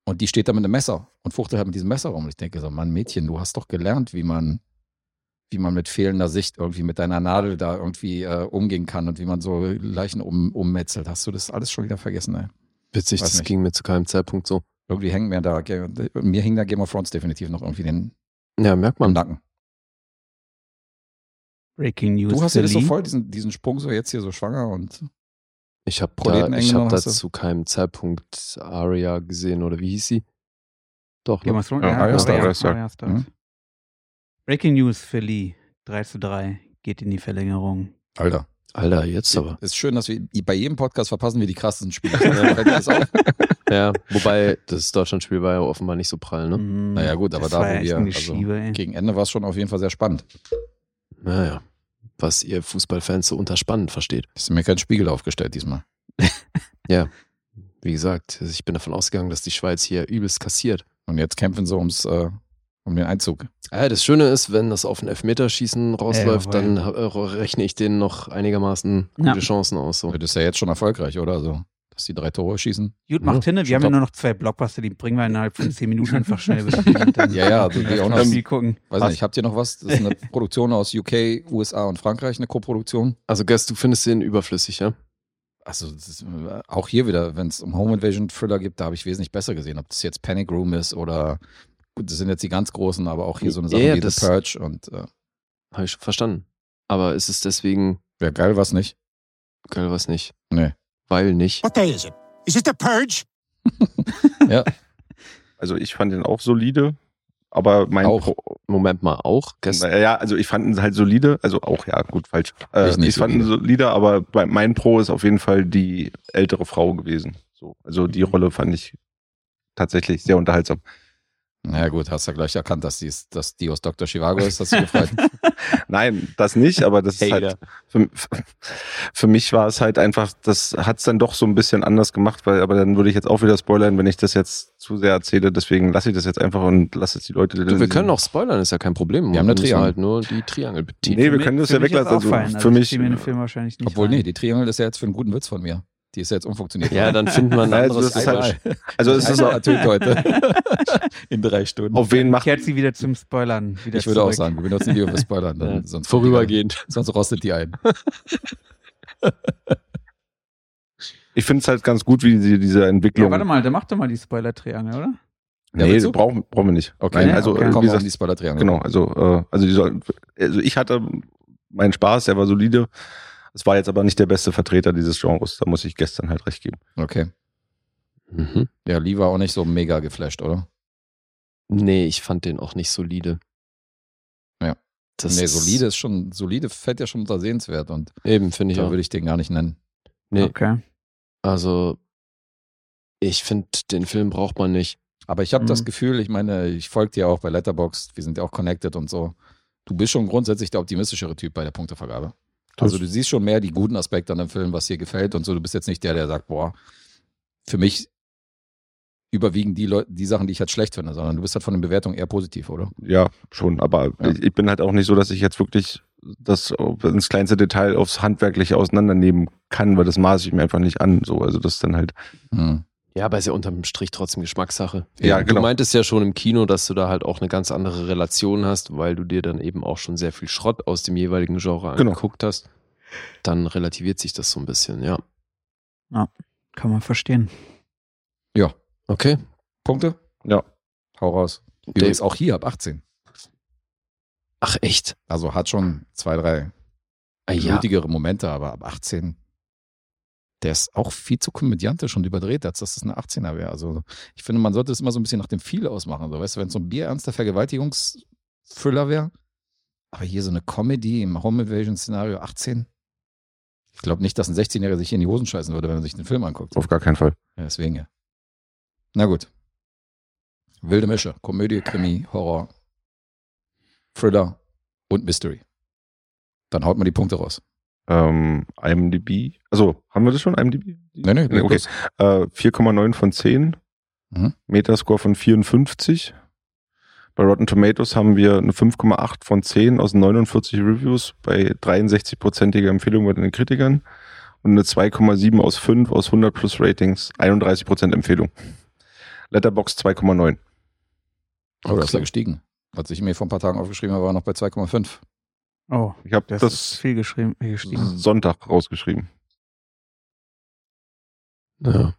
[SPEAKER 4] Und die steht da mit einem Messer und fuchtelt halt mit diesem Messer rum. Und ich denke so, Mann, Mädchen, du hast doch gelernt, wie man, wie man mit fehlender Sicht irgendwie mit deiner Nadel da irgendwie äh, umgehen kann und wie man so Leichen um, ummetzelt. Hast du das alles schon wieder vergessen, ey?
[SPEAKER 2] witzig,
[SPEAKER 4] Weiß
[SPEAKER 2] das
[SPEAKER 4] nicht.
[SPEAKER 2] ging mir zu keinem Zeitpunkt so.
[SPEAKER 4] Irgendwie hängen mir da, mir hing da Game of Thrones definitiv noch irgendwie den
[SPEAKER 2] Ja, merkt
[SPEAKER 4] am
[SPEAKER 2] man.
[SPEAKER 4] Nacken.
[SPEAKER 3] Breaking News.
[SPEAKER 4] Du hast
[SPEAKER 3] für
[SPEAKER 4] ja das so
[SPEAKER 3] Lee.
[SPEAKER 4] voll, diesen, diesen Sprung so jetzt hier so schwanger und
[SPEAKER 2] Ich habe da,
[SPEAKER 4] Proletenengel
[SPEAKER 2] ich hab
[SPEAKER 4] noch,
[SPEAKER 2] da
[SPEAKER 4] hast du?
[SPEAKER 2] zu keinem Zeitpunkt Aria gesehen oder wie hieß sie? Doch,
[SPEAKER 3] Game
[SPEAKER 2] ne?
[SPEAKER 3] of Thrones.
[SPEAKER 5] Ja, Arya Stark,
[SPEAKER 3] Arya-
[SPEAKER 5] Arya Stark.
[SPEAKER 3] Arya Stark.
[SPEAKER 4] Mhm.
[SPEAKER 3] Breaking News für Lee. 3 zu 3 geht in die Verlängerung.
[SPEAKER 4] Alter.
[SPEAKER 2] Alter, jetzt aber.
[SPEAKER 4] Ist schön, dass wir bei jedem Podcast verpassen wir die krassesten Spiele. Fällt dir das auf?
[SPEAKER 2] Ja, wobei das Deutschlandspiel war ja offenbar nicht so prall, ne?
[SPEAKER 3] Mhm.
[SPEAKER 4] Naja, gut, aber
[SPEAKER 3] das
[SPEAKER 4] da,
[SPEAKER 3] war
[SPEAKER 4] wo
[SPEAKER 3] echt
[SPEAKER 4] wir-
[SPEAKER 3] ein
[SPEAKER 4] also-
[SPEAKER 3] Geschiebe, ey.
[SPEAKER 4] Gegen Ende war es schon auf jeden Fall sehr spannend.
[SPEAKER 2] Naja. Was ihr Fußballfans so unterspannend versteht.
[SPEAKER 4] Ist mir kein Spiegel aufgestellt diesmal.
[SPEAKER 2] Wie gesagt, ich bin davon ausgegangen, dass die Schweiz hier übelst kassiert.
[SPEAKER 4] Und jetzt kämpfen sie ums, äh, um den Einzug.
[SPEAKER 2] Ja, Ah, das Schöne ist, wenn das auf ein Elfmeterschießen rausläuft,
[SPEAKER 3] Ja, jawohl.
[SPEAKER 2] dann äh, rechne ich denen noch einigermaßen
[SPEAKER 3] Ja.
[SPEAKER 2] gute Chancen aus. So.
[SPEAKER 4] Das ist ja jetzt schon erfolgreich, oder? Also, dass die drei Tore schießen.
[SPEAKER 3] Gut, macht
[SPEAKER 2] Ja,
[SPEAKER 3] hin. Wir haben ja
[SPEAKER 4] top.
[SPEAKER 3] nur noch zwei Blockbuster, die bringen wir innerhalb von 10 Minuten einfach schnell bestimmt.
[SPEAKER 4] Ja, ja, also die auch noch-
[SPEAKER 3] das Spiel gucken.
[SPEAKER 4] Weiß nicht, habt ihr noch was? Das ist eine Produktion aus UK, USA und Frankreich, eine Koproduktion.
[SPEAKER 2] Also, Guess, du findest den überflüssig, ja?
[SPEAKER 4] Also das ist, äh, auch hier wieder, wenn es um Home Invasion Thriller gibt, da habe ich wesentlich besser gesehen. Ob das jetzt Panic Room ist oder gut, das sind jetzt die ganz großen, aber auch hier so eine Sache
[SPEAKER 2] Ja,
[SPEAKER 4] wie
[SPEAKER 2] das-
[SPEAKER 4] The Purge und äh,
[SPEAKER 2] Habe ich schon verstanden. Aber ist es deswegen,
[SPEAKER 4] wäre geil, was nicht.
[SPEAKER 2] geil, was nicht?
[SPEAKER 4] Nee.
[SPEAKER 2] Weil nicht.
[SPEAKER 8] What day is it? Is it the purge?
[SPEAKER 5] Also ich fand den auch solide, aber mein
[SPEAKER 4] Auch.
[SPEAKER 5] Pro-
[SPEAKER 2] Moment mal, auch. Guess,
[SPEAKER 5] ja, also ich fand ihn halt solide, also auch ja, gut, falsch. Äh,
[SPEAKER 4] Ich
[SPEAKER 5] ich
[SPEAKER 4] nicht
[SPEAKER 5] fand ihn solide, aber bei, mein Pro ist auf jeden Fall die ältere Frau gewesen. So, also die Rolle fand ich tatsächlich sehr unterhaltsam.
[SPEAKER 4] Na ja, gut, hast ja gleich erkannt, dass die, ist, dass die aus Dr. Chivago ist, hast du gefreut.
[SPEAKER 5] Nein, das nicht, aber das ist halt für, für mich war es halt einfach, das hat es dann doch so ein bisschen anders gemacht, weil aber dann würde ich jetzt auch wieder spoilern, wenn ich das jetzt zu sehr erzähle, deswegen lasse ich das jetzt einfach und lasse jetzt die Leute
[SPEAKER 2] du, wir können auch spoilern, ist ja kein Problem.
[SPEAKER 4] Wir haben eine
[SPEAKER 2] müssen
[SPEAKER 4] Triangel.
[SPEAKER 2] halt nur die Triangel bedienen.
[SPEAKER 5] Nee,
[SPEAKER 3] Für
[SPEAKER 5] wir
[SPEAKER 3] mi-
[SPEAKER 5] können das
[SPEAKER 3] für
[SPEAKER 5] ja
[SPEAKER 3] mich
[SPEAKER 5] weglassen.
[SPEAKER 3] jetzt auch
[SPEAKER 5] Also
[SPEAKER 3] fallen.
[SPEAKER 5] für mich-
[SPEAKER 3] ich mir den Film wahrscheinlich nicht
[SPEAKER 4] Obwohl,
[SPEAKER 3] rein.
[SPEAKER 4] nee, die Triangel ist ja jetzt für einen guten Witz von mir. Die ist ja jetzt umfunktioniert.
[SPEAKER 2] Ja, dann finden wir ein
[SPEAKER 5] Nein, also
[SPEAKER 2] anderes
[SPEAKER 5] das ist halt-
[SPEAKER 2] Ei.
[SPEAKER 5] Also es ist auch,
[SPEAKER 4] natürlich heute. In drei Stunden.
[SPEAKER 5] auf wen macht
[SPEAKER 3] Kehrt sie wieder zum Spoilern. Wieder
[SPEAKER 4] ich würde auch
[SPEAKER 3] zurück.
[SPEAKER 4] sagen, wir benutzen die für Spoilern. Dann,
[SPEAKER 2] Ja,
[SPEAKER 4] sonst
[SPEAKER 2] Vorübergehend.
[SPEAKER 4] Sonst rostet die ein.
[SPEAKER 5] Ich finde es halt ganz gut, wie sie diese Entwicklung.
[SPEAKER 3] Ja, warte mal, dann mach doch mal die Spoiler-Triangel, oder?
[SPEAKER 4] Ja,
[SPEAKER 5] Nee,
[SPEAKER 4] willst du?
[SPEAKER 5] das brauchen, brauchen wir nicht.
[SPEAKER 4] Okay,
[SPEAKER 5] Nein, also
[SPEAKER 3] okay.
[SPEAKER 5] äh,
[SPEAKER 4] Kommen
[SPEAKER 5] wie
[SPEAKER 4] wir auf
[SPEAKER 5] gesagt,
[SPEAKER 4] die Spoiler-Triangel.
[SPEAKER 5] genau, also, äh, also die sollen, also ich hatte meinen Spaß, der war solide. Es war jetzt aber nicht der beste Vertreter dieses Genres, da muss ich gestern halt recht geben.
[SPEAKER 4] Okay.
[SPEAKER 2] Mhm.
[SPEAKER 4] Ja, Lee war auch nicht so mega geflasht, oder?
[SPEAKER 2] Nee, ich fand den auch nicht solide.
[SPEAKER 4] Ja.
[SPEAKER 2] Das
[SPEAKER 4] nee,
[SPEAKER 2] ist-
[SPEAKER 4] solide ist schon, solide fällt ja schon unter sehenswert und
[SPEAKER 2] Eben, finde ich
[SPEAKER 4] da
[SPEAKER 2] auch.
[SPEAKER 4] würde ich den gar nicht nennen.
[SPEAKER 2] Nee.
[SPEAKER 3] Okay.
[SPEAKER 2] Also, ich finde, den Film braucht man nicht.
[SPEAKER 4] Aber ich habe
[SPEAKER 3] Mhm.
[SPEAKER 4] das Gefühl, ich meine, ich folge dir auch bei Letterboxd, wir sind ja auch connected und so. Du bist schon grundsätzlich der optimistischere Typ bei der Punktevergabe. Also du siehst schon mehr die guten Aspekte an dem Film, was dir gefällt und so. Du bist jetzt nicht der, der sagt, boah, für mich überwiegen die, Leute, die Sachen, die ich halt schlecht finde, sondern du bist halt von den Bewertungen eher positiv, oder?
[SPEAKER 5] Ja, schon, aber
[SPEAKER 4] Ja.
[SPEAKER 5] Ich, ich bin halt auch nicht so, dass ich jetzt wirklich das ins kleinste Detail aufs Handwerkliche auseinandernehmen kann, weil das maße ich mir einfach nicht an. So, also das ist dann halt.
[SPEAKER 4] Hm.
[SPEAKER 2] Ja, aber ist ja unterm Strich trotzdem Geschmackssache. Ähm,
[SPEAKER 5] Ja,
[SPEAKER 2] Du
[SPEAKER 5] genau.
[SPEAKER 2] meintest ja schon im Kino, dass du da halt auch eine ganz andere Relation hast, weil du dir dann eben auch schon sehr viel Schrott aus dem jeweiligen Genre
[SPEAKER 5] Genau.
[SPEAKER 2] angeguckt hast. Dann relativiert sich das so ein bisschen, ja.
[SPEAKER 3] Kann man verstehen.
[SPEAKER 2] Okay.
[SPEAKER 4] Punkte?
[SPEAKER 5] Ja.
[SPEAKER 4] Hau raus. Übrigens auch hier ab 18.
[SPEAKER 2] Ach, echt?
[SPEAKER 4] Also hat schon zwei, drei
[SPEAKER 2] Ah, ja.
[SPEAKER 4] blutigere Momente, aber ab 18. Der ist auch viel zu komödiantisch und überdreht, als dass das eine 18er wäre. Also ich finde, man sollte es immer so ein bisschen nach dem Feel ausmachen. So, weißt du, wenn es so ein bierernster Vergewaltigungsthriller wäre, aber hier so eine Comedy im Home-Invasion-Szenario 18. Ich glaube nicht, dass ein 16-Jähriger sich hier in die Hosen scheißen würde, wenn er sich den Film anguckt.
[SPEAKER 5] Auf gar keinen Fall.
[SPEAKER 4] Ja, deswegen ja. Na gut. Wilde Mische. Komödie, Krimi, Horror, Thriller und Mystery. Dann haut man die Punkte raus.
[SPEAKER 5] Ähm, IMDb. Also, haben wir das schon? IMDb?
[SPEAKER 4] Nee, nee,
[SPEAKER 5] Nee, okay.
[SPEAKER 4] bloß.
[SPEAKER 5] Äh, 4,9 von 10.
[SPEAKER 4] Mhm.
[SPEAKER 5] Metascore von 54. Bei Rotten Tomatoes haben wir eine 5,8 von 10 aus 49 Reviews bei 63-prozentiger Empfehlung bei den Kritikern und eine 2,7 aus 5 aus 100 plus Ratings, 31% Empfehlung. Letterbox 2,9.
[SPEAKER 4] Oh, das ist ja
[SPEAKER 2] Okay.
[SPEAKER 4] gestiegen. Als ich mir vor ein paar Tagen aufgeschrieben habe, war er noch bei 2,5.
[SPEAKER 3] Oh,
[SPEAKER 5] Ich habe
[SPEAKER 3] das, ist
[SPEAKER 5] das,
[SPEAKER 3] viel geschrieben, viel gestiegen.
[SPEAKER 5] Sonntag rausgeschrieben.
[SPEAKER 2] Ja.
[SPEAKER 4] Ja.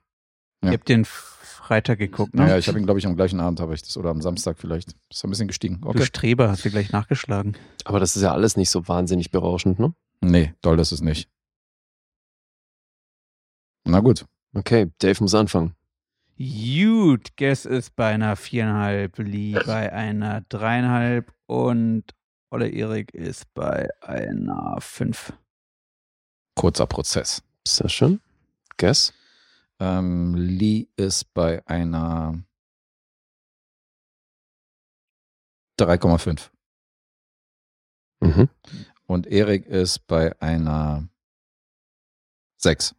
[SPEAKER 3] Ihr habt den Freitag geguckt, ne?
[SPEAKER 4] Naja, ich habe ihn, glaube ich, am gleichen Abend habe ich das oder am Samstag vielleicht. Ist ein bisschen gestiegen.
[SPEAKER 3] Du
[SPEAKER 4] Okay.
[SPEAKER 3] Streber, hast du gleich nachgeschlagen.
[SPEAKER 2] Aber das ist ja alles nicht so wahnsinnig berauschend, ne?
[SPEAKER 4] Nee, doll das ist nicht. Na gut.
[SPEAKER 2] Okay, Dave muss anfangen.
[SPEAKER 3] Gut, Guess ist bei einer viereinhalb, Lee bei einer dreieinhalb und Olle Erik ist bei einer fünf.
[SPEAKER 4] Kurzer Prozess.
[SPEAKER 2] Ist das schön? Guess?
[SPEAKER 4] Ähm, Lee ist bei einer 3,5.
[SPEAKER 2] Mhm.
[SPEAKER 4] Und Erik ist bei einer 6.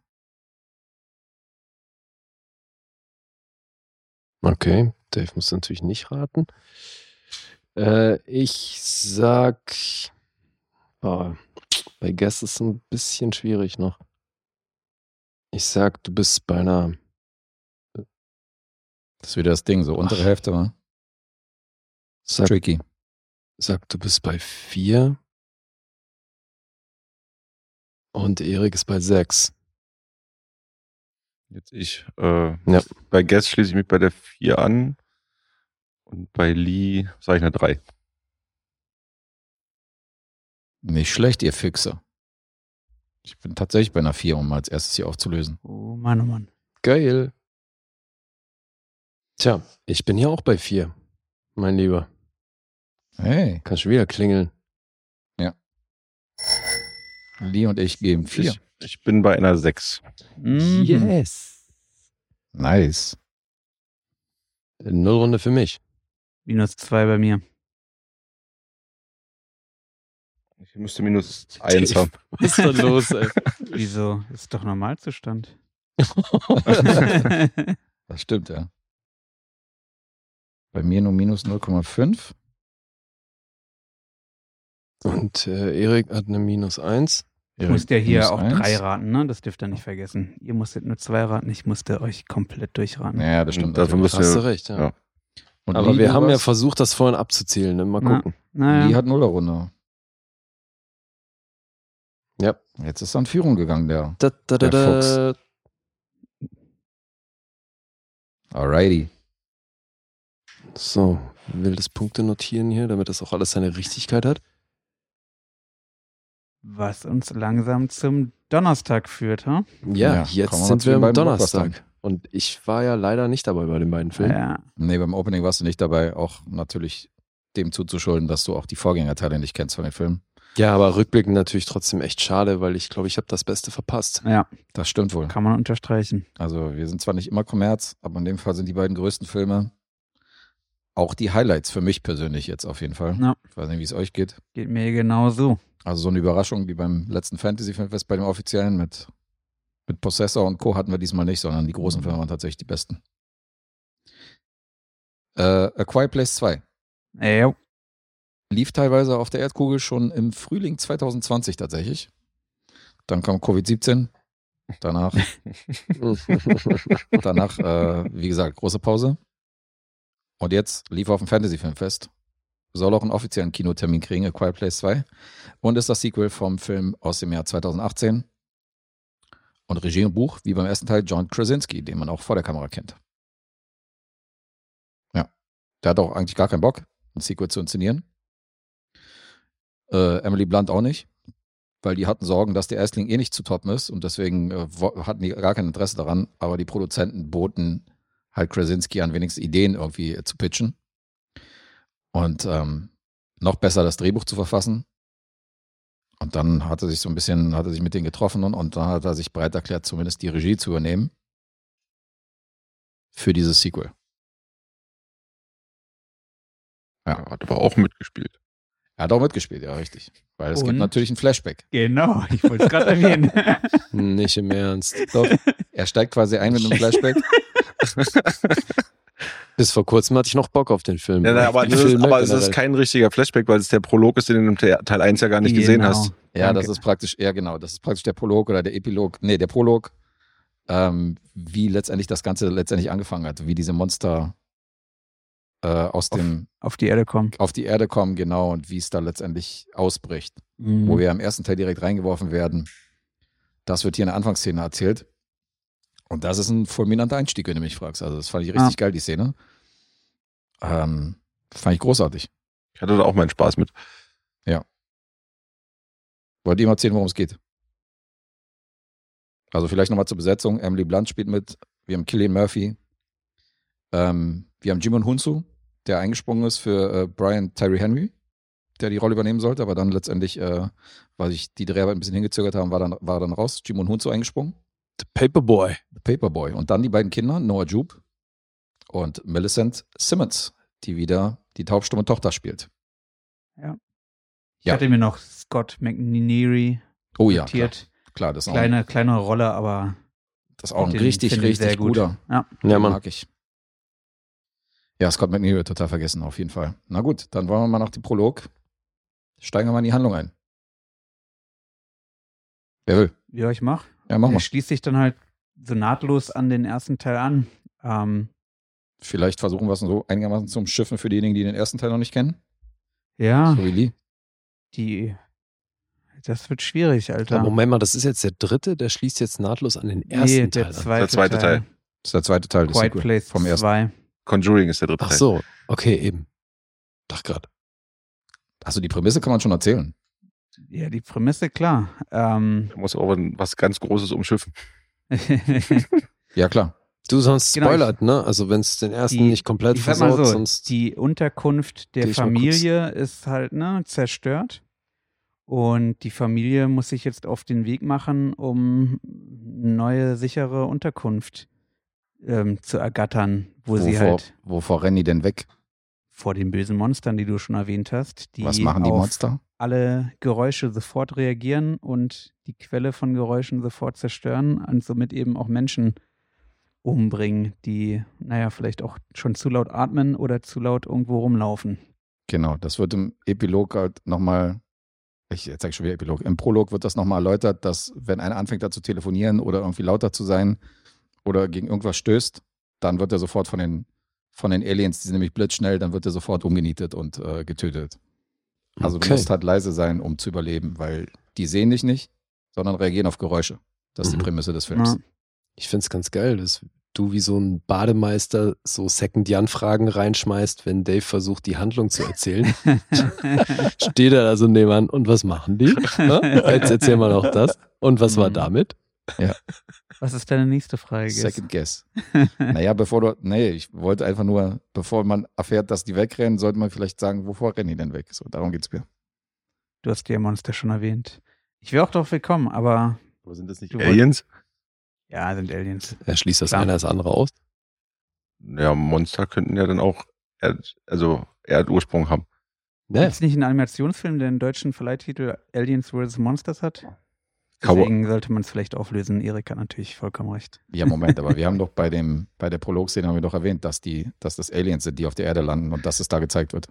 [SPEAKER 2] Okay, Dave muss natürlich nicht raten. Äh, ich sag, boah, bei Guess ist es ein bisschen schwierig noch. Ich sag, du bist bei einer,
[SPEAKER 4] Das ist wieder das Ding, so untere
[SPEAKER 2] Ach.
[SPEAKER 4] Hälfte war.
[SPEAKER 2] sag,
[SPEAKER 4] Tricky.
[SPEAKER 2] sag, du bist bei vier. Und Erik ist bei sechs.
[SPEAKER 5] Jetzt ich. Äh,
[SPEAKER 2] Ja.
[SPEAKER 5] Bei Guess schließe ich mich bei der 4 an und bei Lee sage ich eine 3.
[SPEAKER 4] Nicht schlecht, ihr Füchse. Ich bin tatsächlich bei einer 4, um als erstes hier aufzulösen.
[SPEAKER 3] Oh Mann, oh Mann.
[SPEAKER 2] Geil. Tja, ich bin hier auch bei vier, mein Lieber.
[SPEAKER 4] Hey,
[SPEAKER 2] Kannst du wieder klingeln.
[SPEAKER 4] Lee und ich geben 4.
[SPEAKER 5] Ich, ich bin bei einer 6.
[SPEAKER 3] Mhm.
[SPEAKER 4] Nice.
[SPEAKER 2] Nullrunde für mich.
[SPEAKER 3] Minus zwei bei mir.
[SPEAKER 5] Ich müsste minus 1 haben.
[SPEAKER 2] Was ist denn los, ey?
[SPEAKER 3] Wieso? Ist doch Normalzustand.
[SPEAKER 4] Das stimmt, ja. Bei mir nur minus 0,5.
[SPEAKER 2] Und äh, Erik hat eine minus eins.
[SPEAKER 3] Du musst ja
[SPEAKER 4] Minus
[SPEAKER 3] hier auch
[SPEAKER 4] eins.
[SPEAKER 3] drei raten, ne? Das dürft ihr nicht vergessen. Ihr musstet nur zwei raten, ich musste euch komplett durchraten.
[SPEAKER 4] Ja, das stimmt.
[SPEAKER 5] Dafür
[SPEAKER 4] natürlich.
[SPEAKER 5] müsst
[SPEAKER 2] Hast du
[SPEAKER 5] ihr,
[SPEAKER 2] recht, ja.
[SPEAKER 5] ja.
[SPEAKER 4] Und
[SPEAKER 2] Aber
[SPEAKER 4] Lee,
[SPEAKER 2] wir
[SPEAKER 4] du
[SPEAKER 2] haben ja
[SPEAKER 4] warst-
[SPEAKER 2] versucht, das vorhin abzuzählen. Ne? Mal
[SPEAKER 3] Na.
[SPEAKER 2] gucken.
[SPEAKER 4] Lee
[SPEAKER 3] Naja.
[SPEAKER 4] hat Nullerrunde.
[SPEAKER 2] Ja.
[SPEAKER 4] Jetzt ist er in Führung gegangen, der.
[SPEAKER 2] Da, da, da,
[SPEAKER 4] Der
[SPEAKER 2] da.
[SPEAKER 4] Alrighty.
[SPEAKER 2] So, will das Punkte notieren hier, damit das auch alles seine Richtigkeit hat.
[SPEAKER 3] Was uns langsam zum Donnerstag führt, ha?
[SPEAKER 2] Ja,
[SPEAKER 4] Ja,
[SPEAKER 2] jetzt
[SPEAKER 4] kommen wir
[SPEAKER 2] sind
[SPEAKER 4] zu den
[SPEAKER 2] wir am
[SPEAKER 4] beiden Blockbustern.
[SPEAKER 2] Donnerstag. Und ich war ja leider nicht dabei bei den beiden Filmen.
[SPEAKER 3] Ja.
[SPEAKER 4] Nee, beim Opening warst du nicht dabei. Auch natürlich dem zuzuschulden, dass du auch die Vorgängerteile nicht kennst von den Filmen.
[SPEAKER 2] Ja, aber rückblickend natürlich trotzdem echt schade, weil ich glaube, ich habe das Beste verpasst.
[SPEAKER 3] ja,
[SPEAKER 4] Das stimmt wohl.
[SPEAKER 3] kann man unterstreichen.
[SPEAKER 4] Also wir sind zwar nicht immer Kommerz, aber in dem Fall sind die beiden größten Filme auch die Highlights für mich persönlich jetzt auf jeden Fall.
[SPEAKER 3] Ja.
[SPEAKER 4] Ich weiß nicht, wie es euch geht.
[SPEAKER 3] Geht mir genau so.
[SPEAKER 4] Also so eine Überraschung wie beim letzten Fantasy Filmfest bei dem offiziellen mit, mit Possessor und Co. hatten wir diesmal nicht, sondern die großen Filme waren tatsächlich die besten. Äh, A Quiet Place 2
[SPEAKER 3] Ey, jo.
[SPEAKER 4] lief teilweise auf der Erdkugel schon im Frühling 2020 tatsächlich. Dann kam Covid-17. Danach Danach, äh, wie gesagt, große Pause. Und jetzt lief er auf dem Fantasy-Filmfest. Soll auch einen offiziellen Kinotermin kriegen, A Quiet Place 2. Und ist das Sequel vom Film aus dem Jahr 2018. Und Regie und Buch, wie beim ersten Teil, John Krasinski, den man auch vor der Kamera kennt. Ja. Der hat auch eigentlich gar keinen Bock, ein Sequel zu inszenieren. Äh, Emily Blunt auch nicht. weil die hatten Sorgen, dass der Erstling eh nicht zu toppen ist und deswegen äh, wo- hatten die gar kein Interesse daran, aber die Produzenten boten halt Krasinski an, wenigstens Ideen irgendwie äh, zu pitchen und ähm, noch besser das Drehbuch zu verfassen. Und dann hat er sich so ein bisschen, hat er sich mit denen getroffen und, und dann hat er sich bereit erklärt, zumindest die Regie zu übernehmen für dieses Sequel.
[SPEAKER 5] Ja, hat aber auch mitgespielt.
[SPEAKER 4] Er hat auch mitgespielt, ja, richtig. Weil es
[SPEAKER 3] Und?
[SPEAKER 4] gibt natürlich ein Flashback.
[SPEAKER 3] Genau, ich wollte es gerade erwähnen.
[SPEAKER 2] Nicht im Ernst.
[SPEAKER 4] Doch, er steigt quasi ein mit einem Flashback.
[SPEAKER 2] Bis vor kurzem hatte ich noch Bock auf den Film. ne, genau
[SPEAKER 5] Ja, na, aber,
[SPEAKER 2] Die
[SPEAKER 5] das ist,
[SPEAKER 2] Filme
[SPEAKER 5] aber es ist
[SPEAKER 2] generell.
[SPEAKER 5] kein richtiger Flashback, weil es der Prolog ist, den du im Te- Teil 1 ja gar nicht gesehen
[SPEAKER 3] Genau.
[SPEAKER 5] hast.
[SPEAKER 4] Ja,
[SPEAKER 3] Danke.
[SPEAKER 4] das ist praktisch, ja genau, das ist praktisch der Prolog oder der Epilog, nee, der Prolog, ähm, wie letztendlich das Ganze letztendlich angefangen hat, wie diese Monster äh, aus dem,
[SPEAKER 3] Auf die Erde kommen.
[SPEAKER 4] auf die Erde kommen, genau, und wie es da letztendlich ausbricht.
[SPEAKER 3] Mhm.
[SPEAKER 4] wo wir im ersten Teil direkt reingeworfen werden. Das wird hier in der Anfangsszene erzählt. Und das ist ein fulminanter Einstieg, wenn du mich fragst. Also, das fand ich richtig geil, die Szene. Ähm, fand ich großartig.
[SPEAKER 5] Ich hatte da auch meinen Spaß mit.
[SPEAKER 4] Wollt ihr mal erzählen, worum es geht? Also, vielleicht nochmal zur Besetzung. Emily Blunt spielt mit. Wir haben Killian Murphy. Ähm, wir haben Jimon Hunsu, der eingesprungen ist für äh, Brian Tyree Henry, der die Rolle übernehmen sollte, aber dann letztendlich, äh, weil sich die Dreharbeiten ein bisschen hingezögert haben, war dann, war dann raus. Jimon Hunsu eingesprungen.
[SPEAKER 2] The Paperboy.
[SPEAKER 4] The Paperboy. Und dann die beiden Kinder, Noah Jupe und Millicent Simmons, die wieder die taubstumme Tochter spielt.
[SPEAKER 3] ich hatte mir noch Scott McNeary
[SPEAKER 4] Oh ja, klar,
[SPEAKER 3] notiert.
[SPEAKER 4] klar das, ist auch,
[SPEAKER 3] kleine, kleinere Rolle, aber
[SPEAKER 4] das ist auch ein
[SPEAKER 3] den
[SPEAKER 4] richtig,
[SPEAKER 3] finde ich sehr
[SPEAKER 4] richtig
[SPEAKER 3] gut.
[SPEAKER 4] guter.
[SPEAKER 3] ja.
[SPEAKER 2] Ja,
[SPEAKER 4] Den
[SPEAKER 2] Mann.
[SPEAKER 4] Mag ich. Ja, Scott McNeary total vergessen, auf jeden Fall. Na gut, dann wollen wir mal nach dem Prolog. Steigen wir mal in die Handlung ein. Wer will?
[SPEAKER 3] Ja, ich mach.
[SPEAKER 4] Ja, mach
[SPEAKER 3] Er
[SPEAKER 4] mal.
[SPEAKER 3] schließt sich dann halt so nahtlos an den ersten Teil an. Ähm,
[SPEAKER 4] Vielleicht versuchen wir es so einigermaßen zum Schiffen für diejenigen, die den ersten Teil noch nicht kennen.
[SPEAKER 3] ja,
[SPEAKER 4] So wie Lee.
[SPEAKER 3] die. Das wird schwierig, Alter.
[SPEAKER 2] Aber Moment mal, das ist jetzt der dritte, der schließt jetzt nahtlos an den ersten
[SPEAKER 3] nee, der
[SPEAKER 2] Teil an.
[SPEAKER 3] zweite,
[SPEAKER 5] Der zweite Teil.
[SPEAKER 4] Das ist der zweite Teil des
[SPEAKER 3] Quiet
[SPEAKER 4] Sequel-
[SPEAKER 3] Place
[SPEAKER 4] vom ersten.
[SPEAKER 3] 2.
[SPEAKER 5] Conjuring ist der dritte
[SPEAKER 2] Ach
[SPEAKER 5] Teil.
[SPEAKER 2] so, okay, eben. Dach grad.
[SPEAKER 4] Also die Prämisse kann man schon erzählen.
[SPEAKER 3] Ja, die Prämisse, klar. Ähm,
[SPEAKER 5] Da muss aber was ganz Großes umschiffen.
[SPEAKER 4] Ja, klar.
[SPEAKER 2] Du sonst
[SPEAKER 3] Genau,
[SPEAKER 2] spoilert, ne? Also wenn es den ersten
[SPEAKER 3] Die-
[SPEAKER 2] nicht komplett
[SPEAKER 3] ich sag mal
[SPEAKER 2] versaut,
[SPEAKER 3] so,
[SPEAKER 2] sonst
[SPEAKER 3] die Unterkunft
[SPEAKER 2] Geh
[SPEAKER 3] der
[SPEAKER 2] ich mal kurz.
[SPEAKER 3] Familie ist halt ne, zerstört. Und die Familie muss sich jetzt auf den Weg machen, um neue sichere Unterkunft ähm, zu ergattern, wo sie
[SPEAKER 4] wovor,
[SPEAKER 3] halt
[SPEAKER 4] wovor rennen die denn weg?
[SPEAKER 3] vor den bösen Monstern, die du schon erwähnt hast, die,
[SPEAKER 4] Was machen die
[SPEAKER 3] auf
[SPEAKER 4] Monster?
[SPEAKER 3] alle Geräusche sofort reagieren und die Quelle von Geräuschen sofort zerstören und somit eben auch Menschen umbringen, die, naja, vielleicht auch schon zu laut atmen oder zu laut irgendwo rumlaufen.
[SPEAKER 4] Genau, das wird im Epilog halt nochmal, ich zeige schon wieder Epilog, im Prolog wird das nochmal erläutert, dass wenn einer anfängt da zu telefonieren oder irgendwie lauter zu sein oder gegen irgendwas stößt, dann wird er sofort von den, von den Aliens, die sind nämlich blitzschnell, dann wird er sofort umgenietet und äh, getötet. Also
[SPEAKER 2] Okay.
[SPEAKER 4] du musst halt leise sein, um zu überleben, weil die sehen dich nicht, sondern reagieren auf Geräusche. Das ist
[SPEAKER 2] Mhm.
[SPEAKER 4] die Prämisse des Films.
[SPEAKER 3] Ja.
[SPEAKER 2] ich find's ganz geil, dass du wie so ein Bademeister so Second-Jan-Fragen reinschmeißt, wenn Dave versucht, die Handlung zu erzählen.
[SPEAKER 3] Ne?
[SPEAKER 2] Steht er da so nebenan und was machen die? Ne? Jetzt erzähl mal noch das. Und was war
[SPEAKER 3] Mhm.
[SPEAKER 2] damit?
[SPEAKER 3] Was ist deine nächste Frage?
[SPEAKER 4] Second guess. naja, bevor du, nee, ich wollte einfach nur, bevor man erfährt, dass die wegrennen, sollte man vielleicht sagen, wovor rennen die denn weg? So, darum geht's mir.
[SPEAKER 3] Du hast die Monster schon erwähnt. Ich wäre auch drauf gekommen, aber
[SPEAKER 5] Aber sind das nicht
[SPEAKER 3] Du
[SPEAKER 5] Aliens?
[SPEAKER 3] ja, sind Aliens.
[SPEAKER 2] Er schließt das
[SPEAKER 3] Klar.
[SPEAKER 2] eine als andere aus.
[SPEAKER 5] Ja, Monster könnten ja dann auch Erd, also Erdursprung haben.
[SPEAKER 2] Ne?
[SPEAKER 3] Ist nicht ein Animationsfilm, der den deutschen Verleihtitel Aliens vs. Monsters hat?
[SPEAKER 5] Cowboy-
[SPEAKER 3] Deswegen sollte man es vielleicht auflösen. Erik hat natürlich vollkommen recht.
[SPEAKER 4] Ja, Moment, aber wir haben doch bei dem, bei der Prolog-Szene haben wir doch erwähnt, dass die, dass das Aliens sind, die auf der Erde landen und dass es da gezeigt wird.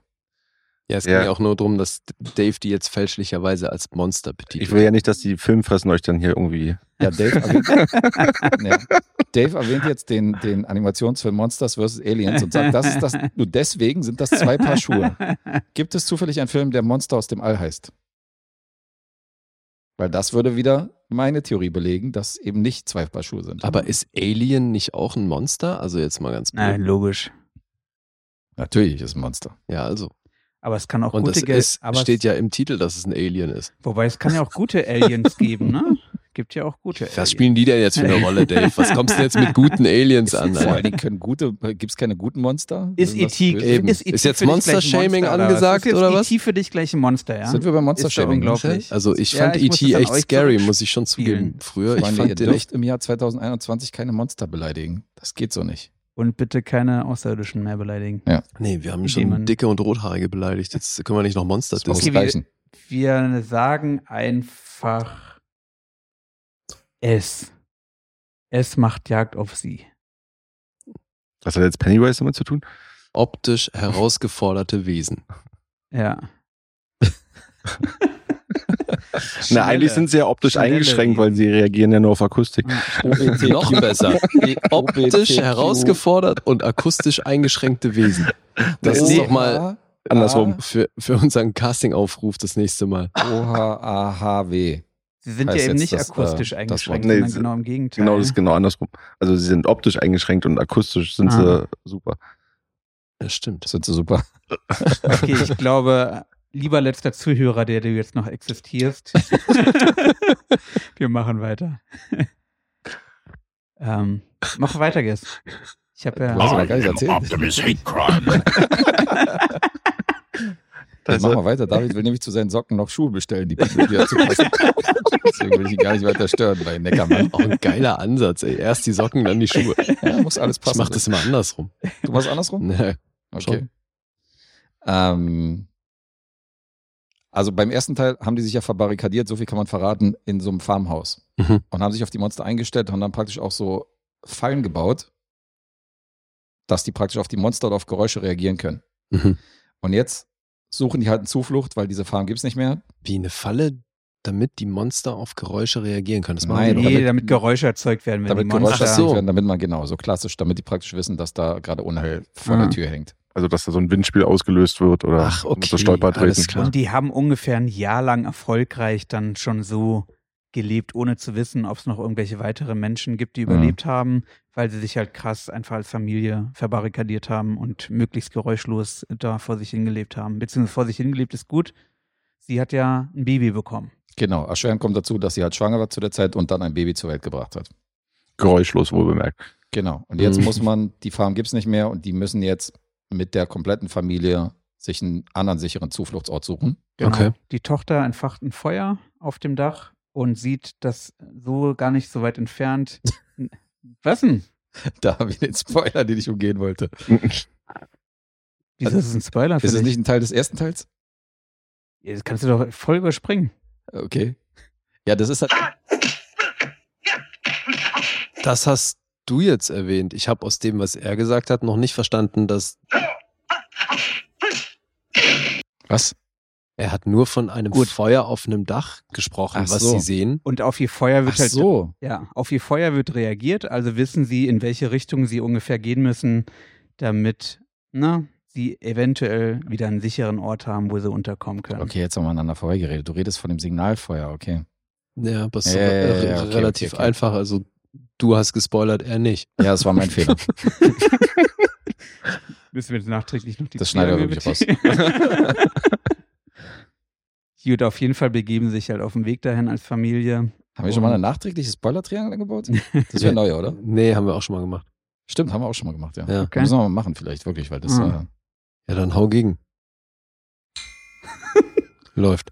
[SPEAKER 2] Ja, es
[SPEAKER 5] Ja.
[SPEAKER 2] ging ja auch nur darum, dass Dave die jetzt fälschlicherweise als Monster betitelt.
[SPEAKER 5] Ich will ja nicht, dass die Filmfressen euch dann hier irgendwie.
[SPEAKER 4] Ja, Dave erwähnt, ja, Dave erwähnt jetzt den, den Animationsfilm Monsters vs. Aliens und sagt, das ist das, nur deswegen sind das zwei Paar Schuhe. Gibt es zufällig einen Film, der Monster aus dem All heißt? Weil das würde wieder meine Theorie belegen, dass eben nicht zwei Paar Schuhe sind.
[SPEAKER 2] Aber ist Alien nicht auch ein Monster? Also jetzt mal ganz blöd.
[SPEAKER 3] Nein, logisch.
[SPEAKER 4] natürlich ist ein Monster.
[SPEAKER 2] Ja, also.
[SPEAKER 3] Aber es kann auch
[SPEAKER 2] Und
[SPEAKER 3] gute
[SPEAKER 2] das
[SPEAKER 3] Gel-
[SPEAKER 2] ist,
[SPEAKER 3] aber
[SPEAKER 2] steht ja im Titel, dass es ein Alien ist.
[SPEAKER 3] Wobei es kann ja auch gute Aliens geben, ne? Gibt ja auch gute
[SPEAKER 2] Was spielen die denn jetzt für
[SPEAKER 3] äh.
[SPEAKER 2] eine Rolle, Dave? Was kommst du jetzt mit guten Aliens an?
[SPEAKER 4] Vor allen
[SPEAKER 2] Alter?
[SPEAKER 4] Dingen können gute, gibt's keine guten Monster?
[SPEAKER 3] Ist
[SPEAKER 4] Irgendwas
[SPEAKER 3] E.T.
[SPEAKER 4] Böses?
[SPEAKER 2] Eben.
[SPEAKER 3] Ist, E.T.
[SPEAKER 2] Ist jetzt
[SPEAKER 3] für dich
[SPEAKER 2] Monster-Shaming
[SPEAKER 3] gleich ein Monster,
[SPEAKER 2] angesagt,
[SPEAKER 3] ist
[SPEAKER 2] oder
[SPEAKER 3] jetzt
[SPEAKER 2] was?
[SPEAKER 3] E.T. für dich gleich ein Monster, ja?
[SPEAKER 4] Sind wir beim
[SPEAKER 3] Ist ja
[SPEAKER 4] Monster-Shaming?
[SPEAKER 3] unglaublich.
[SPEAKER 2] Also ich
[SPEAKER 3] Ja,
[SPEAKER 2] fand
[SPEAKER 3] ich muss
[SPEAKER 2] E.T.
[SPEAKER 3] das an
[SPEAKER 2] echt
[SPEAKER 3] euch
[SPEAKER 2] scary,
[SPEAKER 3] zurückspielen.
[SPEAKER 2] muss ich schon zugeben. Früher, ich
[SPEAKER 4] Freunde, ihr
[SPEAKER 2] fand den
[SPEAKER 4] dürft
[SPEAKER 2] echt
[SPEAKER 4] im Jahr 2021 keine Monster beleidigen. Das geht so nicht.
[SPEAKER 3] Und bitte keine Außerirdischen mehr beleidigen.
[SPEAKER 2] Nee, wir haben
[SPEAKER 3] Indem man-
[SPEAKER 2] schon dicke und rothaarige beleidigt. Jetzt können wir nicht noch Monster
[SPEAKER 4] Das muss
[SPEAKER 2] dissen.
[SPEAKER 3] Okay, wir-
[SPEAKER 4] reichen.
[SPEAKER 3] Wir sagen einfach es. Es macht Jagd auf sie.
[SPEAKER 5] Was hat jetzt Pennywise damit zu tun?
[SPEAKER 2] Optisch herausgeforderte Wesen.
[SPEAKER 3] Ja.
[SPEAKER 5] Na, eigentlich sind sie ja optisch
[SPEAKER 3] Schnelle
[SPEAKER 5] eingeschränkt,
[SPEAKER 3] Reden.
[SPEAKER 5] weil sie reagieren ja nur auf Akustik.
[SPEAKER 3] E
[SPEAKER 2] Noch besser. Optisch herausgefordert und akustisch eingeschränkte Wesen. Das
[SPEAKER 3] Nee.
[SPEAKER 2] ist doch mal
[SPEAKER 5] Andersrum.
[SPEAKER 2] für, für unseren Castingaufruf das nächste Mal.
[SPEAKER 4] O-H-A-H-W.
[SPEAKER 3] Sie sind ja
[SPEAKER 4] Heißt
[SPEAKER 3] eben
[SPEAKER 4] jetzt
[SPEAKER 3] nicht
[SPEAKER 4] das, äh,
[SPEAKER 3] akustisch
[SPEAKER 4] das
[SPEAKER 3] eingeschränkt,
[SPEAKER 5] Wort.
[SPEAKER 3] sondern
[SPEAKER 5] Nee, sie-
[SPEAKER 3] genau im Gegenteil.
[SPEAKER 5] Genau, das ist genau andersrum. Also sie sind optisch eingeschränkt und akustisch sind
[SPEAKER 3] Ah.
[SPEAKER 5] sie super.
[SPEAKER 2] Ja, stimmt.
[SPEAKER 4] Sind sie super.
[SPEAKER 3] Okay, ich glaube, lieber letzter Zuhörer, der du jetzt noch existierst, wir machen weiter. ähm, mach weiter, Gess. Ich habe
[SPEAKER 4] Du hast
[SPEAKER 3] ja.
[SPEAKER 4] mir gar nicht erzählt.
[SPEAKER 8] Optimus Hate Crime.
[SPEAKER 4] Dann
[SPEAKER 5] Also-
[SPEAKER 4] machen wir weiter. David will nämlich zu seinen Socken noch Schuhe bestellen, die passen wieder zu passen. Deswegen will ich ihn gar nicht weiter stören bei Neckermann.
[SPEAKER 2] Auch ein geiler Ansatz, ey. Erst die Socken, dann die Schuhe.
[SPEAKER 4] Ja, muss alles
[SPEAKER 2] Ich
[SPEAKER 4] passen. ne?
[SPEAKER 2] mach das immer andersrum.
[SPEAKER 4] Du machst andersrum?
[SPEAKER 2] Nee.
[SPEAKER 4] Okay.
[SPEAKER 2] Hm, Schon.
[SPEAKER 4] Ähm, also beim ersten Teil haben die sich ja verbarrikadiert, so viel kann man verraten, in so einem Farmhaus.
[SPEAKER 2] Mhm.
[SPEAKER 4] Und haben sich auf die Monster eingestellt und haben dann praktisch auch so Fallen gebaut, dass die praktisch auf die Monster oder auf Geräusche reagieren können.
[SPEAKER 2] Mhm.
[SPEAKER 4] Und jetzt suchen die halt eine Zuflucht, weil diese Farm gibt es nicht mehr.
[SPEAKER 2] Wie eine Falle, damit die Monster auf Geräusche reagieren können. Das machen
[SPEAKER 4] Nein,
[SPEAKER 2] die doch.
[SPEAKER 3] Nee,
[SPEAKER 4] damit-
[SPEAKER 3] damit Geräusche erzeugt werden, wenn
[SPEAKER 4] damit
[SPEAKER 3] die Monster.
[SPEAKER 4] Geräusche
[SPEAKER 2] Ach so.
[SPEAKER 4] werden, damit man genau, so klassisch, damit die praktisch wissen, dass da gerade Unheil vor
[SPEAKER 3] Ah.
[SPEAKER 4] der Tür hängt.
[SPEAKER 5] Also dass da so ein Windspiel ausgelöst wird oder
[SPEAKER 2] Ach, okay,
[SPEAKER 5] so Stolpertreten.
[SPEAKER 2] alles klar.
[SPEAKER 3] Und die haben ungefähr ein Jahr lang erfolgreich dann schon so gelebt, ohne zu wissen, ob es noch irgendwelche weitere Menschen gibt,
[SPEAKER 4] Mhm.
[SPEAKER 3] die überlebt haben, weil sie sich halt krass einfach als Familie verbarrikadiert haben und möglichst geräuschlos da vor sich hingelebt haben. Beziehungsweise vor sich hingelebt ist gut. Sie hat ja ein Baby bekommen.
[SPEAKER 4] Genau, erschwerend kommt dazu, dass sie halt schwanger war zu der Zeit und dann ein Baby zur Welt gebracht hat.
[SPEAKER 5] Geräuschlos wohl bemerkt.
[SPEAKER 4] Genau. Und jetzt
[SPEAKER 2] Mhm.
[SPEAKER 4] muss man, die Farm gibt es nicht mehr und die müssen jetzt mit der kompletten Familie sich einen anderen sicheren Zufluchtsort suchen.
[SPEAKER 2] Okay.
[SPEAKER 3] Genau. Die Tochter entfacht ein Feuer auf dem Dach und sieht, dass so gar nicht so weit entfernt. Was denn?
[SPEAKER 4] Da habe ich den Spoiler, den ich umgehen wollte.
[SPEAKER 3] Wieso ist es ein Spoiler für
[SPEAKER 4] Äh, Ist es
[SPEAKER 3] dich?
[SPEAKER 4] nicht ein Teil des ersten Teils?
[SPEAKER 3] Das kannst du doch voll überspringen.
[SPEAKER 4] Okay. Ja, das ist halt.
[SPEAKER 2] Das hast du jetzt erwähnt. Ich habe aus dem, was er gesagt hat, noch nicht verstanden, dass
[SPEAKER 4] Was?
[SPEAKER 2] er hat nur von einem
[SPEAKER 4] Gut.
[SPEAKER 2] Feuer auf einem Dach gesprochen,
[SPEAKER 4] Ach
[SPEAKER 2] was
[SPEAKER 4] so.
[SPEAKER 2] sie sehen.
[SPEAKER 3] Und auf ihr Feuer wird
[SPEAKER 4] Ach
[SPEAKER 3] halt
[SPEAKER 4] so.
[SPEAKER 3] Ja, auf ihr Feuer wird reagiert, also wissen sie, in welche Richtung sie ungefähr gehen müssen, damit ne, sie eventuell wieder einen sicheren Ort haben, wo sie unterkommen können.
[SPEAKER 4] Okay, jetzt haben wir aneinander vorbeigeredet. Du redest von dem Signalfeuer, okay.
[SPEAKER 2] Ja, aber es ist
[SPEAKER 4] Ja, ja, ja,
[SPEAKER 2] re-
[SPEAKER 4] ja, okay,
[SPEAKER 2] relativ
[SPEAKER 4] okay, okay.
[SPEAKER 2] einfach. Also du hast gespoilert, er nicht.
[SPEAKER 4] Ja, das war mein Fehler.
[SPEAKER 3] Müssen wir jetzt nachträglich noch die
[SPEAKER 4] Das schneiden wir
[SPEAKER 3] Zwiebeln mit- Gut, auf jeden Fall begeben sie sich halt auf den Weg dahin als Familie.
[SPEAKER 4] haben wir schon mal ein nachträgliches Spoiler-Triangel gebaut? Das wäre neu, oder?
[SPEAKER 2] Nee, haben wir auch schon mal gemacht.
[SPEAKER 4] Stimmt, haben wir auch schon mal gemacht, ja.
[SPEAKER 2] Ja,
[SPEAKER 3] Okay.
[SPEAKER 4] Müssen wir mal machen, vielleicht, wirklich, weil das.
[SPEAKER 3] Mhm.
[SPEAKER 4] Äh,
[SPEAKER 2] ja dann hau gegen. Läuft.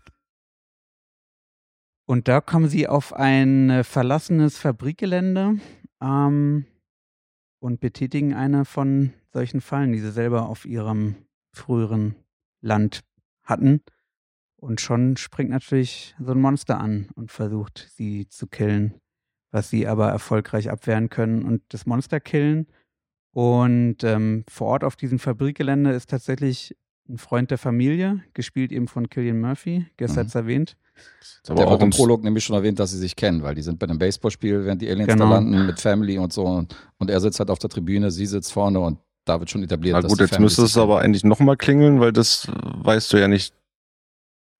[SPEAKER 3] Und da kommen sie auf ein äh, verlassenes Fabrikgelände ähm, und betätigen eine von solchen Fallen, die sie selber auf ihrem früheren Land hatten. Und schon springt natürlich so ein Monster an und versucht, sie zu killen, was sie aber erfolgreich abwehren können und das Monster killen. Und ähm, vor Ort auf diesem Fabrikgelände ist tatsächlich ein Freund der Familie, gespielt eben von Killian Murphy, gestern
[SPEAKER 4] Mhm.
[SPEAKER 3] erwähnt.
[SPEAKER 5] Ist aber
[SPEAKER 4] Der
[SPEAKER 5] auch
[SPEAKER 4] wird im
[SPEAKER 5] im Prolog.
[SPEAKER 4] Prolog nämlich schon erwähnt, dass sie sich kennen, weil die sind bei einem Baseballspiel, während die Aliens
[SPEAKER 3] Genau.
[SPEAKER 4] da landen mit Family und so. Und, und er sitzt halt auf der Tribüne, sie sitzt vorne und da wird schon etabliert,
[SPEAKER 5] Na
[SPEAKER 4] dass
[SPEAKER 5] gut,
[SPEAKER 4] die
[SPEAKER 5] jetzt
[SPEAKER 4] Family
[SPEAKER 5] müsste
[SPEAKER 4] sich
[SPEAKER 5] es aber eigentlich nochmal klingeln, weil das äh, weißt du ja nicht,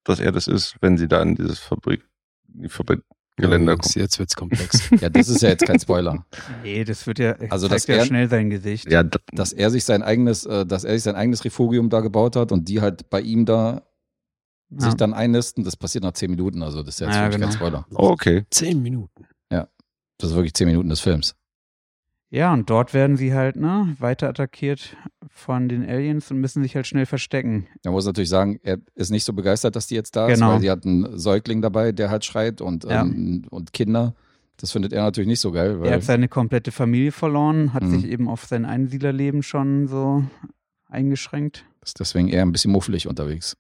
[SPEAKER 5] dass er das ist, wenn sie da in dieses Fabrik, die Fabrik Geländer
[SPEAKER 2] Jungs, jetzt wird's komplex.
[SPEAKER 4] Ja, das ist ja jetzt kein Spoiler.
[SPEAKER 3] Nee, Mhm. das wird ja,
[SPEAKER 4] Also,
[SPEAKER 3] also
[SPEAKER 4] dass
[SPEAKER 3] zeigt ja
[SPEAKER 4] er-
[SPEAKER 3] schnell sein Gesicht.
[SPEAKER 5] Ja, d-
[SPEAKER 4] Dass er sich sein eigenes, äh, dass er sich sein eigenes Refugium da gebaut hat und die halt bei ihm da
[SPEAKER 3] Ja.
[SPEAKER 4] sich dann einnisten, das passiert nach zehn Minuten, also das ist jetzt
[SPEAKER 3] Ja,
[SPEAKER 4] wirklich kein
[SPEAKER 3] genau.
[SPEAKER 4] Spoiler.
[SPEAKER 5] oh, okay.
[SPEAKER 2] Zehn Minuten.
[SPEAKER 4] Das ist wirklich zehn Minuten des Films.
[SPEAKER 3] Ja, und dort werden sie halt ne, weiter attackiert von den Aliens und müssen sich halt schnell verstecken.
[SPEAKER 4] Man muss natürlich sagen, er ist nicht so begeistert, dass die jetzt da ist,
[SPEAKER 3] Genau.
[SPEAKER 4] weil sie hat einen Säugling dabei, der halt schreit und,
[SPEAKER 3] Ja.
[SPEAKER 4] ähm, und Kinder. Das findet er natürlich nicht so geil,
[SPEAKER 3] er
[SPEAKER 4] weil
[SPEAKER 3] hat seine komplette Familie verloren, hat
[SPEAKER 4] Mhm.
[SPEAKER 3] sich eben auf sein Einsiedlerleben schon so eingeschränkt.
[SPEAKER 4] ist deswegen eher ein bisschen muffelig unterwegs.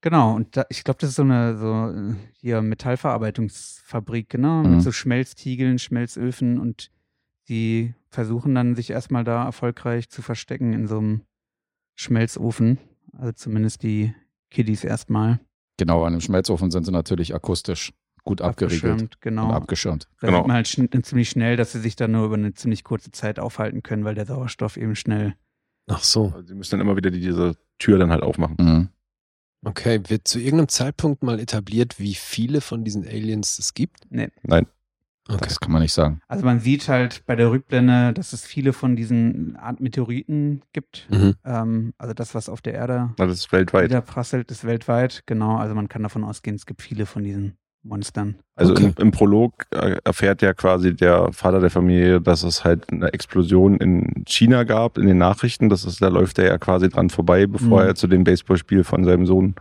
[SPEAKER 3] Genau, und da, ich glaube, das ist so eine so äh, hier Metallverarbeitungsfabrik, ne?
[SPEAKER 4] Mhm.
[SPEAKER 3] Mit so Schmelztiegeln, Schmelzöfen und die versuchen dann sich erstmal da erfolgreich zu verstecken in so einem Schmelzofen. Also zumindest die Kiddies erstmal
[SPEAKER 4] Genau, an dem Schmelzofen sind sie natürlich akustisch gut abgeriegelt
[SPEAKER 3] abgeschirmt, genau.
[SPEAKER 4] und abgeschirmt.
[SPEAKER 3] da
[SPEAKER 5] genau.
[SPEAKER 3] sieht man halt schn ziemlich schnell, dass sie sich dann nur über eine ziemlich kurze Zeit aufhalten können, weil der Sauerstoff eben schnell.
[SPEAKER 2] Ach so.
[SPEAKER 5] Also Sie müssen dann immer wieder die- diese Tür dann halt aufmachen.
[SPEAKER 4] Mhm.
[SPEAKER 2] Okay, wird zu irgendeinem Zeitpunkt mal etabliert, wie viele von diesen Aliens es gibt?
[SPEAKER 3] Nee.
[SPEAKER 5] Nein.
[SPEAKER 2] Okay.
[SPEAKER 4] Das kann man nicht sagen.
[SPEAKER 3] Also man sieht halt bei der Rückblende, dass es viele von diesen Art Meteoriten gibt.
[SPEAKER 2] Mhm.
[SPEAKER 3] Ähm, also das, was auf der Erde
[SPEAKER 5] Na, Das ist weltweit.
[SPEAKER 3] niederprasselt, ist weltweit. Genau, also man kann davon ausgehen, es gibt viele von diesen Monstern.
[SPEAKER 5] Also
[SPEAKER 2] Okay.
[SPEAKER 5] im, im Prolog äh, erfährt ja quasi der Vater der Familie, dass es halt eine Explosion in China gab, in den Nachrichten. Das ist, da läuft er ja quasi dran vorbei, bevor
[SPEAKER 3] Mhm.
[SPEAKER 5] er zu dem Baseballspiel von seinem Sohn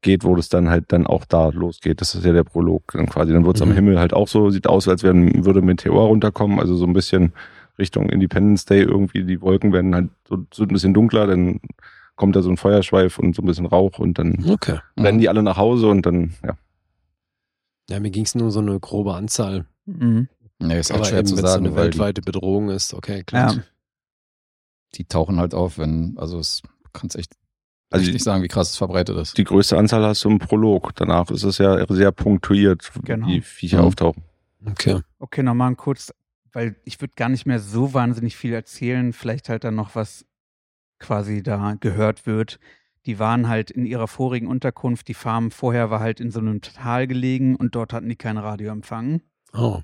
[SPEAKER 5] geht, wo das dann halt dann auch da losgeht. Das ist ja der Prolog dann quasi. Dann wird es
[SPEAKER 2] Mhm.
[SPEAKER 5] am Himmel halt auch so, sieht aus, als wären, würde ein Meteor runterkommen, also so ein bisschen Richtung Independence Day irgendwie. Die Wolken werden halt so, so ein bisschen dunkler, dann kommt da so ein Feuerschweif und so ein bisschen Rauch und dann
[SPEAKER 2] Okay.
[SPEAKER 5] rennen die alle nach Hause und dann, ja.
[SPEAKER 2] Ja, mir ging es nur so eine grobe Anzahl.
[SPEAKER 3] Mhm.
[SPEAKER 4] Nee, ist halt
[SPEAKER 2] Aber
[SPEAKER 4] schwer
[SPEAKER 2] eben,
[SPEAKER 4] zu
[SPEAKER 2] wenn es so
[SPEAKER 4] sagen,
[SPEAKER 2] eine
[SPEAKER 4] weil die,
[SPEAKER 2] weltweite Bedrohung ist, okay, klar.
[SPEAKER 3] Ja.
[SPEAKER 4] die tauchen halt auf, wenn, also es kannst echt,
[SPEAKER 5] Also
[SPEAKER 4] echt
[SPEAKER 5] die-
[SPEAKER 4] nicht sagen, wie krass es verbreitet ist.
[SPEAKER 5] die größte Anzahl hast du im Prolog. Danach ist es ja sehr punktuiert,
[SPEAKER 3] Genau.
[SPEAKER 5] wie Viecher
[SPEAKER 4] Mhm.
[SPEAKER 5] auftauchen.
[SPEAKER 2] Okay.
[SPEAKER 3] Okay, nochmal kurz, weil ich würde gar nicht mehr so wahnsinnig viel erzählen, vielleicht halt dann noch was quasi da gehört wird. Die waren halt in ihrer vorigen Unterkunft, die Farm vorher war halt in so einem Tal gelegen und dort hatten die kein Radio empfangen.
[SPEAKER 2] Oh.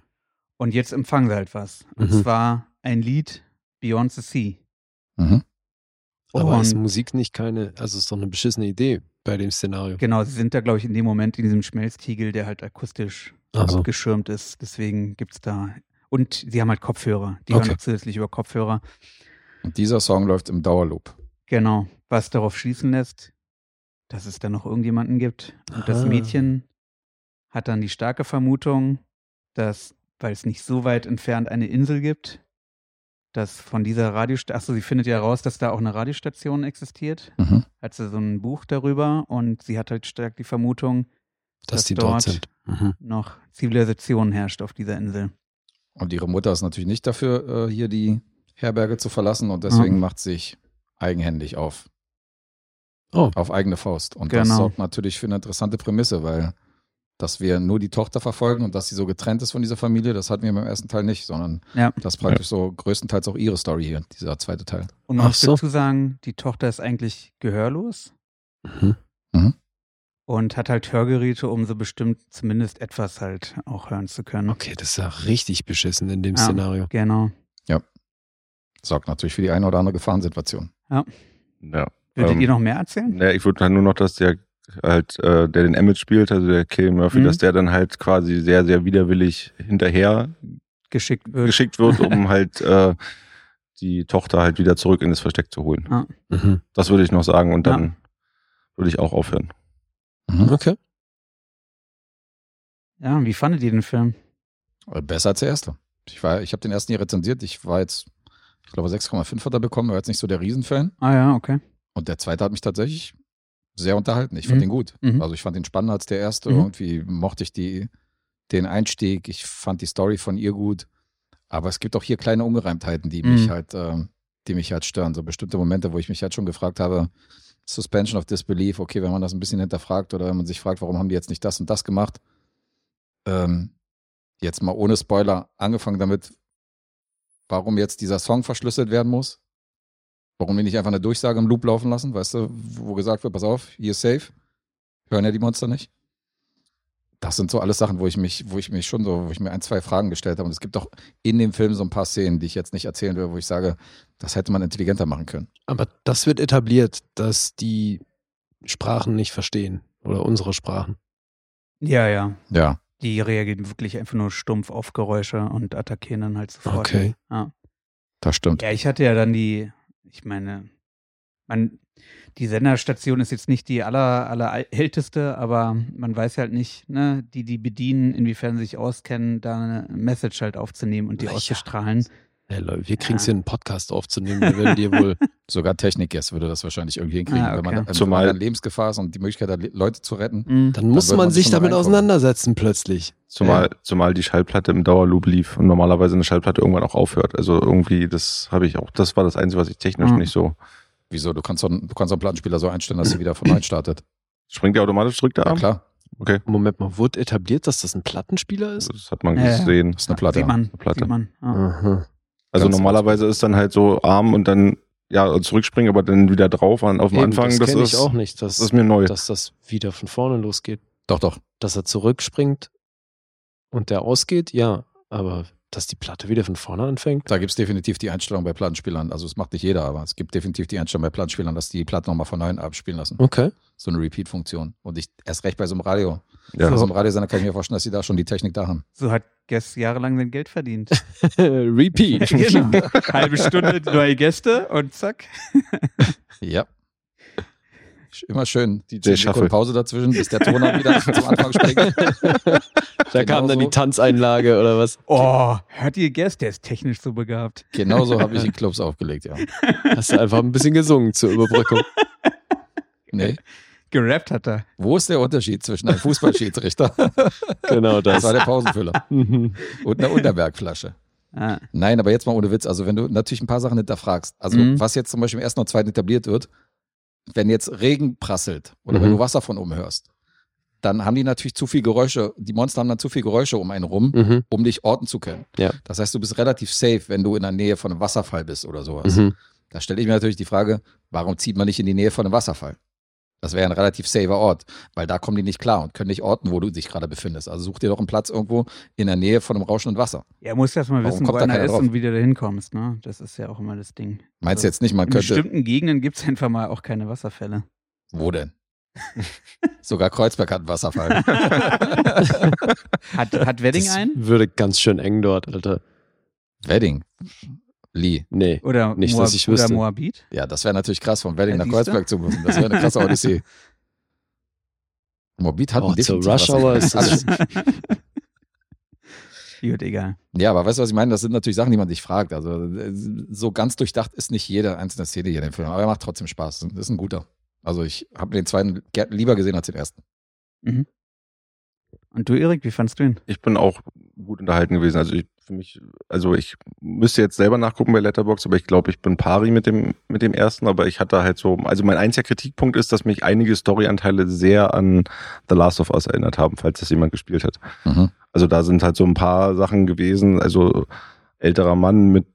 [SPEAKER 3] Und jetzt empfangen sie halt was. Und
[SPEAKER 2] Mhm.
[SPEAKER 3] zwar ein Lied Beyond the Sea.
[SPEAKER 4] Mhm.
[SPEAKER 2] Oh, Aber ist
[SPEAKER 3] Und-
[SPEAKER 2] Musik nicht keine, also ist doch eine beschissene Idee bei dem Szenario.
[SPEAKER 3] Genau, sie sind da, glaube ich, in dem Moment in diesem Schmelztiegel, der halt akustisch
[SPEAKER 2] Also.
[SPEAKER 3] abgeschirmt ist. Deswegen gibt es da. Und sie haben halt Kopfhörer. Die
[SPEAKER 2] Okay.
[SPEAKER 3] hören auch zusätzlich über Kopfhörer.
[SPEAKER 4] Und dieser Song läuft im Dauerloop.
[SPEAKER 3] Genau. Was darauf schließen lässt, dass es da noch irgendjemanden gibt. Und das
[SPEAKER 2] Ah.
[SPEAKER 3] Mädchen hat dann die starke Vermutung, dass, weil es nicht so weit entfernt eine Insel gibt, dass von dieser Radiostation, achso, sie findet ja raus, dass da auch eine Radiostation existiert.
[SPEAKER 4] Mhm.
[SPEAKER 3] Hat sie so ein Buch darüber und sie hat halt stark die Vermutung,
[SPEAKER 2] dass
[SPEAKER 3] dass
[SPEAKER 2] die dort
[SPEAKER 3] dort-
[SPEAKER 2] sind. Mhm.
[SPEAKER 3] noch Zivilisation herrscht auf dieser Insel.
[SPEAKER 4] Und ihre Mutter ist natürlich nicht dafür, äh, hier die Herberge zu verlassen und deswegen
[SPEAKER 3] Mhm.
[SPEAKER 4] macht sie sich eigenhändig auf.
[SPEAKER 2] Oh.
[SPEAKER 4] Auf eigene Faust. Und das
[SPEAKER 3] Genau.
[SPEAKER 4] sorgt natürlich für eine interessante Prämisse, weil dass wir nur die Tochter verfolgen und dass sie so getrennt ist von dieser Familie, das hatten wir beim ersten Teil nicht, sondern
[SPEAKER 3] Ja.
[SPEAKER 4] das ist praktisch so größtenteils auch ihre Story hier, dieser zweite Teil.
[SPEAKER 3] Und
[SPEAKER 2] Ach
[SPEAKER 3] man muss
[SPEAKER 2] so.
[SPEAKER 3] dazu Um sagen, die Tochter ist eigentlich gehörlos
[SPEAKER 2] Mhm.
[SPEAKER 3] und hat halt Hörgeräte, um so bestimmt zumindest etwas halt auch hören zu können.
[SPEAKER 2] Okay, das ist ja richtig beschissen in dem
[SPEAKER 3] Ja.
[SPEAKER 2] Szenario.
[SPEAKER 3] Genau.
[SPEAKER 4] Sorgt natürlich für die eine oder andere Gefahrensituation.
[SPEAKER 5] Ja.
[SPEAKER 3] Würdet
[SPEAKER 5] Ähm,
[SPEAKER 3] ihr noch mehr erzählen?
[SPEAKER 5] Naja, ich würde halt nur noch, dass der halt, äh, der den Emmett spielt, also der Kill Murphy,
[SPEAKER 3] Mhm.
[SPEAKER 5] dass der dann halt quasi sehr, sehr widerwillig hinterher
[SPEAKER 3] Geschickt wird.
[SPEAKER 5] geschickt wird, um halt äh, die Tochter halt wieder zurück in das Versteck zu holen.
[SPEAKER 2] Mhm.
[SPEAKER 5] Das würde ich noch sagen und
[SPEAKER 3] Ja.
[SPEAKER 5] dann würde ich auch aufhören.
[SPEAKER 4] Mhm.
[SPEAKER 2] Okay.
[SPEAKER 3] Ja, wie fandet ihr den Film?
[SPEAKER 4] Äh, Besser als der erste. Ich, war- ich habe den ersten hier rezensiert. Ich war jetzt, ich glaube, 6,5 hat er bekommen. Er war jetzt nicht so der Riesenfan.
[SPEAKER 3] Ah ja, okay.
[SPEAKER 4] Und der zweite hat mich tatsächlich sehr unterhalten. Ich fand
[SPEAKER 3] Mhm.
[SPEAKER 4] den gut.
[SPEAKER 3] Mhm.
[SPEAKER 4] Also ich fand ihn spannender als der erste.
[SPEAKER 3] Mhm.
[SPEAKER 4] Irgendwie mochte ich die, den Einstieg. Ich fand die Story von ihr gut. Aber es gibt auch hier kleine Ungereimtheiten, die mich
[SPEAKER 3] Mhm.
[SPEAKER 4] halt, ähm, die mich halt stören. So bestimmte Momente, wo ich mich halt schon gefragt habe, Suspension of Disbelief, okay, wenn man das ein bisschen hinterfragt oder wenn man sich fragt, warum haben die jetzt nicht das und das gemacht. Ähm, jetzt mal ohne Spoiler angefangen damit, warum jetzt dieser Song verschlüsselt werden muss. Warum wir nicht einfach eine Durchsage im Loop laufen lassen, weißt du, wo gesagt wird, pass auf, hier ist safe. Hören ja die Monster nicht. Das sind so alles Sachen, wo ich mich, wo ich mich schon so, wo ich mir ein, zwei Fragen gestellt habe. Und es gibt auch in dem Film so ein paar Szenen, die ich jetzt nicht erzählen will, wo ich sage, das hätte man intelligenter machen können.
[SPEAKER 2] Aber das wird etabliert, dass die Sprachen nicht verstehen oder unsere Sprachen.
[SPEAKER 3] Ja, ja.
[SPEAKER 4] Ja.
[SPEAKER 3] Die reagieren wirklich einfach nur stumpf auf Geräusche und attackieren dann halt sofort.
[SPEAKER 2] Okay.
[SPEAKER 3] Ja.
[SPEAKER 4] Das stimmt.
[SPEAKER 3] ja, ich hatte ja dann die, ich meine, man, die Senderstation ist jetzt nicht die aller, allerälteste, aber man weiß halt nicht, ne, die, die bedienen, inwiefern sie sich auskennen, da eine Message halt aufzunehmen und die
[SPEAKER 2] Ja.
[SPEAKER 3] auszustrahlen.
[SPEAKER 2] Hey, Leute, wir kriegen es
[SPEAKER 3] Ja.
[SPEAKER 2] hier einen Podcast aufzunehmen. Wir werden dir wohl.
[SPEAKER 4] Sogar Technik Guest würde das wahrscheinlich irgendwie hinkriegen,
[SPEAKER 3] Ah,
[SPEAKER 4] wenn man,
[SPEAKER 3] okay.
[SPEAKER 4] wenn man
[SPEAKER 5] Zumal-
[SPEAKER 4] dann Lebensgefahr ist und die Möglichkeit hat, Le- Leute zu retten.
[SPEAKER 3] Mhm.
[SPEAKER 2] Dann muss
[SPEAKER 4] wird
[SPEAKER 2] man
[SPEAKER 4] man
[SPEAKER 2] sich
[SPEAKER 4] schon mal
[SPEAKER 2] damit
[SPEAKER 4] reingucken.
[SPEAKER 2] auseinandersetzen plötzlich.
[SPEAKER 5] Zumal, zumal die Schallplatte im Dauerloop lief und normalerweise eine Schallplatte irgendwann auch aufhört. Also irgendwie, das habe ich auch, das war das Einzige, was ich technisch
[SPEAKER 3] Mhm.
[SPEAKER 5] nicht so.
[SPEAKER 4] Wieso? Du kannst, so einen, du kannst so einen Plattenspieler so einstellen, dass sie wieder von neu startet.
[SPEAKER 5] Springt der automatisch zurück der
[SPEAKER 4] Ja,
[SPEAKER 5] Arm?
[SPEAKER 4] klar.
[SPEAKER 2] Äh, Moment mal, wurde etabliert, dass das ein Plattenspieler ist?
[SPEAKER 5] Das hat man
[SPEAKER 3] Ja, ja.
[SPEAKER 5] gesehen.
[SPEAKER 4] Das ist eine Platte.
[SPEAKER 3] Sieht man,
[SPEAKER 5] Platte.
[SPEAKER 3] sieht man. Ja.
[SPEAKER 2] Aha.
[SPEAKER 5] Also
[SPEAKER 4] Ganz
[SPEAKER 5] normalerweise ist dann halt so Arm und dann, ja, zurückspringen, aber dann wieder drauf an, auf dem
[SPEAKER 2] Eben,
[SPEAKER 5] Anfang.
[SPEAKER 2] das
[SPEAKER 5] Das,
[SPEAKER 2] kenne
[SPEAKER 5] ist,
[SPEAKER 2] ich auch nicht, dass,
[SPEAKER 5] das ist mir neu.
[SPEAKER 2] dass das wieder von vorne losgeht.
[SPEAKER 4] Doch, doch.
[SPEAKER 2] Dass er zurückspringt und der ausgeht, ja. Aber dass die Platte wieder von vorne anfängt.
[SPEAKER 4] Da gibt es definitiv die Einstellung bei Plattenspielern. Also es macht nicht jeder, aber es gibt definitiv die Einstellung bei Plattenspielern, dass die die Platte nochmal von neuem abspielen lassen.
[SPEAKER 2] Okay.
[SPEAKER 4] So eine Repeat-Funktion. Und ich erst recht bei so einem Radio.
[SPEAKER 5] ja.
[SPEAKER 4] Bei so einem Radiosender kann ich mir vorstellen, dass sie da schon die Technik da haben.
[SPEAKER 3] So hat Guest jahrelang sein Geld verdient.
[SPEAKER 2] Repeat.
[SPEAKER 3] genau. Halbe Stunde neue Gäste und zack.
[SPEAKER 4] Ja. Sch- Immer schön die
[SPEAKER 5] Der
[SPEAKER 4] 10 Sekunden
[SPEAKER 5] Shuffle.
[SPEAKER 4] Pause dazwischen, bis der Toner wieder zum Anfang springt.
[SPEAKER 2] Da kam dann
[SPEAKER 4] Genauso.
[SPEAKER 2] die Tanzeinlage oder was?
[SPEAKER 3] Oh, hört ihr Guest? Der ist technisch so begabt.
[SPEAKER 4] Genauso habe ich die Clubs aufgelegt, ja.
[SPEAKER 2] Hast du einfach ein bisschen gesungen zur Überbrückung.
[SPEAKER 4] Nee.
[SPEAKER 3] Gerappt hat er.
[SPEAKER 4] Wo ist der Unterschied zwischen einem Fußballschiedsrichter?
[SPEAKER 2] Genau
[SPEAKER 4] Das
[SPEAKER 2] das.
[SPEAKER 4] war der Pausenfüller.
[SPEAKER 2] Mhm.
[SPEAKER 4] Und einer Unterbergflasche.
[SPEAKER 3] Ah,
[SPEAKER 4] Nein, aber jetzt mal ohne Witz. Also, wenn du natürlich ein paar Sachen hinterfragst, also
[SPEAKER 3] Mhm.
[SPEAKER 4] was jetzt zum Beispiel im ersten und zweiten etabliert wird, wenn jetzt Regen prasselt oder
[SPEAKER 2] Mhm.
[SPEAKER 4] wenn du Wasser von oben hörst, dann haben die natürlich zu viel Geräusche. Die Monster haben dann zu viel Geräusche um einen rum,
[SPEAKER 2] Mhm.
[SPEAKER 4] um dich orten zu können.
[SPEAKER 2] Ja.
[SPEAKER 4] Das heißt, du bist relativ safe, wenn du in der Nähe von einem Wasserfall bist oder sowas.
[SPEAKER 2] Mhm.
[SPEAKER 4] Da stelle ich mir natürlich die Frage, warum zieht man nicht in die Nähe von einem Wasserfall? Das wäre ein relativ safer Ort, weil da kommen die nicht klar und können nicht orten, wo du dich gerade befindest. Also such dir doch einen Platz irgendwo in der Nähe von einem rauschenden Wasser.
[SPEAKER 3] er muss erst mal
[SPEAKER 4] Warum
[SPEAKER 3] wissen, wo
[SPEAKER 4] kommt da
[SPEAKER 3] einer
[SPEAKER 4] keiner
[SPEAKER 3] ist
[SPEAKER 4] drauf?
[SPEAKER 3] und wie du da hinkommst. Ne? Das ist ja auch immer das Ding.
[SPEAKER 4] Meinst du jetzt nicht, man
[SPEAKER 3] In
[SPEAKER 4] könnte.
[SPEAKER 3] bestimmten Gegenden gibt es einfach mal auch keine Wasserfälle.
[SPEAKER 4] Wo denn? Sogar Kreuzberg hat einen Wasserfall.
[SPEAKER 3] Hat, hat Wedding
[SPEAKER 2] Das
[SPEAKER 3] einen?
[SPEAKER 2] würde ganz schön eng dort, Alter.
[SPEAKER 4] Wedding. Lee.
[SPEAKER 2] Nee.
[SPEAKER 3] Oder,
[SPEAKER 2] Nicht,
[SPEAKER 3] Moab
[SPEAKER 2] dass ich
[SPEAKER 3] oder
[SPEAKER 2] wüsste.
[SPEAKER 3] Moabit?
[SPEAKER 4] Ja, das wäre natürlich krass, von Wedding nach
[SPEAKER 3] Ja, siehste.
[SPEAKER 4] Kreuzberg zu müssen. Das wäre eine krasse Odyssee. Morbid hat
[SPEAKER 2] Oh,
[SPEAKER 4] einen
[SPEAKER 2] zur
[SPEAKER 4] definitiv Also,
[SPEAKER 2] Rush
[SPEAKER 4] Wasserfall.
[SPEAKER 2] Hour ist das.
[SPEAKER 3] Gut, egal.
[SPEAKER 4] Ja, aber weißt du, was ich meine? Das sind natürlich Sachen, die man sich fragt. Also äh, so ganz durchdacht ist nicht jede einzelne Szene hier in dem Film, aber er macht trotzdem Spaß. Das ist ein guter. Also ich habe den zweiten ger- lieber gesehen als den ersten.
[SPEAKER 3] Und du, Erik, wie fandst du ihn?
[SPEAKER 5] Ich bin auch gut unterhalten gewesen. Also ich für mich, also ich müsste jetzt selber nachgucken bei Letterbox, aber ich glaube, ich bin pari mit dem mit dem ersten. Aber ich hatte halt so, also mein einziger Kritikpunkt ist, dass mich einige Storyanteile sehr an The Last of Us erinnert haben, falls das jemand gespielt hat. Also da sind halt so ein paar Sachen gewesen. Also älterer Mann mit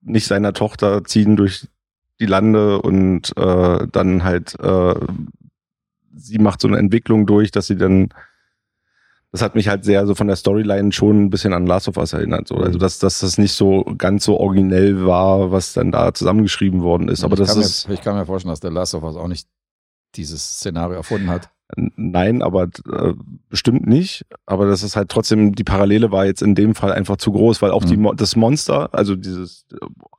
[SPEAKER 5] nicht seiner Tochter ziehen durch die Lande und äh, dann halt äh, sie macht so eine Entwicklung durch, dass sie dann das hat mich halt sehr so von der Storyline schon ein bisschen an Last of Us erinnert. So.
[SPEAKER 4] Mhm.
[SPEAKER 5] Also dass, dass das nicht so ganz so originell war, was dann da zusammengeschrieben worden ist. Aber
[SPEAKER 4] Also ich,
[SPEAKER 5] das
[SPEAKER 4] kann
[SPEAKER 5] ist
[SPEAKER 4] mir, ich kann mir vorstellen, dass der Last of Us auch nicht dieses Szenario erfunden hat.
[SPEAKER 5] Nein, aber äh, bestimmt nicht. Aber das ist halt trotzdem, die Parallele war jetzt in dem Fall einfach zu groß, weil auch
[SPEAKER 4] Mhm.
[SPEAKER 5] die Mo das Monster, also dieses äh,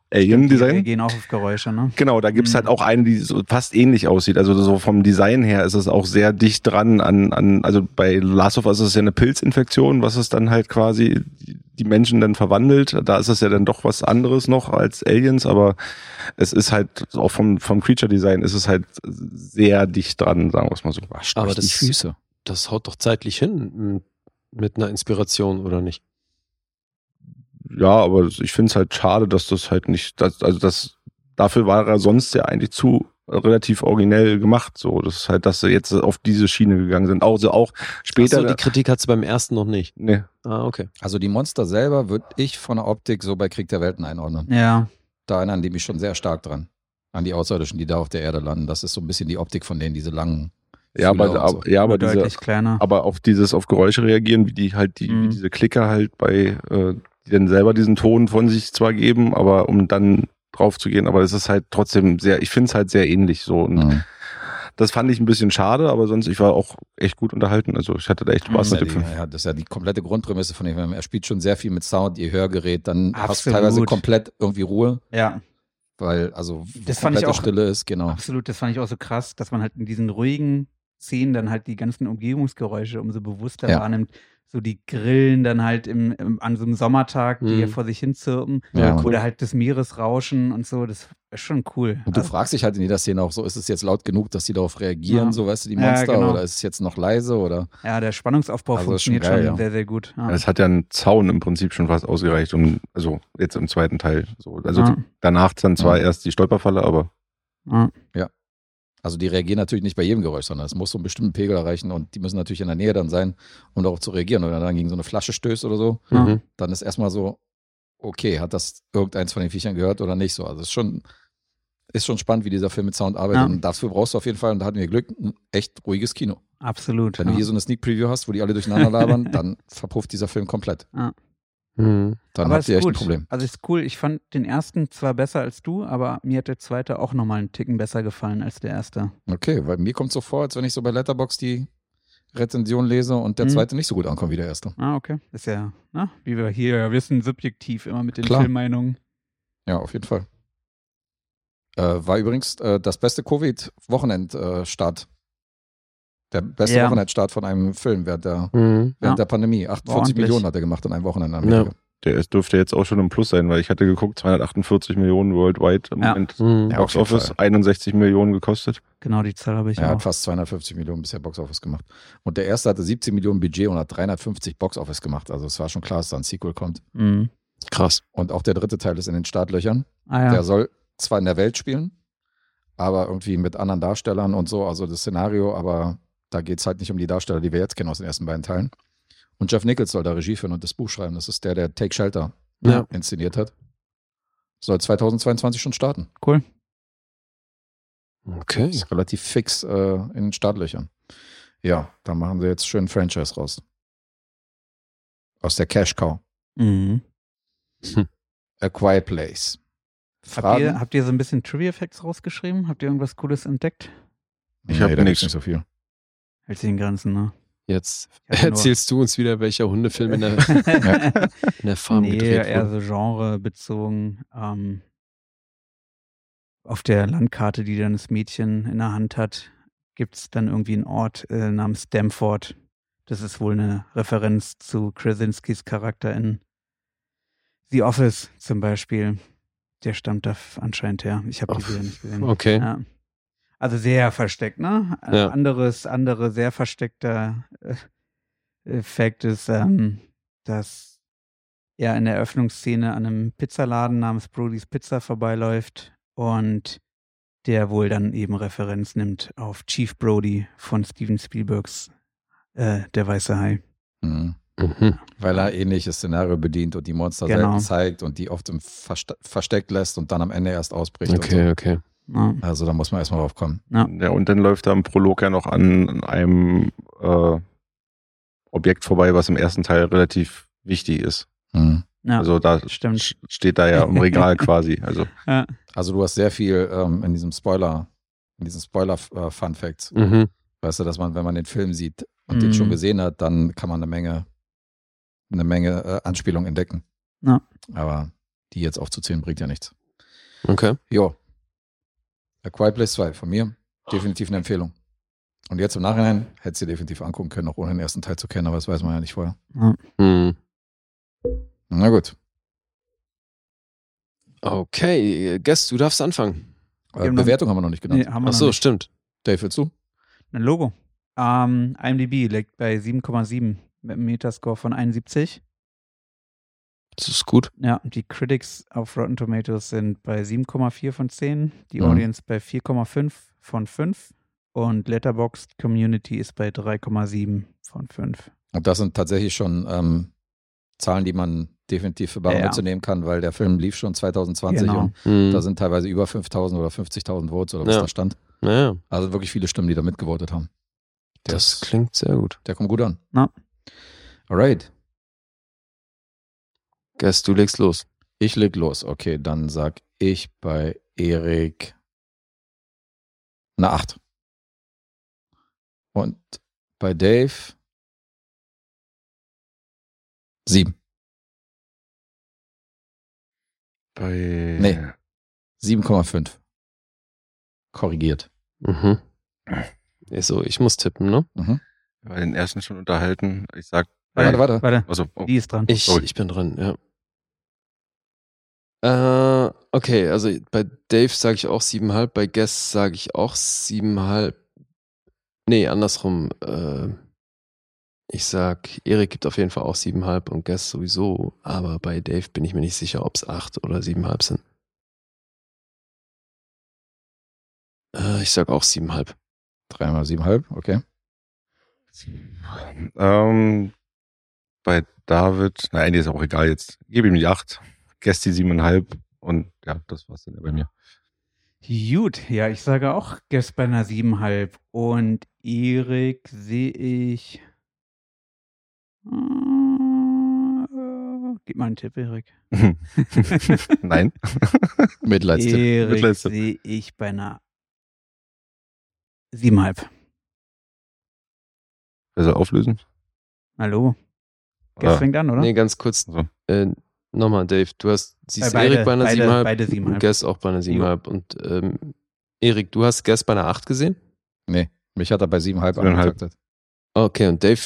[SPEAKER 3] Wir
[SPEAKER 5] Alien-Design,
[SPEAKER 3] gehen auch auf Geräusche, ne?
[SPEAKER 5] genau, da gibt's
[SPEAKER 3] Mhm.
[SPEAKER 5] halt auch eine, die so fast ähnlich aussieht. Also so vom Design her ist es auch sehr dicht dran an, an also bei Last of Us ist es ja eine Pilzinfektion, was es dann halt quasi die Menschen dann verwandelt. Da ist es ja dann doch was anderes noch als Aliens, aber es ist halt auch vom, vom Creature-Design ist es halt sehr dicht dran, sagen wir es mal so.
[SPEAKER 2] Aber das-
[SPEAKER 4] die Füße.
[SPEAKER 2] Das haut doch zeitlich hin m- mit einer Inspiration, oder nicht?
[SPEAKER 5] ja, aber ich finde es halt schade, dass das halt nicht, dass, also das, dafür war er sonst ja eigentlich zu relativ originell gemacht, so. Das ist halt, dass sie jetzt auf diese Schiene gegangen sind. Also auch später.
[SPEAKER 2] Achso, die Kritik hat es beim ersten noch nicht.
[SPEAKER 5] nee.
[SPEAKER 2] Ah, okay.
[SPEAKER 4] Also die Monster selber würde ich von der Optik so bei Krieg der Welten einordnen.
[SPEAKER 3] Ja.
[SPEAKER 4] Da erinnern die mich schon sehr stark dran. An die Außerirdischen, die da auf der Erde landen. Das ist so ein bisschen die Optik von denen, diese langen
[SPEAKER 5] Ja, aber,
[SPEAKER 4] Fühler und
[SPEAKER 5] aber- ja, aber,
[SPEAKER 3] Nur
[SPEAKER 5] diese,
[SPEAKER 3] deutlich kleiner.
[SPEAKER 5] aber auf dieses, auf Geräusche reagieren, wie die halt, die,
[SPEAKER 3] Mhm.
[SPEAKER 5] wie diese Klicker halt bei, äh, die dann selber diesen Ton von sich zwar geben, aber um dann drauf zu gehen, aber es ist halt trotzdem sehr, ich finde es halt sehr ähnlich so. Und
[SPEAKER 4] Mhm.
[SPEAKER 5] das fand ich ein bisschen schade, aber sonst, ich war auch echt gut unterhalten. Also ich hatte da echt Spaß
[SPEAKER 4] Das
[SPEAKER 5] mit
[SPEAKER 4] ist,
[SPEAKER 5] dem
[SPEAKER 4] Mhm. ja
[SPEAKER 5] Film.
[SPEAKER 4] die, ja, das ist ja die komplette Grundprämisse von dem Film. Er spielt schon sehr viel mit Sound, ihr Hörgerät, dann hast du
[SPEAKER 3] Absolut.
[SPEAKER 4] teilweise komplett irgendwie Ruhe,
[SPEAKER 3] ja,
[SPEAKER 4] weil also wo
[SPEAKER 3] Das fand ich
[SPEAKER 4] komplette
[SPEAKER 3] auch-
[SPEAKER 4] Stille ist, genau.
[SPEAKER 3] absolut. Das fand ich auch so krass, dass man halt in diesen ruhigen Szenen dann halt die ganzen Umgebungsgeräusche umso bewusster
[SPEAKER 4] Ja.
[SPEAKER 3] wahrnimmt. So die Grillen dann halt im, im, an so einem Sommertag, die
[SPEAKER 2] Mhm.
[SPEAKER 3] ja vor sich hin zirpen.
[SPEAKER 4] Ja,
[SPEAKER 3] Oder halt das Meeresrauschen und so. Das ist schon cool.
[SPEAKER 4] Und du
[SPEAKER 3] Also,
[SPEAKER 4] fragst dich halt in jeder Szene auch so, ist es jetzt laut genug, dass die darauf reagieren,
[SPEAKER 3] Ja.
[SPEAKER 4] so weißt du, die
[SPEAKER 3] Ja,
[SPEAKER 4] Monster,
[SPEAKER 3] genau.
[SPEAKER 4] oder ist es jetzt noch leise oder
[SPEAKER 3] ja, der Spannungsaufbau
[SPEAKER 4] Also ist schon
[SPEAKER 3] funktioniert schon,
[SPEAKER 4] geil, ja. Also,
[SPEAKER 3] sehr, sehr gut.
[SPEAKER 4] Ah.
[SPEAKER 3] Ja.
[SPEAKER 5] Es hat ja einen Zaun im Prinzip schon fast ausgereicht, um, also jetzt im zweiten Teil. So, also
[SPEAKER 4] Ah.
[SPEAKER 3] Ja.
[SPEAKER 5] danach dann zwar erst die Stolperfalle, aber
[SPEAKER 3] Ja.
[SPEAKER 4] Also die reagieren natürlich nicht bei jedem Geräusch, sondern es muss so einen bestimmten Pegel erreichen und die müssen natürlich in der Nähe dann sein, um darauf zu reagieren. Und wenn er dann gegen so eine Flasche stößt oder so,
[SPEAKER 3] Ja.
[SPEAKER 2] Mhm.
[SPEAKER 4] dann ist erstmal so, okay, hat das irgendeins von den Viechern gehört oder nicht so. Also es ist schon, ist schon spannend, wie dieser Film mit Sound arbeitet.
[SPEAKER 3] Ja.
[SPEAKER 4] Und dafür brauchst du auf jeden Fall, und da hatten wir Glück, ein echt ruhiges Kino.
[SPEAKER 3] Absolut.
[SPEAKER 4] Wenn
[SPEAKER 3] ja.
[SPEAKER 4] du hier so eine Sneak Preview hast, wo die alle durcheinander labern, dann verpufft dieser Film komplett.
[SPEAKER 2] Mhm.
[SPEAKER 4] Dann
[SPEAKER 3] aber
[SPEAKER 4] habt
[SPEAKER 3] ist
[SPEAKER 4] ihr echt
[SPEAKER 3] gut.
[SPEAKER 4] ein Problem.
[SPEAKER 3] Also ist cool. Ich fand den ersten zwar besser als du, aber mir hat der zweite auch nochmal einen Ticken besser gefallen als der erste.
[SPEAKER 4] Okay, weil mir kommt so vor, als wenn ich so bei Letterbox die Rezension lese und der
[SPEAKER 3] Mhm.
[SPEAKER 4] zweite nicht so gut ankommt wie der erste.
[SPEAKER 3] Ah, okay. Ist ja, ne? na, wie wir hier ja wissen, subjektiv immer mit den
[SPEAKER 4] Klar.
[SPEAKER 3] Filmmeinungen.
[SPEAKER 4] Ja, auf jeden Fall. Äh, war übrigens äh, das beste Covid-Wochenendstart. Äh, Start. der beste
[SPEAKER 3] Ja.
[SPEAKER 4] Wochenendstart von einem Film während der,
[SPEAKER 2] Mhm.
[SPEAKER 4] während
[SPEAKER 3] Ja.
[SPEAKER 4] der Pandemie. 48
[SPEAKER 3] Ordentlich.
[SPEAKER 4] Millionen hat er gemacht in einem Wochenende. in Amerika.
[SPEAKER 5] der ist, dürfte jetzt auch schon im Plus sein, weil ich hatte geguckt, 248 Millionen worldwide im
[SPEAKER 3] Ja.
[SPEAKER 5] Moment.
[SPEAKER 2] Mhm.
[SPEAKER 4] Ja, auf
[SPEAKER 5] Box
[SPEAKER 4] jeden
[SPEAKER 5] Office,
[SPEAKER 4] Fall.
[SPEAKER 5] 61 Millionen gekostet.
[SPEAKER 3] Genau, die Zahl habe ich
[SPEAKER 4] Er hat
[SPEAKER 3] auch.
[SPEAKER 4] fast 250 Millionen bisher Boxoffice gemacht. Und der erste hatte 17 Millionen Budget und hat 350 Boxoffice gemacht. Also es war schon klar, dass da ein Sequel kommt.
[SPEAKER 3] Mhm.
[SPEAKER 2] Krass.
[SPEAKER 4] Und auch der dritte Teil ist in den Startlöchern.
[SPEAKER 3] Ah ja.
[SPEAKER 4] Der soll zwar in der Welt spielen, aber irgendwie mit anderen Darstellern und so, also das Szenario, aber da geht es halt nicht um die Darsteller, die wir jetzt kennen aus den ersten beiden Teilen. Und Jeff Nichols soll da Regie führen und das Buch schreiben. Das ist der, der Take Shelter
[SPEAKER 2] Ja.
[SPEAKER 4] inszeniert hat. Soll 2022 schon starten.
[SPEAKER 3] cool. Hm.
[SPEAKER 2] Okay.
[SPEAKER 4] Ist relativ fix äh, in den Startlöchern. Ja, da machen sie jetzt schön Franchise raus. Aus der Cash Cow.
[SPEAKER 3] Mhm.
[SPEAKER 4] A Quiet Place.
[SPEAKER 3] Habt,
[SPEAKER 4] Fragen?
[SPEAKER 3] ihr, habt ihr so ein bisschen Trivia-Facts rausgeschrieben? Habt ihr irgendwas Cooles entdeckt?
[SPEAKER 5] Ich hab
[SPEAKER 4] da gibt's
[SPEAKER 5] nix.
[SPEAKER 4] nicht so viel.
[SPEAKER 3] Hält sich in Grenzen, ne?
[SPEAKER 2] Jetzt
[SPEAKER 3] Ich hatte nur-
[SPEAKER 2] erzählst du uns wieder, welcher Hundefilm in der, in der Farm
[SPEAKER 3] nee,
[SPEAKER 2] gedreht
[SPEAKER 3] eher
[SPEAKER 2] wurde.
[SPEAKER 3] so genrebezogen. Ähm, auf der Landkarte, die dann das Mädchen in der Hand hat, gibt es dann irgendwie einen Ort äh, namens Stamford. Das ist wohl eine Referenz zu Krasinskis Charakter in The Office zum Beispiel. Der stammt da f- anscheinend her. Ich habe die
[SPEAKER 2] Oh,
[SPEAKER 3] Serie nicht gesehen.
[SPEAKER 2] Okay.
[SPEAKER 3] Ja. Also sehr versteckt, ne? Äh,
[SPEAKER 2] Ja.
[SPEAKER 3] Anderes, andere sehr versteckter äh, Effekt ist, ähm, dass er in der Eröffnungsszene an einem Pizzaladen namens Brody's Pizza vorbeiläuft und der wohl dann eben Referenz nimmt auf Chief Brody von Steven Spielbergs äh, Der Weiße Hai.
[SPEAKER 4] Mhm.
[SPEAKER 2] Mhm.
[SPEAKER 4] Weil er ähnliches Szenario bedient und die Monster
[SPEAKER 3] Genau.
[SPEAKER 4] selten zeigt und die oft im Verste versteckt lässt und dann am Ende erst ausbricht.
[SPEAKER 2] Okay, okay.
[SPEAKER 3] Ja.
[SPEAKER 4] Und so. Also da muss man erstmal drauf kommen.
[SPEAKER 5] Ja, und dann läuft da im Prolog ja noch an einem äh, Objekt vorbei, was im ersten Teil relativ wichtig ist.
[SPEAKER 4] Mhm.
[SPEAKER 3] Ja,
[SPEAKER 5] also da
[SPEAKER 3] stimmt.
[SPEAKER 5] sch- steht da ja im Regal quasi. Also
[SPEAKER 4] Also du hast sehr viel ähm, in diesem Spoiler, in diesen Spoiler-Fun-Facts.
[SPEAKER 2] Mhm.
[SPEAKER 4] Weißt du, dass man, wenn man den Film sieht und
[SPEAKER 3] Mhm.
[SPEAKER 4] den schon gesehen hat, dann kann man eine Menge, eine Menge äh, Anspielung entdecken.
[SPEAKER 3] Ja.
[SPEAKER 4] Aber die jetzt aufzuzählen, bringt ja nichts.
[SPEAKER 2] Okay.
[SPEAKER 4] Jo. A Quiet Place 2 von mir. Definitiv eine Empfehlung. Und jetzt im Nachhinein hättest du dir definitiv angucken können, auch ohne den ersten Teil zu kennen, aber das weiß man ja nicht vorher.
[SPEAKER 2] Mhm.
[SPEAKER 4] Na gut.
[SPEAKER 2] Okay, Guest, du darfst anfangen.
[SPEAKER 4] Äh,
[SPEAKER 3] Wir haben noch-
[SPEAKER 4] Bewertung haben wir noch nicht genannt.
[SPEAKER 3] Nee, haben
[SPEAKER 2] genau.
[SPEAKER 3] wir
[SPEAKER 2] Ach
[SPEAKER 3] noch
[SPEAKER 2] so,
[SPEAKER 3] nicht.
[SPEAKER 2] stimmt.
[SPEAKER 4] Dave, willst du?
[SPEAKER 3] Ein Logo. Ähm, IMDb liegt bei 7,7 mit einem Metascore von 71.
[SPEAKER 2] Das ist gut.
[SPEAKER 3] Ja, die Critics auf Rotten Tomatoes sind bei 7,4 von 10, die
[SPEAKER 4] Mhm.
[SPEAKER 3] Audience bei 4,5 von 5 und Letterboxd Community ist bei 3,7 von 5.
[SPEAKER 4] Und das sind tatsächlich schon ähm, Zahlen, die man definitiv für bare
[SPEAKER 3] Ja, ja.
[SPEAKER 4] Mütze nehmen kann, weil der Film lief schon 2020
[SPEAKER 3] Genau.
[SPEAKER 4] und
[SPEAKER 2] Mhm.
[SPEAKER 4] da sind teilweise über 5000 oder 50.000 Votes oder was
[SPEAKER 2] Ja.
[SPEAKER 4] da stand.
[SPEAKER 2] naja.
[SPEAKER 4] Also wirklich viele Stimmen, die da mitgevotet haben.
[SPEAKER 2] Das klingt sehr gut.
[SPEAKER 4] Der kommt gut an.
[SPEAKER 3] Na.
[SPEAKER 4] Alright.
[SPEAKER 2] Guess, du legst los.
[SPEAKER 4] Ich leg los. Okay, dann sag ich bei Erik eine 8. Und bei Dave 7.
[SPEAKER 5] Bei
[SPEAKER 4] Nee. 7,5. Korrigiert.
[SPEAKER 2] Mhm. So, ich muss tippen, ne?
[SPEAKER 5] Bei den ersten schon unterhalten. Ich sag, bei,
[SPEAKER 4] Warte, warte.
[SPEAKER 3] Warte,
[SPEAKER 5] also, oh,
[SPEAKER 3] die ist dran.
[SPEAKER 2] Ich,
[SPEAKER 5] Sorry.
[SPEAKER 2] ich bin drin, ja. Äh, okay, also bei Dave sage ich auch siebenhalb, bei Guess sage ich auch siebenhalb. Nee, andersrum. Äh, ich sag, Erik gibt auf jeden Fall auch siebenhalb und Guess sowieso, aber bei Dave bin ich mir nicht sicher, ob es acht oder siebenhalb sind. Äh, ich sag auch siebenhalb.
[SPEAKER 4] 3 mal 7,5. Okay.
[SPEAKER 5] ähm, bei David, nein, die ist auch egal jetzt. Gebe ihm die 8, Gesti 7,5 und ja, das war's dann bei mir.
[SPEAKER 3] Gut, ja, ich sage auch Guess bei einer 7,5. Und Erik sehe ich. Äh, äh, Gib mal einen Tipp, Erik.
[SPEAKER 5] nein.
[SPEAKER 4] Mitleidstipp.
[SPEAKER 3] Erik
[SPEAKER 5] Mitleidstipp.
[SPEAKER 3] sehe ich bei einer 7,5.
[SPEAKER 5] Wer soll Also auflösen?
[SPEAKER 3] Hallo? Guess
[SPEAKER 5] Ah,
[SPEAKER 3] fängt an, oder?
[SPEAKER 2] Nee, ganz kurz.
[SPEAKER 5] So.
[SPEAKER 2] Äh, Nochmal, Dave, du hast, siehst
[SPEAKER 3] beide-
[SPEAKER 2] Erik bei einer
[SPEAKER 3] beide-
[SPEAKER 2] siebenhalb.
[SPEAKER 3] beide 7,5.
[SPEAKER 2] Und Guess auch bei einer 7,5. Und ähm, Erik, du hast Guess bei einer 8 gesehen?
[SPEAKER 4] Mich hat er bei 7,5
[SPEAKER 5] 7,5.
[SPEAKER 4] angetaktet.
[SPEAKER 2] Ah, Okay, und Dave.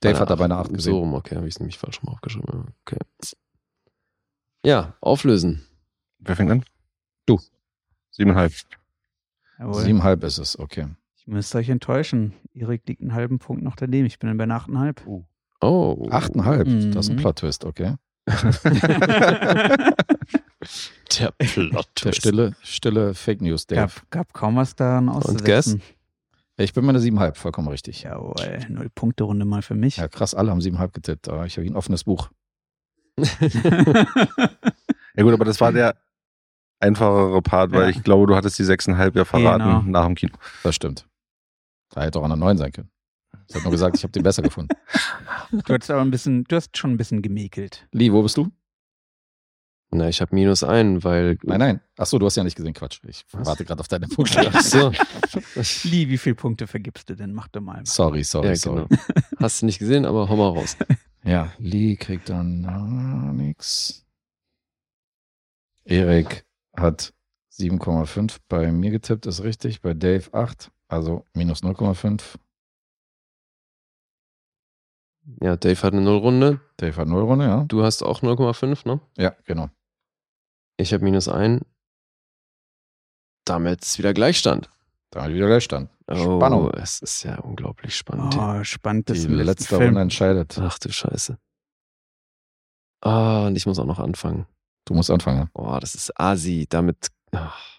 [SPEAKER 4] Dave hat er bei einer 8
[SPEAKER 2] So
[SPEAKER 4] gesehen.
[SPEAKER 2] rum, okay, habe ich es nämlich falsch rum aufgeschrieben. Okay. Ja, auflösen.
[SPEAKER 5] Wer fängt an?
[SPEAKER 4] Du.
[SPEAKER 5] 7,5.
[SPEAKER 3] Jawohl.
[SPEAKER 4] 7,5 ist es. Okay.
[SPEAKER 3] Ich müsste euch enttäuschen. Erik liegt einen halben Punkt noch daneben. Ich bin dann bei einer 8,5.
[SPEAKER 2] Oh.
[SPEAKER 4] 8,5.
[SPEAKER 3] Mhm.
[SPEAKER 4] Das ist ein Plot-Twist. Okay.
[SPEAKER 2] Der Plot.
[SPEAKER 4] Der stille, stille Fake News, Dave.
[SPEAKER 3] gab, gab kaum was daran auszusetzen.
[SPEAKER 2] Guess?
[SPEAKER 4] Ich bin bei einer 7,5. Vollkommen richtig.
[SPEAKER 3] Jawohl, Null-Punkte-Runde mal für mich.
[SPEAKER 4] Ja, krass, alle haben siebenhalb getippt, aber ich habe ein offenes Buch.
[SPEAKER 5] Ja gut, aber das war der einfachere Part, weil
[SPEAKER 3] Ja.
[SPEAKER 5] ich glaube, du hattest die 6,5 ja verraten
[SPEAKER 3] Genau.
[SPEAKER 5] nach dem Kino.
[SPEAKER 4] Das stimmt. Da hätte auch an der 9 sein können. Ich habe nur gesagt, ich habe den besser gefunden.
[SPEAKER 3] Du hast aber ein bisschen, du hast schon ein bisschen gemäkelt.
[SPEAKER 4] Lee, wo bist du?
[SPEAKER 2] Na, ich habe minus einen, weil.
[SPEAKER 4] Nein, nein. Achso, du hast ja nicht gesehen. Quatsch. Ich
[SPEAKER 2] Was?
[SPEAKER 4] warte gerade auf deine Punkte.
[SPEAKER 2] Ach so.
[SPEAKER 3] Lee, wie viele Punkte vergibst du denn? Mach doch mal.
[SPEAKER 4] Sorry, sorry,
[SPEAKER 2] ja,
[SPEAKER 4] sorry.
[SPEAKER 2] genau. Hast du nicht gesehen, aber hau mal raus.
[SPEAKER 4] Ja, Lee kriegt dann ah, nix. Erik hat 7,5 bei mir getippt, ist richtig. Bei Dave 8, also minus 0,5.
[SPEAKER 2] Ja, Dave hat eine Nullrunde.
[SPEAKER 4] Dave hat 0 Runde, ja.
[SPEAKER 2] Du hast auch 0,5, ne?
[SPEAKER 4] Ja, genau.
[SPEAKER 2] Ich habe minus einen. Damit ist wieder Gleichstand.
[SPEAKER 4] Damit wieder Gleichstand.
[SPEAKER 2] Oh,
[SPEAKER 4] Spannung.
[SPEAKER 2] Es ist ja unglaublich spannend.
[SPEAKER 3] Oh, spannend.
[SPEAKER 4] Die
[SPEAKER 3] dass im letzten
[SPEAKER 4] letzte
[SPEAKER 3] Film-
[SPEAKER 4] Runde entscheidet.
[SPEAKER 2] Ach du Scheiße. Ah, und ich muss auch noch anfangen.
[SPEAKER 4] Du musst anfangen.
[SPEAKER 2] Oh, das ist Asi. Damit. ach.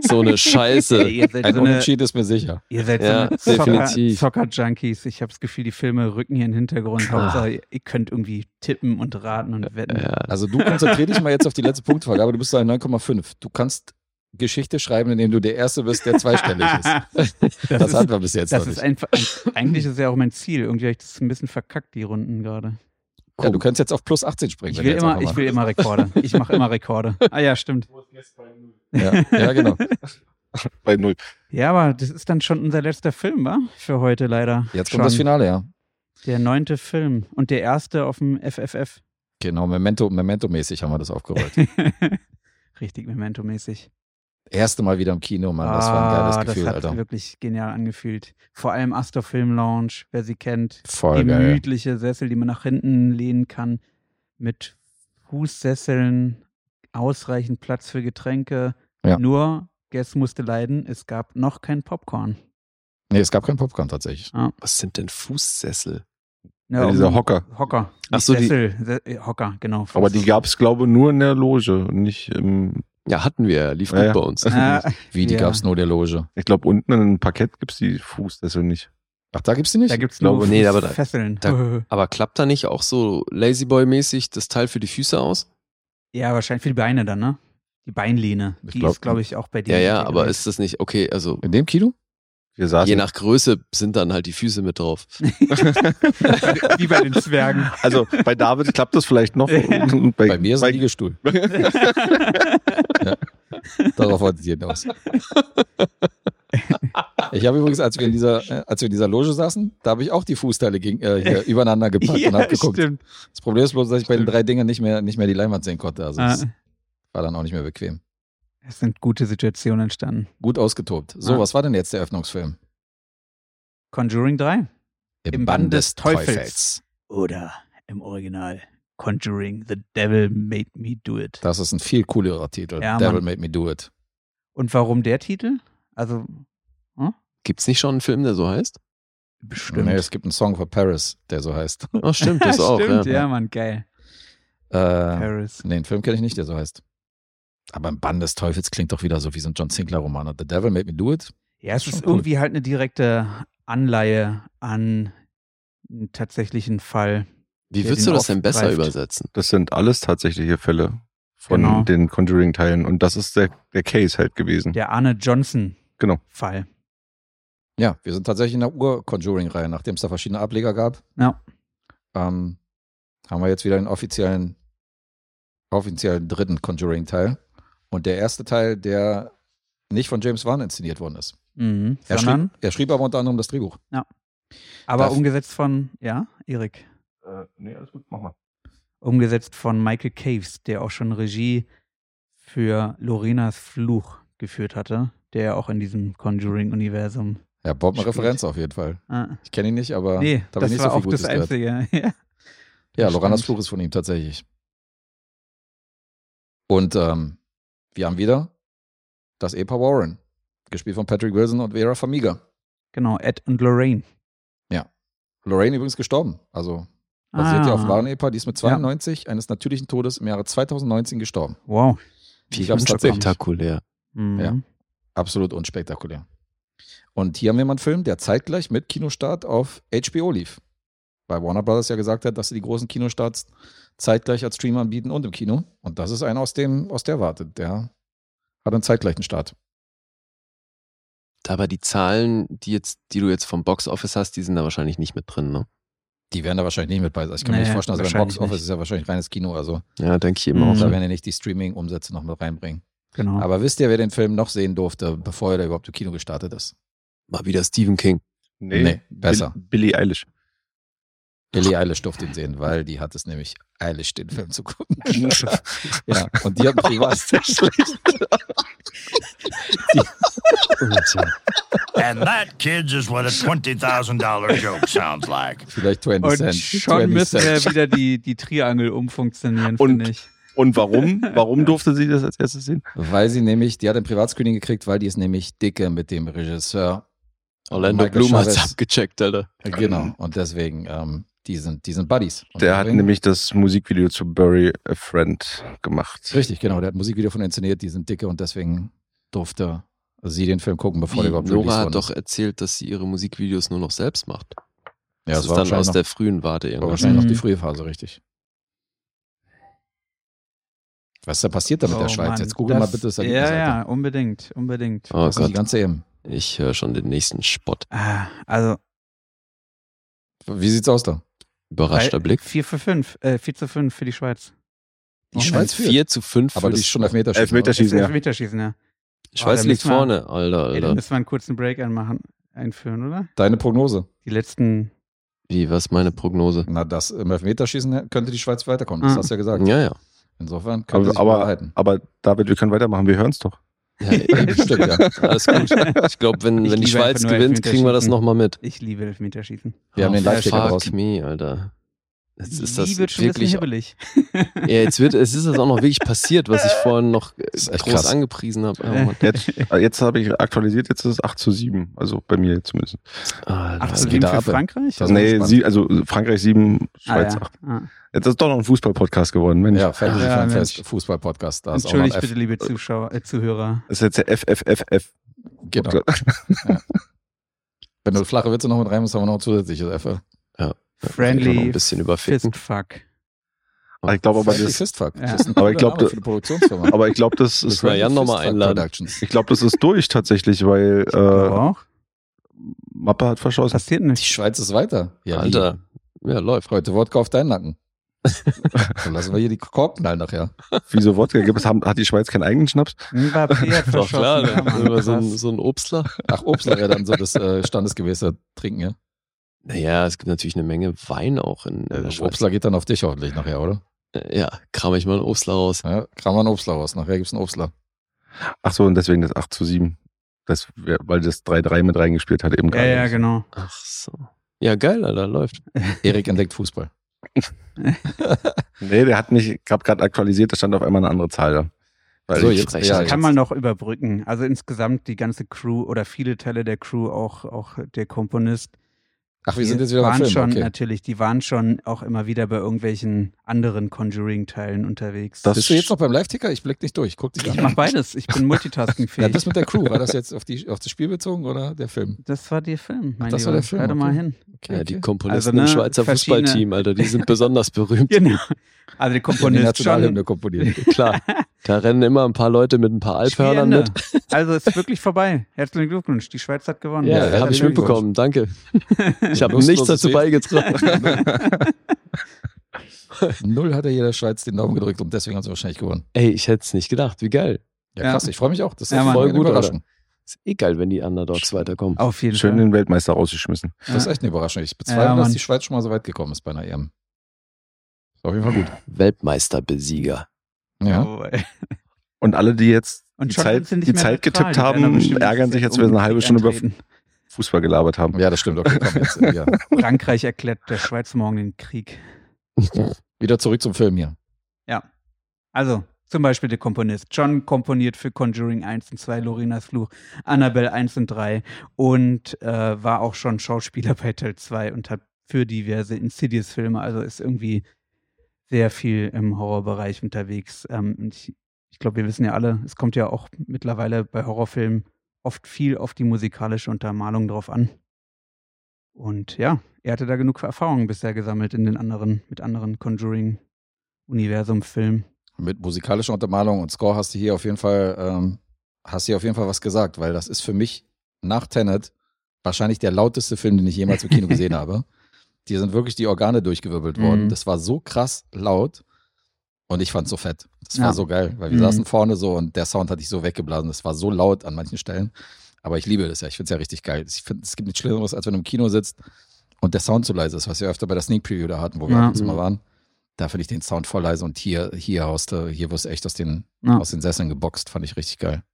[SPEAKER 2] so eine Scheiße.
[SPEAKER 3] Ihr seid
[SPEAKER 4] Ein
[SPEAKER 3] so eine,
[SPEAKER 4] Unentschieden ist mir sicher.
[SPEAKER 3] ihr seid
[SPEAKER 2] Ja,
[SPEAKER 3] so eine Zocker-
[SPEAKER 2] definitiv.
[SPEAKER 3] Zocker-Junkies. ich habe das Gefühl, die Filme rücken hier in den Hintergrund.
[SPEAKER 2] Ah.
[SPEAKER 3] Hauptsache, ihr- ihr könnt irgendwie tippen und raten und wetten.
[SPEAKER 2] Ja,
[SPEAKER 4] Also du konzentrier dich mal jetzt auf die letzte Punktvergabe. Du bist bei 9,5. Du kannst Geschichte schreiben, indem du der Erste bist, der zweistellig ist. Das,
[SPEAKER 3] ist-
[SPEAKER 4] hatten wir bis jetzt
[SPEAKER 3] Das
[SPEAKER 4] noch
[SPEAKER 3] ist
[SPEAKER 4] nicht.
[SPEAKER 3] einfach, ein- eigentlich ist ja auch mein Ziel. Irgendwie habe ich das ein bisschen verkackt, die Runden gerade.
[SPEAKER 4] ja, du kannst jetzt auf plus 18 springen.
[SPEAKER 3] Ich
[SPEAKER 4] wenn du
[SPEAKER 3] will,
[SPEAKER 4] jetzt
[SPEAKER 3] immer,
[SPEAKER 4] einfach
[SPEAKER 3] ich will immer Rekorde. Ich mache immer Rekorde. Ah ja, stimmt.
[SPEAKER 4] mal- Ja, ja, genau.
[SPEAKER 5] Bei 0.
[SPEAKER 3] Ja, aber das ist dann schon unser letzter Film, wa? Für heute leider.
[SPEAKER 4] Jetzt
[SPEAKER 3] Schon.
[SPEAKER 4] kommt das Finale, ja.
[SPEAKER 3] Der neunte Film und der erste auf dem FFF.
[SPEAKER 4] Genau, Memento, Memento-mäßig haben wir das aufgerollt.
[SPEAKER 3] Richtig Memento-mäßig.
[SPEAKER 4] Erste Mal wieder im Kino, Mann. Das war ein
[SPEAKER 3] Ah,
[SPEAKER 4] geiles Gefühl,
[SPEAKER 3] Das hat
[SPEAKER 4] Alter.
[SPEAKER 3] wirklich genial angefühlt. Vor allem Astor Film Lounge, wer sie kennt.
[SPEAKER 4] Voll
[SPEAKER 3] die
[SPEAKER 4] geil.
[SPEAKER 3] gemütliche Sessel, die man nach hinten lehnen kann, mit Fußsesseln, ausreichend Platz für Getränke.
[SPEAKER 4] Ja.
[SPEAKER 3] Nur, Guess musste leiden, es gab noch kein Popcorn.
[SPEAKER 4] Nee, es gab keinen Popcorn tatsächlich.
[SPEAKER 2] was sind denn Fußsessel?
[SPEAKER 3] Ja, um
[SPEAKER 5] Ja, dieser Hocker.
[SPEAKER 3] Hocker.
[SPEAKER 2] Ach
[SPEAKER 3] nicht
[SPEAKER 2] so, die-
[SPEAKER 3] Sessel, Se äh, Hocker, genau.
[SPEAKER 5] Aber die gab es, glaube ich, nur in der Loge und nicht im.
[SPEAKER 2] Ja, hatten wir ja. Lief
[SPEAKER 5] Ja,
[SPEAKER 2] gut
[SPEAKER 5] ja.
[SPEAKER 2] bei uns.
[SPEAKER 3] Äh,
[SPEAKER 4] Wie, die
[SPEAKER 3] Ja.
[SPEAKER 4] gab's nur der Loge.
[SPEAKER 5] Ich glaube, unten in einem Parkett gibt es die Fußdessel nicht.
[SPEAKER 4] Ach, da gibt's die nicht?
[SPEAKER 3] da gibt es
[SPEAKER 2] glaube
[SPEAKER 3] nur
[SPEAKER 2] nicht, aber da-
[SPEAKER 3] Fesseln.
[SPEAKER 2] Aber klappt da nicht auch so Lazyboy-mäßig das Teil für die Füße aus?
[SPEAKER 3] ja, wahrscheinlich für die Beine dann, ne? Die Beinlehne.
[SPEAKER 4] Ich
[SPEAKER 3] Die
[SPEAKER 4] glaub-
[SPEAKER 3] ist, glaube ich, auch bei dir.
[SPEAKER 2] Ja, ja, aber ist das nicht okay? Also,
[SPEAKER 4] In dem Kino?
[SPEAKER 5] Wir saßen
[SPEAKER 2] Je nach Größe sind dann halt die Füße mit drauf.
[SPEAKER 3] Wie bei den Zwergen.
[SPEAKER 5] Also bei David klappt das vielleicht noch. Und
[SPEAKER 4] Bei mir ist ein Liegestuhl. ja. Darauf wollte ich hinaus. Ich habe übrigens, als wir in dieser, äh, als wir in dieser Loge saßen, da habe ich auch die Fußteile gegen, äh, hier übereinander gepackt
[SPEAKER 3] Genau,
[SPEAKER 4] und habe geguckt.
[SPEAKER 3] stimmt.
[SPEAKER 4] Das Problem ist bloß, dass ich bei den drei Dingen nicht mehr, nicht mehr die Leinwand sehen konnte. Also
[SPEAKER 3] Ah,
[SPEAKER 4] es war dann auch nicht mehr bequem.
[SPEAKER 3] es sind gute Situationen entstanden.
[SPEAKER 4] Gut ausgetobt. So,
[SPEAKER 3] Ah.
[SPEAKER 4] was war denn jetzt der Öffnungsfilm?
[SPEAKER 3] Conjuring 3? Im Bann des Teufels.
[SPEAKER 4] Teufels.
[SPEAKER 3] Oder im Original Conjuring The Devil Made Me Do It.
[SPEAKER 4] Das ist ein viel coolerer Titel.
[SPEAKER 3] Ja,
[SPEAKER 4] Devil
[SPEAKER 3] Mann.
[SPEAKER 4] Made Me Do It.
[SPEAKER 3] Und warum der Titel? Also
[SPEAKER 2] Gibt's nicht schon einen Film, der so heißt?
[SPEAKER 3] bestimmt.
[SPEAKER 4] Nee, es gibt einen Song für Paris, der so heißt.
[SPEAKER 2] Ach, stimmt, das auch.
[SPEAKER 3] Stimmt, ja,
[SPEAKER 2] ja.
[SPEAKER 3] Mann, geil.
[SPEAKER 4] Äh,
[SPEAKER 3] Paris.
[SPEAKER 4] nee, einen Film kenne ich nicht, der so heißt. Aber im Bann des Teufels klingt doch wieder so wie so ein John Sinclair-Roman. Und The Devil Made Me Do It?
[SPEAKER 3] Ja, es
[SPEAKER 4] Schon
[SPEAKER 3] ist
[SPEAKER 4] cool.
[SPEAKER 3] irgendwie halt eine direkte Anleihe an einen tatsächlichen Fall.
[SPEAKER 2] Wie
[SPEAKER 3] Der
[SPEAKER 2] würdest
[SPEAKER 3] den
[SPEAKER 2] du das denn besser
[SPEAKER 3] aufgreift.
[SPEAKER 2] übersetzen?
[SPEAKER 5] das sind alles tatsächliche Fälle von
[SPEAKER 3] Genau.
[SPEAKER 5] den Conjuring-Teilen. Und das ist der, der Case halt gewesen.
[SPEAKER 3] Der Arne Johnson
[SPEAKER 5] Genau.
[SPEAKER 3] Fall.
[SPEAKER 4] Ja, wir sind tatsächlich in der Ur-Conjuring-Reihe, nachdem es da verschiedene Ableger gab.
[SPEAKER 3] Ja.
[SPEAKER 4] Ähm, haben wir jetzt wieder den offiziellen, offiziellen dritten Conjuring-Teil. Und der erste Teil, der nicht von James Wan inszeniert worden ist.
[SPEAKER 3] Mhm.
[SPEAKER 4] Er
[SPEAKER 3] Sondern,
[SPEAKER 4] schrieb, er schrieb aber unter anderem das Drehbuch.
[SPEAKER 3] aber
[SPEAKER 4] darf-
[SPEAKER 3] umgesetzt von, ja, Erik.
[SPEAKER 5] Äh, nee, alles gut, mach mal.
[SPEAKER 3] Umgesetzt von Michael Caves, der auch schon Regie für Lorenas Fluch geführt hatte, der ja auch in diesem Conjuring-Universum.
[SPEAKER 4] Ja, Bob eine
[SPEAKER 3] Spielt.
[SPEAKER 4] Referenz auf jeden Fall.
[SPEAKER 3] Ah.
[SPEAKER 4] Ich kenne ihn nicht, aber
[SPEAKER 3] Nee,
[SPEAKER 4] da habe
[SPEAKER 3] das
[SPEAKER 4] ich nicht
[SPEAKER 3] war
[SPEAKER 4] so viel
[SPEAKER 3] auch
[SPEAKER 4] Gutes
[SPEAKER 3] das
[SPEAKER 4] gehört.
[SPEAKER 3] Einzige. Ja.
[SPEAKER 4] Ja, Loranas
[SPEAKER 3] Stimmt.
[SPEAKER 4] Fluch ist von ihm tatsächlich. Und ähm, wir haben wieder das Ehepaar Warren, gespielt von Patrick Wilson und Vera Famiga.
[SPEAKER 3] Genau, Ed und Lorraine.
[SPEAKER 4] Lorraine übrigens gestorben. Also basiert ja auf
[SPEAKER 3] Ah,
[SPEAKER 4] wahren Ehepaar, die ist mit 92 eines natürlichen Todes im Jahre 2019 gestorben.
[SPEAKER 3] Wow.
[SPEAKER 4] Die
[SPEAKER 2] Wie
[SPEAKER 4] gab's tatsächlich.
[SPEAKER 2] unspektakulär.
[SPEAKER 3] Mhm.
[SPEAKER 4] Ja. Absolut unspektakulär. Und hier haben wir mal einen Film, der zeitgleich mit Kinostart auf HBO lief. Weil Warner Brothers ja gesagt hat, dass sie die großen Kinostarts zeitgleich als Stream anbieten und im Kino. Und das ist einer aus dem, aus der Warte. Der hat einen zeitgleichen Start.
[SPEAKER 2] Aber die Zahlen, die, jetzt, die du jetzt vom Box Office hast, die sind da wahrscheinlich nicht mit drin. Ne?
[SPEAKER 4] Die werden da wahrscheinlich nicht mit bei sein. Ich kann mir
[SPEAKER 3] Nee,
[SPEAKER 4] nicht vorstellen, also beim
[SPEAKER 3] wahrscheinlich
[SPEAKER 4] Box Office
[SPEAKER 3] nicht.
[SPEAKER 4] ist ja wahrscheinlich reines Kino. Also
[SPEAKER 2] Ja, denke ich eben auch.
[SPEAKER 3] Mhm.
[SPEAKER 4] da werden ja nicht die Streaming-Umsätze noch mit reinbringen.
[SPEAKER 3] Genau.
[SPEAKER 4] Aber wisst ihr, wer den Film noch sehen durfte, bevor er da überhaupt im Kino gestartet ist?
[SPEAKER 2] Mal wieder Stephen King.
[SPEAKER 5] Nee,
[SPEAKER 4] Nee, besser.
[SPEAKER 5] Billy Eilish.
[SPEAKER 4] Billie Eilish durfte ihn sehen, weil die hat es nämlich eilig, den Film zu gucken. ja, und die hat einen Privat. Oh,
[SPEAKER 9] And that, kids, is what a $20,000 joke sounds like.
[SPEAKER 4] Vielleicht 20
[SPEAKER 3] und
[SPEAKER 4] Cent.
[SPEAKER 3] schon
[SPEAKER 4] 20
[SPEAKER 3] müssen wir
[SPEAKER 4] Cent.
[SPEAKER 3] wieder die, die Triangel umfunktionieren,
[SPEAKER 5] Und-
[SPEAKER 3] finde ich.
[SPEAKER 5] Und warum? Warum durfte sie das als erstes sehen?
[SPEAKER 4] Weil sie nämlich, die hat ein Privatscreening gekriegt, weil die ist nämlich dicke mit dem Regisseur.
[SPEAKER 2] Orlando
[SPEAKER 4] Michael
[SPEAKER 2] Bloom hat's
[SPEAKER 4] Chavez.
[SPEAKER 2] abgecheckt, Alter.
[SPEAKER 4] Äh, Genau. Und deswegen, ähm, die sind, die sind Buddies. Und
[SPEAKER 5] Der hat
[SPEAKER 4] deswegen-
[SPEAKER 5] nämlich das Musikvideo zu Bury a Friend gemacht.
[SPEAKER 4] Richtig, genau. Der hat Musikvideo von inszeniert, die sind dicke und deswegen durfte sie den Film gucken, bevor der
[SPEAKER 2] Wie,
[SPEAKER 4] überhaupt
[SPEAKER 2] Nora
[SPEAKER 4] released
[SPEAKER 2] hat
[SPEAKER 4] worden
[SPEAKER 2] doch
[SPEAKER 4] ist.
[SPEAKER 2] erzählt, dass sie ihre Musikvideos nur noch selbst macht.
[SPEAKER 4] Ja,
[SPEAKER 2] das
[SPEAKER 4] das
[SPEAKER 2] ist
[SPEAKER 4] war
[SPEAKER 2] dann
[SPEAKER 4] wahrscheinlich
[SPEAKER 2] aus
[SPEAKER 4] noch,
[SPEAKER 2] der frühen Warte
[SPEAKER 4] war
[SPEAKER 2] irgendwas.
[SPEAKER 4] wahrscheinlich noch
[SPEAKER 3] Mhm.
[SPEAKER 4] die frühe Phase, richtig. Was ist da passiert da mit der
[SPEAKER 3] Oh,
[SPEAKER 4] Schweiz?
[SPEAKER 3] Mann,
[SPEAKER 4] Jetzt google mal bitte das
[SPEAKER 3] Ja,
[SPEAKER 4] Ergebnis.
[SPEAKER 3] ja,
[SPEAKER 4] Alter.
[SPEAKER 3] unbedingt, unbedingt.
[SPEAKER 2] Oh
[SPEAKER 4] Das ist die
[SPEAKER 2] Gott,
[SPEAKER 4] ganze EM.
[SPEAKER 2] ich höre schon den nächsten Spott.
[SPEAKER 3] Ah, also
[SPEAKER 4] Wie sieht's aus da?
[SPEAKER 2] Überraschter
[SPEAKER 3] weil-
[SPEAKER 2] Blick.
[SPEAKER 3] 4 für 5, äh, 4 zu 5 für die Schweiz.
[SPEAKER 4] Die Schweiz führt.
[SPEAKER 2] 4 zu 5
[SPEAKER 4] Aber das ist schon Elfmeterschießen.
[SPEAKER 5] Elfmeterschießen.
[SPEAKER 3] Schießen,
[SPEAKER 5] Schießen, ja.
[SPEAKER 3] Äh, Elfmeterschießen, ja.
[SPEAKER 2] Schweiz
[SPEAKER 3] Oh, da
[SPEAKER 2] liegt
[SPEAKER 3] müssen wir-
[SPEAKER 2] vorne, Alter,
[SPEAKER 3] Ey, dann
[SPEAKER 2] Alter.
[SPEAKER 3] müssen wir einen kurzen Break anmachen, einführen, oder?
[SPEAKER 4] oder? Deine Prognose?
[SPEAKER 3] Die letzten.
[SPEAKER 2] Wie, was ist meine Prognose?
[SPEAKER 4] Na, das im Elfmeterschießen könnte die Schweiz weiterkommen. Das
[SPEAKER 3] Ah.
[SPEAKER 4] hast du ja gesagt.
[SPEAKER 2] Mhm. Ja, ja.
[SPEAKER 4] Insofern könnte
[SPEAKER 5] Aber,
[SPEAKER 4] sie
[SPEAKER 5] aber,
[SPEAKER 4] behalten.
[SPEAKER 5] aber David, wir können weitermachen, wir hören es doch.
[SPEAKER 2] ja eben.
[SPEAKER 4] Stimmt, ja.
[SPEAKER 2] Alles gut. Ich glaube, wenn,
[SPEAKER 3] Ich
[SPEAKER 2] wenn die
[SPEAKER 3] liebe
[SPEAKER 2] Schweiz
[SPEAKER 3] einfach nur
[SPEAKER 2] gewinnt, kriegen wir das
[SPEAKER 3] Elfmeterschießen.
[SPEAKER 2] nochmal mit.
[SPEAKER 3] Ich liebe Elfmeterschießen.
[SPEAKER 4] Wir haben den
[SPEAKER 2] Oh,
[SPEAKER 4] Live-Ticker
[SPEAKER 2] Fuck
[SPEAKER 4] draußen.
[SPEAKER 2] me, Alter. Jetzt ist
[SPEAKER 3] Die
[SPEAKER 2] das
[SPEAKER 3] wird schon ein bisschen
[SPEAKER 2] wirklich.
[SPEAKER 3] hibbelig.
[SPEAKER 2] Ja, jetzt wird, es ist das auch noch wirklich passiert, was ich vorhin noch äh,
[SPEAKER 4] Das ist echt
[SPEAKER 2] groß
[SPEAKER 4] krass.
[SPEAKER 2] angepriesen Oh habe.
[SPEAKER 3] Äh.
[SPEAKER 5] Jetzt, äh, jetzt habe ich aktualisiert, jetzt ist es 8 zu 7. Also bei mir zumindest.
[SPEAKER 2] Alter.
[SPEAKER 3] 8 zu
[SPEAKER 4] geht
[SPEAKER 3] 7
[SPEAKER 4] da
[SPEAKER 3] für
[SPEAKER 4] ab, ey?
[SPEAKER 3] Frankreich?
[SPEAKER 4] Das-
[SPEAKER 5] nee,
[SPEAKER 4] gespannt.
[SPEAKER 5] sie, also Frankreich 7, Schweiz 8.
[SPEAKER 3] ah, ja. ah.
[SPEAKER 5] Jetzt ist doch noch ein Fußball-Podcast geworden, Mensch.
[SPEAKER 4] Ja, Fantasy
[SPEAKER 3] Ja,
[SPEAKER 4] Fanfest,
[SPEAKER 3] Mensch.
[SPEAKER 4] Fußball-Podcast. Da ist auch noch ein
[SPEAKER 3] Entschuldigt
[SPEAKER 4] F.
[SPEAKER 3] bitte, liebe Zuschauer, äh, Zuhörer.
[SPEAKER 5] Das ist jetzt der FFFF.
[SPEAKER 4] Genau. Wenn du flache Witze noch mit rein musst, haben wir noch ein zusätzliches F.
[SPEAKER 2] Kann ich noch
[SPEAKER 3] Friendly
[SPEAKER 2] ein bisschen überficken.
[SPEAKER 3] Fistfuck.
[SPEAKER 5] Aber ich glaube aber,
[SPEAKER 4] Fancy
[SPEAKER 5] das,
[SPEAKER 4] Fistfuck.
[SPEAKER 3] Ja.
[SPEAKER 4] Das ist ein cooler
[SPEAKER 5] Aber ich glaub,
[SPEAKER 4] Name
[SPEAKER 5] du-
[SPEAKER 4] für eine Produktionsfirma.
[SPEAKER 5] aber ich glaube, das
[SPEAKER 2] Müssen
[SPEAKER 5] ist,
[SPEAKER 2] wir Jan nochmal
[SPEAKER 4] Fistfuck
[SPEAKER 2] einladen.
[SPEAKER 4] Productions.
[SPEAKER 5] ich glaube, das ist durch tatsächlich, weil, äh,
[SPEAKER 3] Aber auch.
[SPEAKER 5] Mappe hat verschossen.
[SPEAKER 3] Passiert
[SPEAKER 4] Die
[SPEAKER 3] nicht.
[SPEAKER 4] Schweiz ist weiter. Ja, wie?
[SPEAKER 2] Alter. Ja, läuft.
[SPEAKER 4] Heute Wodka auf deinen Nacken. Dann lassen wir hier die Korken knallen nachher.
[SPEAKER 5] Wieso Wodka gibt es? haben- Hat die Schweiz keinen eigenen Schnaps?
[SPEAKER 3] Mbappé hat
[SPEAKER 2] Doch
[SPEAKER 3] verschossen.
[SPEAKER 2] klar,
[SPEAKER 3] Ja, Mann,
[SPEAKER 2] über so ein,
[SPEAKER 3] krass.
[SPEAKER 2] so ein Obstler.
[SPEAKER 4] Ach, Obst wäre dann so das äh, Standesgewässer trinken, ja?
[SPEAKER 2] Naja, es gibt natürlich eine Menge Wein auch in, in der
[SPEAKER 4] Der
[SPEAKER 2] Schweiz. Äh,
[SPEAKER 4] Obstler geht dann auf dich hoffentlich nachher, oder?
[SPEAKER 2] Ja, kram ich mal einen Obstler raus.
[SPEAKER 4] Ja, kram mal einen Obstler raus. Nachher gibt's einen Obstler.
[SPEAKER 5] Ach so, und deswegen das 8 zu 7. Das, wär- weil das 3-3 mit reingespielt hat eben
[SPEAKER 3] ja,
[SPEAKER 5] gerade.
[SPEAKER 3] ja, genau.
[SPEAKER 2] Ach so. Ja, geil, Alter, läuft.
[SPEAKER 4] Erik entdeckt Fußball.
[SPEAKER 5] Nee, der hat nicht, ich habe gerade aktualisiert, da stand auf einmal eine andere Zahl da. Weil
[SPEAKER 4] So,
[SPEAKER 5] ich-
[SPEAKER 4] jetzt,
[SPEAKER 2] recht.
[SPEAKER 4] ja,
[SPEAKER 2] Das
[SPEAKER 4] jetzt.
[SPEAKER 3] Kann man noch überbrücken. Also insgesamt die ganze Crew oder viele Teile der Crew, auch, auch der Komponist,
[SPEAKER 4] Ach, wir
[SPEAKER 3] die
[SPEAKER 4] sind jetzt wieder beim
[SPEAKER 3] waren
[SPEAKER 4] Film.
[SPEAKER 3] schon
[SPEAKER 4] okay.
[SPEAKER 3] natürlich, die waren schon auch immer wieder bei irgendwelchen anderen Conjuring-Teilen unterwegs.
[SPEAKER 5] Das-
[SPEAKER 4] Bist du jetzt noch beim Live-Ticker? Ich blick nicht durch. Guck dich
[SPEAKER 3] ich
[SPEAKER 4] an.
[SPEAKER 3] mache beides. Ich bin
[SPEAKER 4] Ja,
[SPEAKER 3] multitaskingfähig.
[SPEAKER 4] das mit der Crew, war das jetzt auf, die, auf das Spiel bezogen oder der Film?
[SPEAKER 3] das war der Film, mein
[SPEAKER 4] das war
[SPEAKER 3] Lieber.
[SPEAKER 4] der Film,
[SPEAKER 3] Hör doch mal
[SPEAKER 4] okay.
[SPEAKER 3] hin.
[SPEAKER 4] Okay,
[SPEAKER 2] Ja, die
[SPEAKER 4] okay.
[SPEAKER 2] Komponisten
[SPEAKER 3] Also, ne,
[SPEAKER 2] im Schweizer
[SPEAKER 3] verschiedene-
[SPEAKER 2] Fußballteam, Alter, die sind besonders berühmt.
[SPEAKER 3] Genau. Also der
[SPEAKER 4] Die
[SPEAKER 3] Komponist schon.
[SPEAKER 4] Nationalhymne komponiert.
[SPEAKER 2] Klar, da rennen immer ein paar Leute mit ein paar Alphörnern
[SPEAKER 3] Spielende.
[SPEAKER 2] mit.
[SPEAKER 3] Also ist wirklich vorbei. Herzlichen Glückwunsch. Die Schweiz hat gewonnen.
[SPEAKER 2] Ja,
[SPEAKER 4] Ja,
[SPEAKER 2] hab habe ich
[SPEAKER 4] herzlichen
[SPEAKER 2] mitbekommen, danke. Ich habe
[SPEAKER 4] Lust,
[SPEAKER 2] nichts
[SPEAKER 4] was es
[SPEAKER 2] dazu
[SPEAKER 4] fehlt.
[SPEAKER 2] beigetragen.
[SPEAKER 4] Null hat er hier der Schweiz den Daumen gedrückt und deswegen haben sie wahrscheinlich gewonnen.
[SPEAKER 2] Ey, ich hätte es nicht gedacht, wie geil.
[SPEAKER 4] Ja,
[SPEAKER 3] Ja.
[SPEAKER 4] krass, ich freue mich auch. Das ist
[SPEAKER 3] Ja, Mann.
[SPEAKER 4] voll
[SPEAKER 2] Voll gut,
[SPEAKER 4] gut Überraschung.
[SPEAKER 2] Ist eh geil, wenn die Underdogs weiterkommen.
[SPEAKER 3] Auf jeden
[SPEAKER 5] Schön
[SPEAKER 3] Fall.
[SPEAKER 5] den Weltmeister rausgeschmissen.
[SPEAKER 4] Das ist
[SPEAKER 3] Ja.
[SPEAKER 4] echt eine Überraschung. Ich bezweifle,
[SPEAKER 3] Ja,
[SPEAKER 4] dass
[SPEAKER 3] Mann.
[SPEAKER 4] die Schweiz schon mal so weit gekommen ist bei einer EM. Ist auf jeden Fall gut.
[SPEAKER 2] Weltmeisterbesieger.
[SPEAKER 4] Ja.
[SPEAKER 3] Oh, ey.
[SPEAKER 5] Und alle, die jetzt
[SPEAKER 3] Und
[SPEAKER 5] die
[SPEAKER 3] schon
[SPEAKER 5] Zeit,
[SPEAKER 3] sind sie nicht
[SPEAKER 5] die
[SPEAKER 3] mehr
[SPEAKER 5] Zeit
[SPEAKER 3] neutral.
[SPEAKER 5] getippt
[SPEAKER 3] Die werden
[SPEAKER 5] haben,
[SPEAKER 3] bestimmt
[SPEAKER 5] ärgern
[SPEAKER 3] jetzt
[SPEAKER 5] sich jetzt, wenn wir eine halbe
[SPEAKER 3] um den
[SPEAKER 5] Stunde über
[SPEAKER 3] Krieg
[SPEAKER 5] Fußball gelabert haben.
[SPEAKER 4] ja, das stimmt. Okay, komm jetzt. Ja.
[SPEAKER 3] antreten. Frankreich erklärt der Schweiz morgen den Krieg.
[SPEAKER 4] Wieder zurück zum Film hier.
[SPEAKER 3] Also, zum Beispiel der Komponist. John komponiert für Conjuring 1 und 2, Lorinas Fluch, Annabelle 1 und 3 und äh, war auch schon Schauspieler bei Teil 2 und hat für diverse Insidious-Filme, also ist irgendwie sehr viel im Horrorbereich unterwegs. Ähm, und ich ich glaube, wir wissen ja alle, es kommt ja auch mittlerweile bei Horrorfilmen oft viel auf die musikalische Untermalung drauf an. Und ja, er hatte da genug Erfahrung bisher gesammelt in den anderen, mit anderen Conjuring-Universum-Filmen.
[SPEAKER 4] Mit musikalischer Untermalung und Score hast du hier auf jeden Fall, ähm, hast hier auf jeden Fall was gesagt, weil das ist für mich nach Tenet wahrscheinlich der lauteste Film, den ich jemals im Kino gesehen habe. Dir sind wirklich die Organe durchgewirbelt worden.
[SPEAKER 3] Mhm.
[SPEAKER 4] Das war so krass laut und ich fand's so fett. Das
[SPEAKER 3] Ja.
[SPEAKER 4] war so geil, weil wir
[SPEAKER 3] Mhm.
[SPEAKER 4] saßen vorne so und der Sound hat dich so weggeblasen. Das war so laut an manchen Stellen. Aber ich liebe das ja. Ich find's ja richtig geil. Ich find, es gibt nichts Schlimmeres, als wenn du im Kino sitzt und der Sound zu leise ist, was wir öfter bei der Sneak Preview da hatten, wo wir
[SPEAKER 3] Ja.
[SPEAKER 4] ab und zu mal waren. Da finde ich den Sound voll leise und hier, hier haust du, hier wirst du echt aus den,
[SPEAKER 3] Ja.
[SPEAKER 4] aus den Sesseln geboxt. Fand ich richtig geil.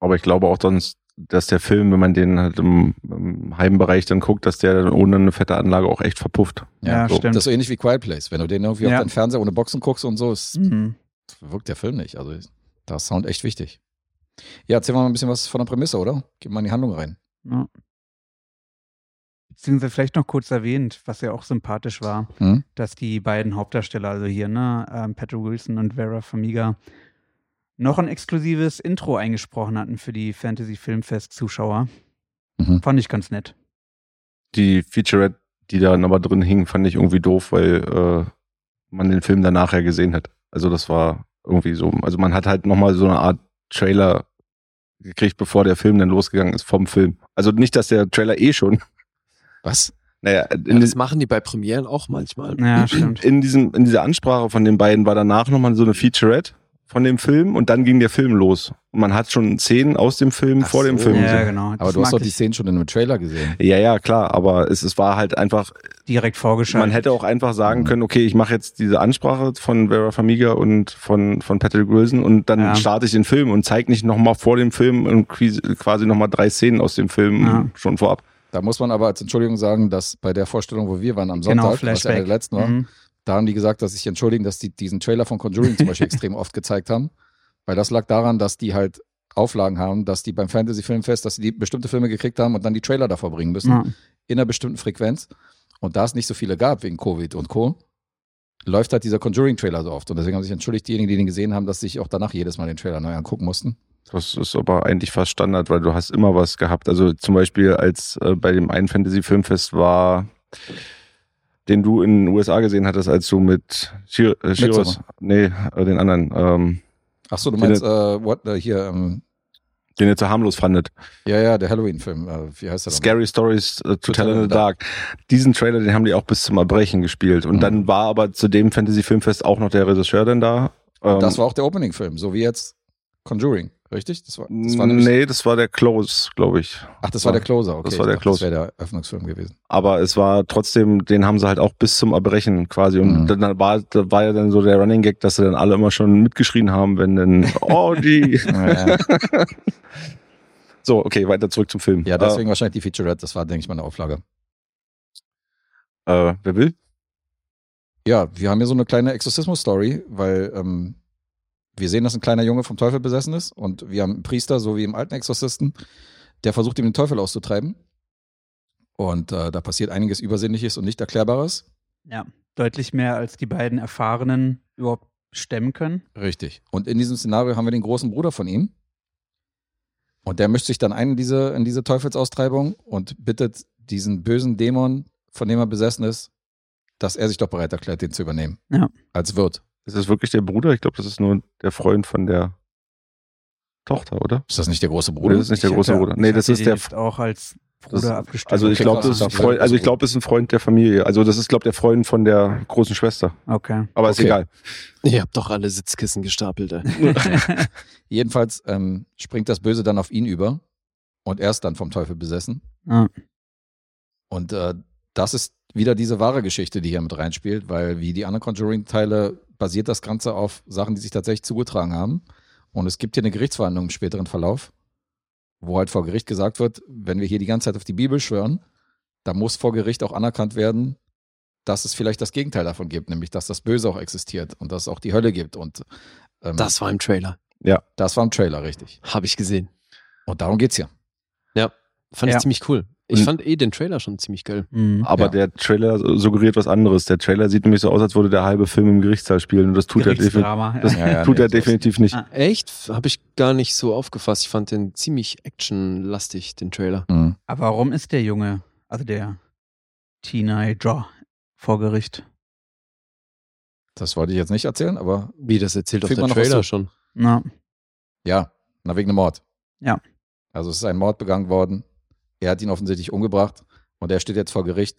[SPEAKER 5] Aber ich glaube auch sonst, dass der Film, wenn man den halt im, im Heimbereich dann guckt, dass der dann ohne eine fette Anlage auch echt verpufft.
[SPEAKER 3] Ja,
[SPEAKER 5] so.
[SPEAKER 3] stimmt.
[SPEAKER 4] Das ist so ähnlich wie Quiet Place. Wenn du den irgendwie auf
[SPEAKER 3] Ja.
[SPEAKER 4] deinen Fernseher ohne Boxen guckst und so, es
[SPEAKER 3] Mhm.
[SPEAKER 4] wirkt der Film nicht. Also da ist Sound echt wichtig. Ja, erzähl mal ein bisschen was von der Prämisse, oder? Gib mal in die Handlung rein.
[SPEAKER 3] Ja. Beziehungsweise vielleicht noch kurz erwähnt, was ja auch sympathisch war,
[SPEAKER 4] Hm?
[SPEAKER 3] dass die beiden Hauptdarsteller, also hier, ne, ähm, Patrick Wilson und Vera Famiga, noch ein exklusives Intro eingesprochen hatten für die Fantasy Filmfest-Zuschauer.
[SPEAKER 4] Mhm.
[SPEAKER 3] Fand ich ganz nett.
[SPEAKER 5] Die Featurette, die da aber drin hing, fand ich irgendwie doof, weil äh, man den Film dann nachher gesehen hat. Also das war irgendwie so. Also man hat halt nochmal so eine Art Trailer gekriegt, bevor der Film dann losgegangen ist vom Film. Also nicht, dass der Trailer eh schon.
[SPEAKER 4] Was?
[SPEAKER 5] Naja,
[SPEAKER 2] Ja,
[SPEAKER 5] in,
[SPEAKER 2] das machen die bei Premieren auch manchmal.
[SPEAKER 3] Ja, stimmt.
[SPEAKER 5] in, diesem, in dieser Ansprache von den beiden war danach nochmal so eine Featurette von dem Film und dann ging der Film los. Und man hat schon Szenen aus dem Film
[SPEAKER 4] Ach
[SPEAKER 5] vor dem
[SPEAKER 4] so.
[SPEAKER 5] Film.
[SPEAKER 3] Ja,
[SPEAKER 5] gesehen.
[SPEAKER 3] genau.
[SPEAKER 4] Aber du hast doch die Szenen schon in einem Trailer gesehen.
[SPEAKER 5] Ja, ja, klar, aber es, es war halt einfach,
[SPEAKER 3] direkt vorgeschaltet.
[SPEAKER 5] man hätte auch einfach sagen können, okay, ich mache jetzt diese Ansprache von Vera Famiga und von, von Patrick Wilson und dann
[SPEAKER 3] Ja.
[SPEAKER 5] starte ich den Film und zeige nicht nochmal vor dem Film und quasi quasi nochmal drei Szenen aus dem Film
[SPEAKER 3] Ja.
[SPEAKER 5] schon vorab.
[SPEAKER 4] Da muss man aber als Entschuldigung sagen, dass bei der Vorstellung, wo wir waren am Sonntag,
[SPEAKER 3] genau,
[SPEAKER 4] was ja
[SPEAKER 3] Flashback.
[SPEAKER 4] der letzten war,
[SPEAKER 3] Mhm.
[SPEAKER 4] da haben die gesagt, dass sich entschuldigen, dass die diesen Trailer von Conjuring zum Beispiel extrem oft gezeigt haben. Weil das lag daran, dass die halt Auflagen haben, dass die beim Fantasy-Filmfest, dass die bestimmte Filme gekriegt haben und dann die Trailer davor bringen müssen.
[SPEAKER 3] Ja.
[SPEAKER 4] in einer bestimmten Frequenz. Und da es nicht so viele gab wegen Covid und Co., läuft halt dieser Conjuring-Trailer so oft. Und deswegen haben sich entschuldigt diejenigen, die den gesehen haben, dass sie sich auch danach jedes Mal den Trailer neu angucken mussten.
[SPEAKER 5] Das ist aber eigentlich fast Standard, weil du hast immer was gehabt. Also zum Beispiel als äh, bei dem einen Fantasy-Filmfest war, den du in den USA gesehen hattest, als du mit Shir äh, Shiros,
[SPEAKER 4] Midsommar.
[SPEAKER 5] nee, äh, den anderen, ähm,
[SPEAKER 4] Ach so, du
[SPEAKER 5] Die-
[SPEAKER 4] meinst äh, what, äh, hier ähm,
[SPEAKER 5] den ihr zu harmlos fandet.
[SPEAKER 4] Ja, ja, der Halloween-Film. Äh, wie heißt der?
[SPEAKER 5] Scary Stories äh, to Tell in the Dark. Diesen Trailer, den haben die auch bis zum Erbrechen gespielt. Und
[SPEAKER 4] Mhm.
[SPEAKER 5] dann war aber zu dem Fantasy-Filmfest auch noch der Regisseur dann da. Ähm,
[SPEAKER 4] Nochmal? Das war auch der Opening-Film, so wie jetzt Conjuring, richtig? Das war, das war nämlich,
[SPEAKER 5] nee, das war der Close, glaube ich.
[SPEAKER 4] Ach, das war der Closer, okay.
[SPEAKER 5] Das war der
[SPEAKER 4] Ich dachte,
[SPEAKER 5] Close.
[SPEAKER 4] Das wäre der Öffnungsfilm gewesen.
[SPEAKER 5] Aber es war trotzdem, den haben sie halt auch bis zum Erbrechen quasi. Und
[SPEAKER 4] Mhm.
[SPEAKER 5] dann war, da war ja dann so der Running Gag, dass sie dann alle immer schon mitgeschrien haben, wenn dann Orgy.
[SPEAKER 4] Ja, ja.
[SPEAKER 5] so, okay, weiter zurück zum Film.
[SPEAKER 4] ja, deswegen wahrscheinlich die Featurette, das war, denke ich, meine Auflage.
[SPEAKER 5] Äh, äh, wer will?
[SPEAKER 4] Ja, wir haben hier so eine kleine Exorzismus-Story, weil ähm, wir sehen, dass ein kleiner Junge vom Teufel besessen ist und wir haben einen Priester, so wie im alten Exorzisten, der versucht, ihm den Teufel auszutreiben. Und äh, da passiert einiges Übersinnliches und nicht Erklärbares.
[SPEAKER 3] Ja, deutlich mehr als die beiden Erfahrenen überhaupt stemmen können.
[SPEAKER 4] Richtig. Und in diesem Szenario haben wir den großen Bruder von ihm. Und der mischt sich dann ein in diese, in diese Teufelsaustreibung und bittet diesen bösen Dämon, von dem er besessen ist, dass er sich doch bereit erklärt, den zu übernehmen.
[SPEAKER 3] Ja.
[SPEAKER 4] Als Wirt.
[SPEAKER 5] Ist das wirklich der Bruder? Ich glaube, das ist nur der Freund von der Tochter, oder?
[SPEAKER 4] Ist das nicht der große
[SPEAKER 5] Oder
[SPEAKER 4] Bruder?
[SPEAKER 5] das ist nicht der große
[SPEAKER 3] hätte-
[SPEAKER 5] Bruder. Nee,
[SPEAKER 3] ich
[SPEAKER 5] das
[SPEAKER 3] hätte
[SPEAKER 5] ist
[SPEAKER 3] den
[SPEAKER 5] der.
[SPEAKER 3] jetzt auch als Bruder
[SPEAKER 5] das-
[SPEAKER 3] abgestellt.
[SPEAKER 5] Also ich
[SPEAKER 4] Okay,
[SPEAKER 5] glaube,
[SPEAKER 4] krass,
[SPEAKER 5] das ist ein
[SPEAKER 4] das ist der
[SPEAKER 5] Freund, also ich
[SPEAKER 4] große
[SPEAKER 5] glaube, das ist ein Freund der Familie. Also das ist, glaube der Freund von der großen Schwester.
[SPEAKER 3] okay.
[SPEAKER 5] Aber ist
[SPEAKER 4] Okay.
[SPEAKER 5] egal.
[SPEAKER 2] Ihr habt doch alle Sitzkissen gestapelt. ey.
[SPEAKER 4] Jedenfalls ähm, springt das Böse dann auf ihn über und er ist dann vom Teufel besessen.
[SPEAKER 3] Ah.
[SPEAKER 4] Und äh, das ist wieder diese wahre Geschichte, die hier mit reinspielt, weil wie die anderen Conjuring-Teile basiert das Ganze auf Sachen, die sich tatsächlich zugetragen haben. Und es gibt hier eine Gerichtsverhandlung im späteren Verlauf, wo halt vor Gericht gesagt wird, wenn wir hier die ganze Zeit auf die Bibel schwören, da muss vor Gericht auch anerkannt werden, dass es vielleicht das Gegenteil davon gibt, nämlich dass das Böse auch existiert und dass es auch die Hölle gibt. Und ähm,
[SPEAKER 2] Das war im Trailer.
[SPEAKER 4] das war im Trailer, richtig.
[SPEAKER 2] Habe ich gesehen.
[SPEAKER 4] Und darum geht's hier.
[SPEAKER 2] Fand
[SPEAKER 3] Ja.
[SPEAKER 2] ich ziemlich cool. Ich
[SPEAKER 5] Und-
[SPEAKER 2] fand eh den Trailer schon ziemlich geil.
[SPEAKER 3] Mhm.
[SPEAKER 5] Aber
[SPEAKER 4] Ja.
[SPEAKER 5] der Trailer suggeriert was anderes. Der Trailer sieht nämlich so aus, als würde der halbe Film im Gerichtssaal spielen. Und das tut er, defin
[SPEAKER 3] Gerichtsdrama.
[SPEAKER 5] das
[SPEAKER 4] Ja, ja,
[SPEAKER 5] tut
[SPEAKER 4] nee,
[SPEAKER 5] er
[SPEAKER 4] das ist-
[SPEAKER 5] definitiv nicht.
[SPEAKER 3] Ah.
[SPEAKER 2] Echt? Habe ich gar nicht so aufgefasst. Ich fand den ziemlich actionlastig, den Trailer.
[SPEAKER 4] Mhm.
[SPEAKER 3] Aber warum ist der Junge, also der Tina Jaw, vor Gericht?
[SPEAKER 4] Das wollte ich jetzt nicht erzählen, aber
[SPEAKER 2] Wie, das erzählt doch
[SPEAKER 4] Kriegt
[SPEAKER 2] der
[SPEAKER 4] man noch was
[SPEAKER 2] Trailer
[SPEAKER 4] zu?
[SPEAKER 2] schon.
[SPEAKER 3] Na,
[SPEAKER 4] ja, na wegen dem Mord.
[SPEAKER 3] Ja.
[SPEAKER 4] Also es ist ein Mord begangen worden. Er hat ihn offensichtlich umgebracht und er steht jetzt vor Gericht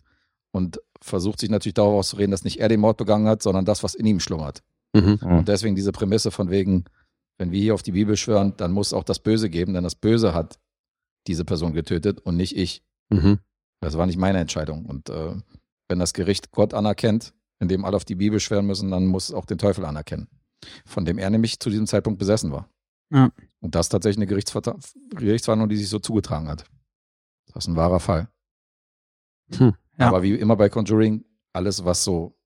[SPEAKER 4] und versucht sich natürlich darauf auszureden, dass nicht er den Mord begangen hat, sondern das, was in ihm schlummert.
[SPEAKER 2] Mhm.
[SPEAKER 4] Und deswegen diese Prämisse von wegen, wenn wir hier auf die Bibel schwören, dann muss auch das Böse geben, denn das Böse hat diese Person getötet und nicht ich.
[SPEAKER 2] Mhm.
[SPEAKER 4] Das war nicht meine Entscheidung. Und äh, wenn das Gericht Gott anerkennt, indem alle auf die Bibel schwören müssen, dann muss es auch den Teufel anerkennen, von dem er nämlich zu diesem Zeitpunkt besessen war.
[SPEAKER 3] Ja.
[SPEAKER 4] Und das ist tatsächlich eine Gerichtsverta- Gerichtsverhandlung, die sich so zugetragen hat. Das ist ein wahrer Fall.
[SPEAKER 2] Hm.
[SPEAKER 3] Ja.
[SPEAKER 4] Aber wie immer bei Conjuring, alles, was so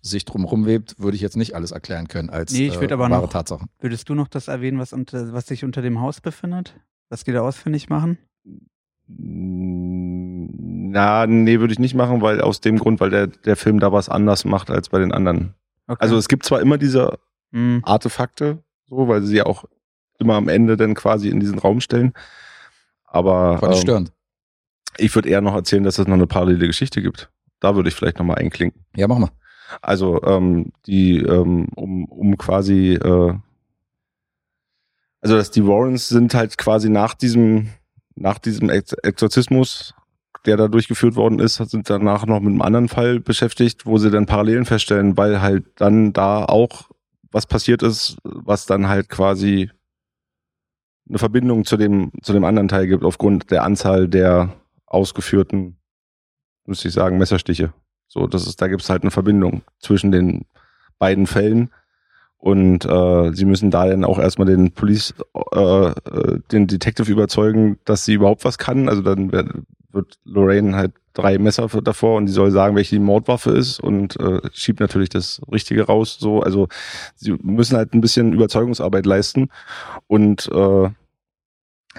[SPEAKER 4] sich drumherum webt, würde ich jetzt nicht alles erklären können als
[SPEAKER 3] Nee, ich
[SPEAKER 4] äh,
[SPEAKER 3] würde aber
[SPEAKER 4] wahre
[SPEAKER 3] noch-
[SPEAKER 4] Tatsachen.
[SPEAKER 3] würdest du noch das erwähnen, was, unter, was sich unter dem Haus befindet? Was die da ausfindig machen?
[SPEAKER 5] Na, nee, würde ich nicht machen, weil aus dem Grund, weil der, der Film da was anders macht als bei den anderen.
[SPEAKER 3] Okay.
[SPEAKER 5] Also es gibt zwar immer diese
[SPEAKER 3] Mhm.
[SPEAKER 5] Artefakte, so, weil sie ja auch immer am Ende dann quasi in diesen Raum stellen. Aber
[SPEAKER 4] Fand ich
[SPEAKER 5] ähm,
[SPEAKER 4] störend.
[SPEAKER 5] ich würde eher noch erzählen, dass es noch eine parallele Geschichte gibt. Da würde ich vielleicht nochmal einklinken.
[SPEAKER 4] Ja, mach mal.
[SPEAKER 5] Also ähm, die, ähm, um, um quasi, äh, also dass die Warrens sind halt quasi nach diesem, nach diesem Ex Exorzismus, der da durchgeführt worden ist, sind danach noch mit einem anderen Fall beschäftigt, wo sie dann Parallelen feststellen, weil halt dann da auch was passiert ist, was dann halt quasi eine Verbindung zu dem, zu dem anderen Teil gibt, aufgrund der Anzahl der ausgeführten, müsste ich sagen, Messerstiche. So, das ist, da gibt es halt eine Verbindung zwischen den beiden Fällen. Und äh, sie müssen da dann auch erstmal den Police, äh, äh, den Detective überzeugen, dass sie überhaupt was kann. Also dann wer- wird Lorraine halt drei Messer für- davor und die soll sagen, welche die Mordwaffe ist und äh, schiebt natürlich das Richtige raus. So, also sie müssen halt ein bisschen Überzeugungsarbeit leisten und äh,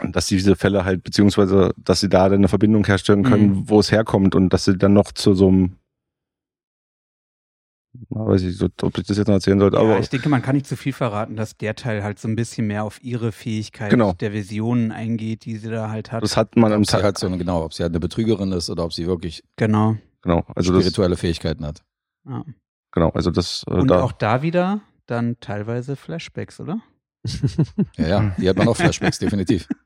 [SPEAKER 5] dass sie diese Fälle halt, beziehungsweise dass sie da dann eine Verbindung herstellen können, wo es herkommt und dass sie dann noch zu so einem na, weiß ich, so, ob ich das jetzt noch erzählen sollte,
[SPEAKER 3] Ja,
[SPEAKER 5] aber
[SPEAKER 3] ich denke, man kann nicht zu viel verraten, dass der Teil halt so ein bisschen mehr auf ihre Fähigkeit
[SPEAKER 5] Genau.
[SPEAKER 3] der Visionen eingeht, die sie da halt hat.
[SPEAKER 5] das hat man am
[SPEAKER 4] Ob sie
[SPEAKER 5] Tag.
[SPEAKER 4] halt so eine, genau, ob sie halt eine Betrügerin ist oder ob sie wirklich
[SPEAKER 3] genau.
[SPEAKER 5] Genau, also das,
[SPEAKER 4] spirituelle Fähigkeiten hat.
[SPEAKER 3] Ja.
[SPEAKER 5] genau, also das, äh,
[SPEAKER 3] Und
[SPEAKER 5] da,
[SPEAKER 3] auch da wieder dann teilweise Flashbacks, oder?
[SPEAKER 4] Ja, ja, die hat man auch Flashbacks, definitiv.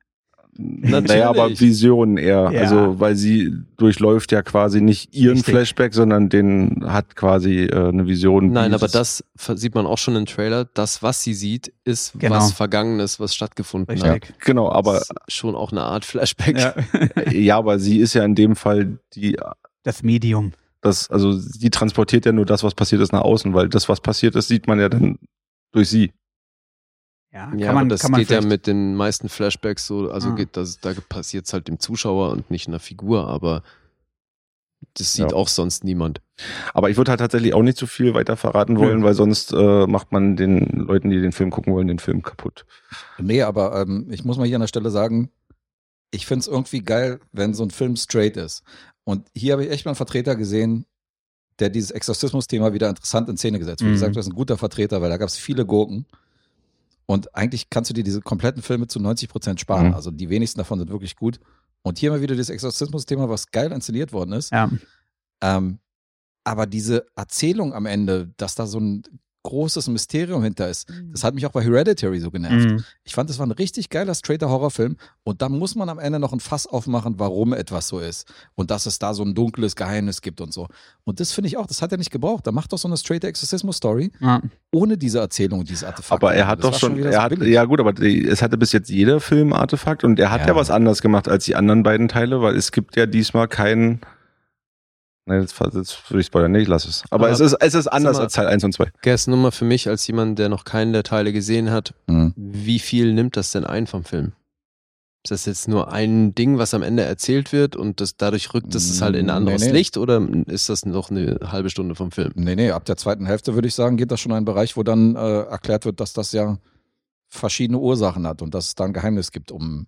[SPEAKER 5] Naja, aber Visionen eher.
[SPEAKER 3] Ja.
[SPEAKER 5] Also, weil sie durchläuft ja quasi nicht ihren
[SPEAKER 3] Richtig.
[SPEAKER 5] Flashback, sondern den hat quasi äh, eine Vision. wie
[SPEAKER 2] Nein, aber
[SPEAKER 5] es-
[SPEAKER 2] das ver- sieht man auch schon im Trailer. Das, was sie sieht, ist
[SPEAKER 3] Genau.
[SPEAKER 2] was Vergangenes, was stattgefunden hat.
[SPEAKER 3] Richtig.
[SPEAKER 5] Genau, aber äh,
[SPEAKER 2] Das ist schon auch eine Art Flashback.
[SPEAKER 3] Ja.
[SPEAKER 5] ja, aber sie ist ja in dem Fall die,
[SPEAKER 3] Das Medium.
[SPEAKER 5] das, also sie transportiert ja nur das, was passiert ist, nach außen, weil das, was passiert ist, sieht man ja dann durch sie.
[SPEAKER 3] Ja,
[SPEAKER 2] Ja,
[SPEAKER 3] kann man,
[SPEAKER 2] aber das
[SPEAKER 3] kann man
[SPEAKER 2] geht ja
[SPEAKER 3] vielleicht-
[SPEAKER 2] mit den meisten Flashbacks so, also
[SPEAKER 3] Ah.
[SPEAKER 2] geht das, da passiert es halt dem Zuschauer und nicht einer Figur, aber das sieht
[SPEAKER 5] Ja.
[SPEAKER 2] auch sonst niemand.
[SPEAKER 5] Aber ich würde halt tatsächlich auch nicht zu viel weiter verraten wollen, weil sonst äh, macht man den Leuten, die den Film gucken wollen, den Film kaputt.
[SPEAKER 4] Nee, aber ähm, ich muss mal hier an der Stelle sagen, ich finde es irgendwie geil, wenn so ein Film straight ist. Und hier habe ich echt mal einen Vertreter gesehen, der dieses Exorzismus-Thema wieder interessant in Szene gesetzt. Wie
[SPEAKER 3] Mhm.
[SPEAKER 4] gesagt, das ist ein guter Vertreter, weil da gab es viele Gurken. Und eigentlich kannst du dir diese kompletten Filme zu 90 Prozent sparen.
[SPEAKER 5] Mhm.
[SPEAKER 4] Also die wenigsten davon sind wirklich gut. Und hier mal wieder dieses Exorzismus-Thema, was geil inszeniert worden ist.
[SPEAKER 3] Ja.
[SPEAKER 4] Ähm, aber diese Erzählung am Ende, dass da so ein großes Mysterium hinter ist, das hat mich auch bei Hereditary so genervt.
[SPEAKER 3] Mhm.
[SPEAKER 4] Ich fand, das war ein richtig geiler, straighter Horrorfilm. Und da muss man am Ende noch ein Fass aufmachen, warum etwas so ist. Und dass es da so ein dunkles Geheimnis gibt und so. Und das finde ich auch, das hat er nicht gebraucht. Da macht doch so eine straighte Exorzismus-Story
[SPEAKER 3] Ja.
[SPEAKER 4] ohne diese Erzählung, dieses Artefakt. ne?
[SPEAKER 5] aber er hat
[SPEAKER 4] Das
[SPEAKER 5] doch
[SPEAKER 4] war
[SPEAKER 5] schon,
[SPEAKER 4] wieder
[SPEAKER 5] er
[SPEAKER 4] so
[SPEAKER 5] hat,
[SPEAKER 4] billig.
[SPEAKER 5] ja gut, aber die, es hatte bis jetzt jeder Film Artefakt und er hat ja.
[SPEAKER 4] Ja.
[SPEAKER 5] was anders gemacht als die anderen beiden Teile, weil es gibt ja diesmal keinen. Nein, jetzt, jetzt würde ich spoilern. Nee, ich lass es. Aber,
[SPEAKER 2] Aber
[SPEAKER 5] es, ist, es ist anders
[SPEAKER 2] mal-
[SPEAKER 5] als Teil 1 und 2.
[SPEAKER 2] Guess nur mal für mich als jemand, der noch keinen der Teile gesehen hat,
[SPEAKER 4] Mhm.
[SPEAKER 2] wie viel nimmt das denn ein vom Film? Ist das jetzt nur ein Ding, was am Ende erzählt wird und das dadurch rückt es es halt in ein
[SPEAKER 4] Nee,
[SPEAKER 2] anderes
[SPEAKER 4] Mm, nee.
[SPEAKER 2] Licht oder ist das noch eine halbe Stunde vom Film?
[SPEAKER 4] Nee, nee, ab der zweiten Hälfte würde ich sagen, geht das schon in einen Bereich, wo dann äh, erklärt wird, dass das ja verschiedene Ursachen hat und dass es da ein Geheimnis gibt um,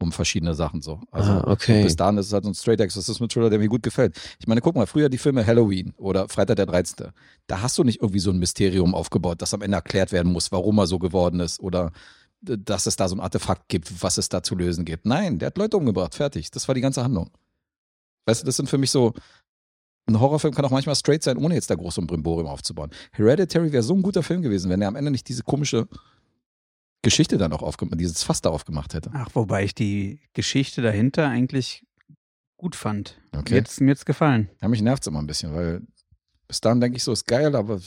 [SPEAKER 4] um verschiedene Sachen so. Also
[SPEAKER 2] Ah, okay.
[SPEAKER 4] bis dahin ist es halt so ein Straight Exorcismus-Thriller, der mir gut gefällt. Ich meine, guck mal, früher die Filme Halloween oder Freitag der 13. Da hast du nicht irgendwie so ein Mysterium aufgebaut, das am Ende erklärt werden muss, warum er so geworden ist oder d- dass es da so ein Artefakt gibt, was es da zu lösen gibt. Nein, der hat Leute umgebracht, fertig. Das war die ganze Handlung. Weißt du, das sind für mich so, ein Horrorfilm kann auch manchmal straight sein, ohne jetzt da groß ein Brimborium aufzubauen. Hereditary wäre so ein guter Film gewesen, wenn er am Ende nicht diese komische Geschichte dann auch aufgemacht, dieses Fass da aufgemacht hätte.
[SPEAKER 3] Ach, wobei ich die Geschichte dahinter eigentlich gut fand.
[SPEAKER 4] Okay.
[SPEAKER 3] Mir hat's, mir hat's gefallen.
[SPEAKER 4] Ja, mich nervt es immer ein bisschen, weil bis dahin denke ich so, ist geil, aber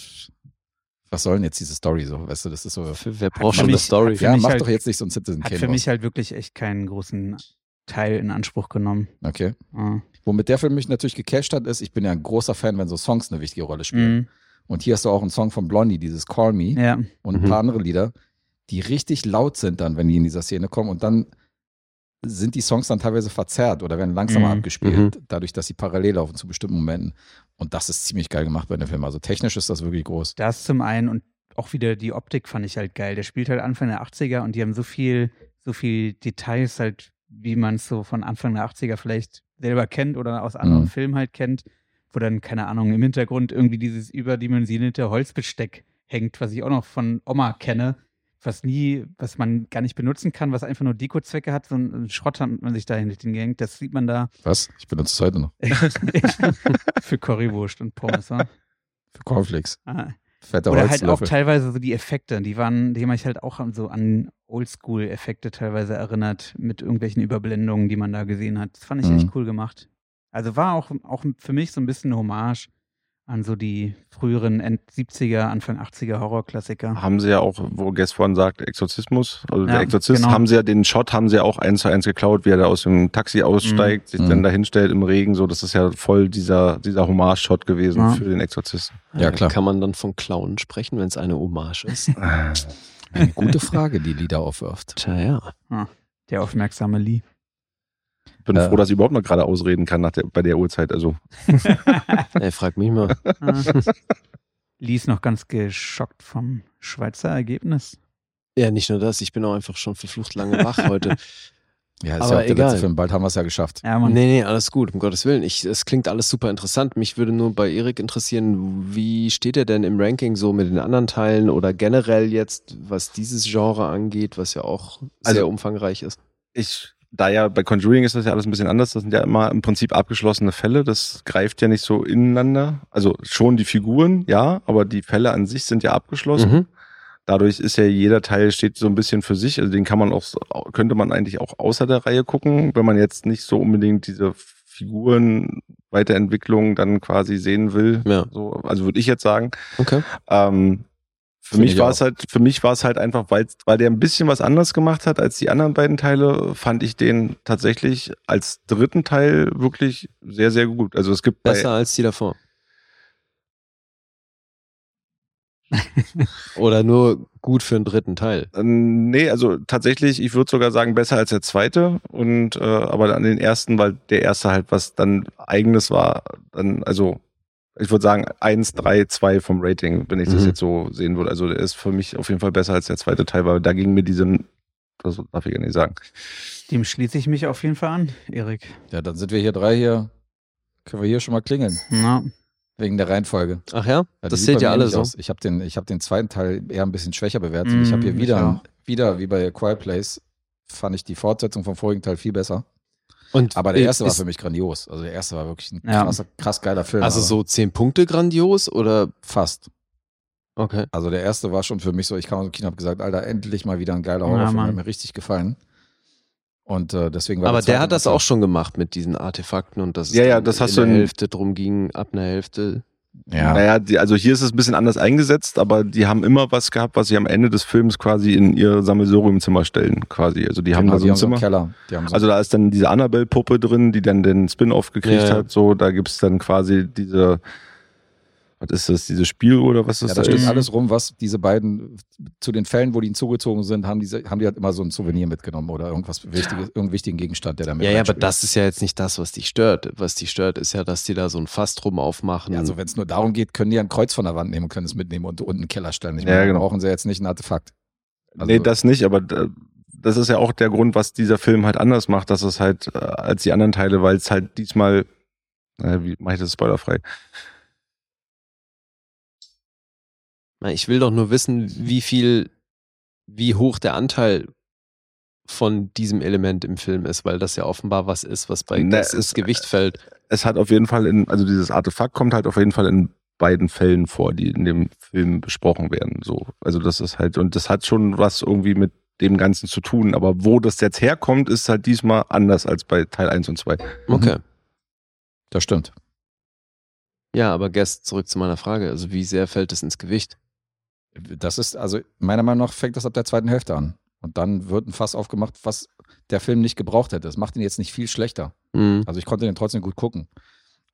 [SPEAKER 4] was soll denn jetzt diese Story so? Weißt du, das ist so.
[SPEAKER 2] Wer
[SPEAKER 4] Hat
[SPEAKER 2] braucht
[SPEAKER 4] für
[SPEAKER 2] schon eine
[SPEAKER 4] mich-
[SPEAKER 2] Story?
[SPEAKER 3] hat für
[SPEAKER 4] Ja,
[SPEAKER 3] mich
[SPEAKER 4] mach
[SPEAKER 3] halt-
[SPEAKER 4] doch jetzt nicht so ein Citizen
[SPEAKER 3] Hat
[SPEAKER 4] Kane
[SPEAKER 3] für mich
[SPEAKER 4] draus.
[SPEAKER 3] halt wirklich echt keinen großen Teil in Anspruch genommen.
[SPEAKER 4] Okay.
[SPEAKER 3] Ah.
[SPEAKER 4] Womit der Film mich natürlich gecasht hat, ist, ich bin ja ein großer Fan, wenn so Songs eine wichtige Rolle spielen.
[SPEAKER 3] Mhm.
[SPEAKER 4] Und hier hast du auch einen Song von Blondie, dieses Call Me.
[SPEAKER 3] Ja.
[SPEAKER 4] und ein
[SPEAKER 2] Mhm.
[SPEAKER 4] paar andere Lieder, die richtig laut sind dann, wenn die in dieser Szene kommen und dann sind die Songs dann teilweise verzerrt oder werden langsamer
[SPEAKER 3] Mhm.
[SPEAKER 4] abgespielt, dadurch, dass sie parallel laufen zu bestimmten Momenten. Und das ist ziemlich geil gemacht bei dem Film. Also technisch ist das wirklich groß.
[SPEAKER 3] Das zum einen und auch wieder die Optik fand ich halt geil. Der spielt halt Anfang der 80er und die haben so viel, so viel Details halt, wie man es so von Anfang der 80er vielleicht selber kennt oder aus anderen
[SPEAKER 4] Mhm.
[SPEAKER 3] Filmen halt kennt, wo dann, keine Ahnung, im Hintergrund irgendwie dieses überdimensionierte Holzbesteck hängt, was ich auch noch von Oma kenne, was nie, was man gar nicht benutzen kann, was einfach nur Dekozwecke hat, so einen Schrott hat man sich da hingehängt. Das sieht man da
[SPEAKER 4] Was? Ich benutze es heute noch.
[SPEAKER 3] für Currywurst und Pommes. wa?
[SPEAKER 4] Für Cornflakes.
[SPEAKER 3] Ah.
[SPEAKER 4] Fetter
[SPEAKER 3] Oder halt auch
[SPEAKER 4] Holzlöffel.
[SPEAKER 3] teilweise so die Effekte, die waren, die haben mich halt auch an so an Oldschool-Effekte teilweise erinnert, mit irgendwelchen Überblendungen, die man da gesehen hat. Das fand ich
[SPEAKER 4] Mhm.
[SPEAKER 3] echt cool gemacht. Also war auch, auch für mich so ein bisschen eine Hommage an so die früheren End 70er, Anfang 80er Horrorklassiker.
[SPEAKER 4] Ah.
[SPEAKER 5] Haben sie ja auch, wo Guess vorhin sagt, Exorzismus, also
[SPEAKER 3] Ja,
[SPEAKER 5] der Exorzist,
[SPEAKER 3] genau.
[SPEAKER 5] haben sie ja den Shot, haben sie ja auch eins zu eins geklaut, wie er da aus dem Taxi aussteigt, sich
[SPEAKER 4] Mhm.
[SPEAKER 5] dann dahinstellt im Regen, so, das ist ja voll dieser, dieser Hommage-Shot gewesen
[SPEAKER 3] Ja.
[SPEAKER 5] für den Exorzisten.
[SPEAKER 4] Ja, klar.
[SPEAKER 2] Kann man dann von Clown sprechen, wenn es eine Hommage ist?
[SPEAKER 4] Eine gute Frage, die Lieder aufwirft.
[SPEAKER 2] Tja, ja.
[SPEAKER 3] Der aufmerksame Lee.
[SPEAKER 5] Bin
[SPEAKER 4] Äh.
[SPEAKER 5] froh, dass ich überhaupt noch gerade ausreden kann nach der, bei der Uhrzeit, also.
[SPEAKER 2] Ey, frag mich mal.
[SPEAKER 3] Ah. Lee ist noch ganz geschockt vom Schweizer Ergebnis.
[SPEAKER 2] Ja, nicht nur das, ich bin auch einfach schon verflucht lange wach heute.
[SPEAKER 4] Ja, ist
[SPEAKER 2] Aber
[SPEAKER 4] ja auch der
[SPEAKER 2] egal.
[SPEAKER 4] letzte Film. Bald haben wir es ja geschafft.
[SPEAKER 3] Ja,
[SPEAKER 2] nee,
[SPEAKER 3] Mann.
[SPEAKER 2] nee, alles gut, um Gottes Willen. Ich, es klingt alles super interessant. Mich würde nur bei Erik interessieren, wie steht er denn im Ranking so mit den anderen Teilen oder generell jetzt, was dieses Genre angeht, was ja auch sehr
[SPEAKER 5] Also-
[SPEAKER 2] umfangreich ist.
[SPEAKER 5] ich, da ja bei Conjuring ist das ja alles ein bisschen anders, das sind ja immer im Prinzip abgeschlossene Fälle, das greift ja nicht so ineinander. Also schon die Figuren, ja, aber die Fälle an sich sind ja abgeschlossen.
[SPEAKER 2] Mhm.
[SPEAKER 5] Dadurch ist ja jeder Teil steht so ein bisschen für sich. Also den kann man auch, könnte man eigentlich auch außer der Reihe gucken, wenn man jetzt nicht so unbedingt diese Figuren Weiterentwicklung dann quasi sehen will.
[SPEAKER 2] Ja.
[SPEAKER 5] So, also würde ich jetzt sagen.
[SPEAKER 2] Okay.
[SPEAKER 5] Ähm, für
[SPEAKER 2] Finde
[SPEAKER 5] mich
[SPEAKER 2] ich
[SPEAKER 5] war
[SPEAKER 2] auch.
[SPEAKER 5] es halt, für mich war es halt einfach, weil, weil der ein bisschen was anders gemacht hat als die anderen beiden Teile, fand ich den tatsächlich als dritten Teil wirklich sehr, sehr gut. Also es gibt bei-
[SPEAKER 2] Besser als die davor. Oder nur gut für einen dritten Teil.
[SPEAKER 5] Ähm, nee, also tatsächlich, ich würde sogar sagen, besser als der zweite. Und äh, aber an den ersten, weil der erste halt was dann eigenes war, dann, also ich würde sagen, eins, drei, zwei vom Rating, wenn ich das
[SPEAKER 2] Mhm.
[SPEAKER 5] jetzt so sehen würde. Also der ist für mich auf jeden Fall besser als der zweite Teil, weil da ging mir diese, das darf ich gar nicht sagen.
[SPEAKER 3] Dem schließe ich mich auf jeden Fall an, Erik.
[SPEAKER 4] Ja, dann sind wir hier drei hier. Können wir hier schon mal klingeln.
[SPEAKER 3] Na,
[SPEAKER 4] Wegen der Reihenfolge.
[SPEAKER 2] Ach ja?
[SPEAKER 4] Ja, die
[SPEAKER 2] das
[SPEAKER 4] sieht
[SPEAKER 2] zählt
[SPEAKER 4] bei
[SPEAKER 2] ja
[SPEAKER 4] mir
[SPEAKER 2] alle
[SPEAKER 4] nicht
[SPEAKER 2] so.
[SPEAKER 4] aus. Ich habe den, ich hab den zweiten Teil eher ein bisschen schwächer bewertet. ich habe
[SPEAKER 3] Mm,
[SPEAKER 4] hier
[SPEAKER 3] ich
[SPEAKER 4] wieder,
[SPEAKER 3] auch.
[SPEAKER 4] wieder wie bei Quiet Place, fand ich die Fortsetzung vom vorigen Teil viel besser.
[SPEAKER 2] Und
[SPEAKER 4] Aber der
[SPEAKER 2] i-
[SPEAKER 4] erste war
[SPEAKER 2] ist-
[SPEAKER 4] für mich grandios. Also der erste war wirklich ein
[SPEAKER 3] Ja.
[SPEAKER 4] krasser, krass geiler Film.
[SPEAKER 2] Also
[SPEAKER 4] aber
[SPEAKER 2] so zehn Punkte grandios oder
[SPEAKER 4] Fast.
[SPEAKER 2] okay.
[SPEAKER 4] Also der erste war schon für mich so, ich kam aus dem Kino und habe gesagt, Alter, endlich mal wieder ein geiler Horrorfilm,
[SPEAKER 3] Mann.
[SPEAKER 4] hat mir richtig gefallen. Und äh, deswegen war
[SPEAKER 2] Aber der
[SPEAKER 4] zweite
[SPEAKER 2] hat das
[SPEAKER 4] besser.
[SPEAKER 2] auch schon gemacht mit diesen Artefakten und dass es
[SPEAKER 5] Ja, ja,
[SPEAKER 2] dann
[SPEAKER 5] das hast
[SPEAKER 2] in
[SPEAKER 5] du
[SPEAKER 2] der
[SPEAKER 5] in-
[SPEAKER 2] Hälfte drum ging, ab einer Hälfte.
[SPEAKER 4] Ja.
[SPEAKER 5] Naja, die, also hier ist es ein bisschen anders eingesetzt, aber die haben immer was gehabt, was sie am Ende des Films quasi in ihr Sammelsuriumzimmer stellen, quasi. Also die haben
[SPEAKER 4] Genau,
[SPEAKER 5] da so
[SPEAKER 4] die
[SPEAKER 5] ein
[SPEAKER 4] haben so einen
[SPEAKER 5] Zimmer.
[SPEAKER 4] Keller. Die haben so
[SPEAKER 5] Also da ist dann diese Annabelle-Puppe drin, die dann den Spin-off gekriegt
[SPEAKER 2] Ja, ja.
[SPEAKER 5] hat. So, da gibt's dann quasi diese, was ist das, diese Spieluhr oder was das
[SPEAKER 4] ja,
[SPEAKER 5] da
[SPEAKER 4] da steht
[SPEAKER 5] ist?
[SPEAKER 4] alles rum, was diese beiden zu den Fällen, wo die ihnen zugezogen sind, haben, diese, haben die halt immer so ein Souvenir mitgenommen oder irgendwas wichtiges, irgendeinen wichtigen Gegenstand, der damit
[SPEAKER 2] Ja, ja, aber das ist ja jetzt nicht das, was dich stört. Was dich stört, ist ja, dass die da so ein Fass drum aufmachen.
[SPEAKER 4] Ja, also wenn es nur darum geht, können die ein Kreuz von der Wand nehmen und können es mitnehmen und unten in den Keller stellen. Ich
[SPEAKER 5] Ja,
[SPEAKER 4] meine, da
[SPEAKER 5] genau.
[SPEAKER 4] brauchen sie jetzt nicht ein Artefakt. Also-
[SPEAKER 5] nee, das nicht, aber da, das ist ja auch der Grund, was dieser Film halt anders macht, dass es halt äh, als die anderen Teile, weil es halt diesmal, äh, wie mache ich das spoilerfrei?
[SPEAKER 2] Na, Ich will doch nur wissen, wie viel, wie hoch der Anteil von diesem Element im Film ist, weil das ja offenbar was ist, was bei
[SPEAKER 5] Na,
[SPEAKER 2] das
[SPEAKER 5] es-
[SPEAKER 2] ins Gewicht fällt.
[SPEAKER 5] Es hat auf jeden Fall in, also dieses Artefakt kommt halt auf jeden Fall in beiden Fällen vor, die in dem Film besprochen werden. So, also das ist halt und das hat schon was irgendwie mit dem Ganzen zu tun, aber wo das jetzt herkommt, ist halt diesmal anders als bei Teil 1 und 2.
[SPEAKER 2] Okay.
[SPEAKER 4] Das stimmt.
[SPEAKER 2] Ja, aber Guest, zurück zu meiner Frage. Also wie sehr fällt es ins Gewicht?
[SPEAKER 4] Das ist, also meiner Meinung nach fängt das ab der zweiten Hälfte an. Und dann wird ein Fass aufgemacht, was der Film nicht gebraucht hätte. Das macht ihn jetzt nicht viel schlechter.
[SPEAKER 2] Mhm.
[SPEAKER 4] Also ich konnte den trotzdem gut gucken.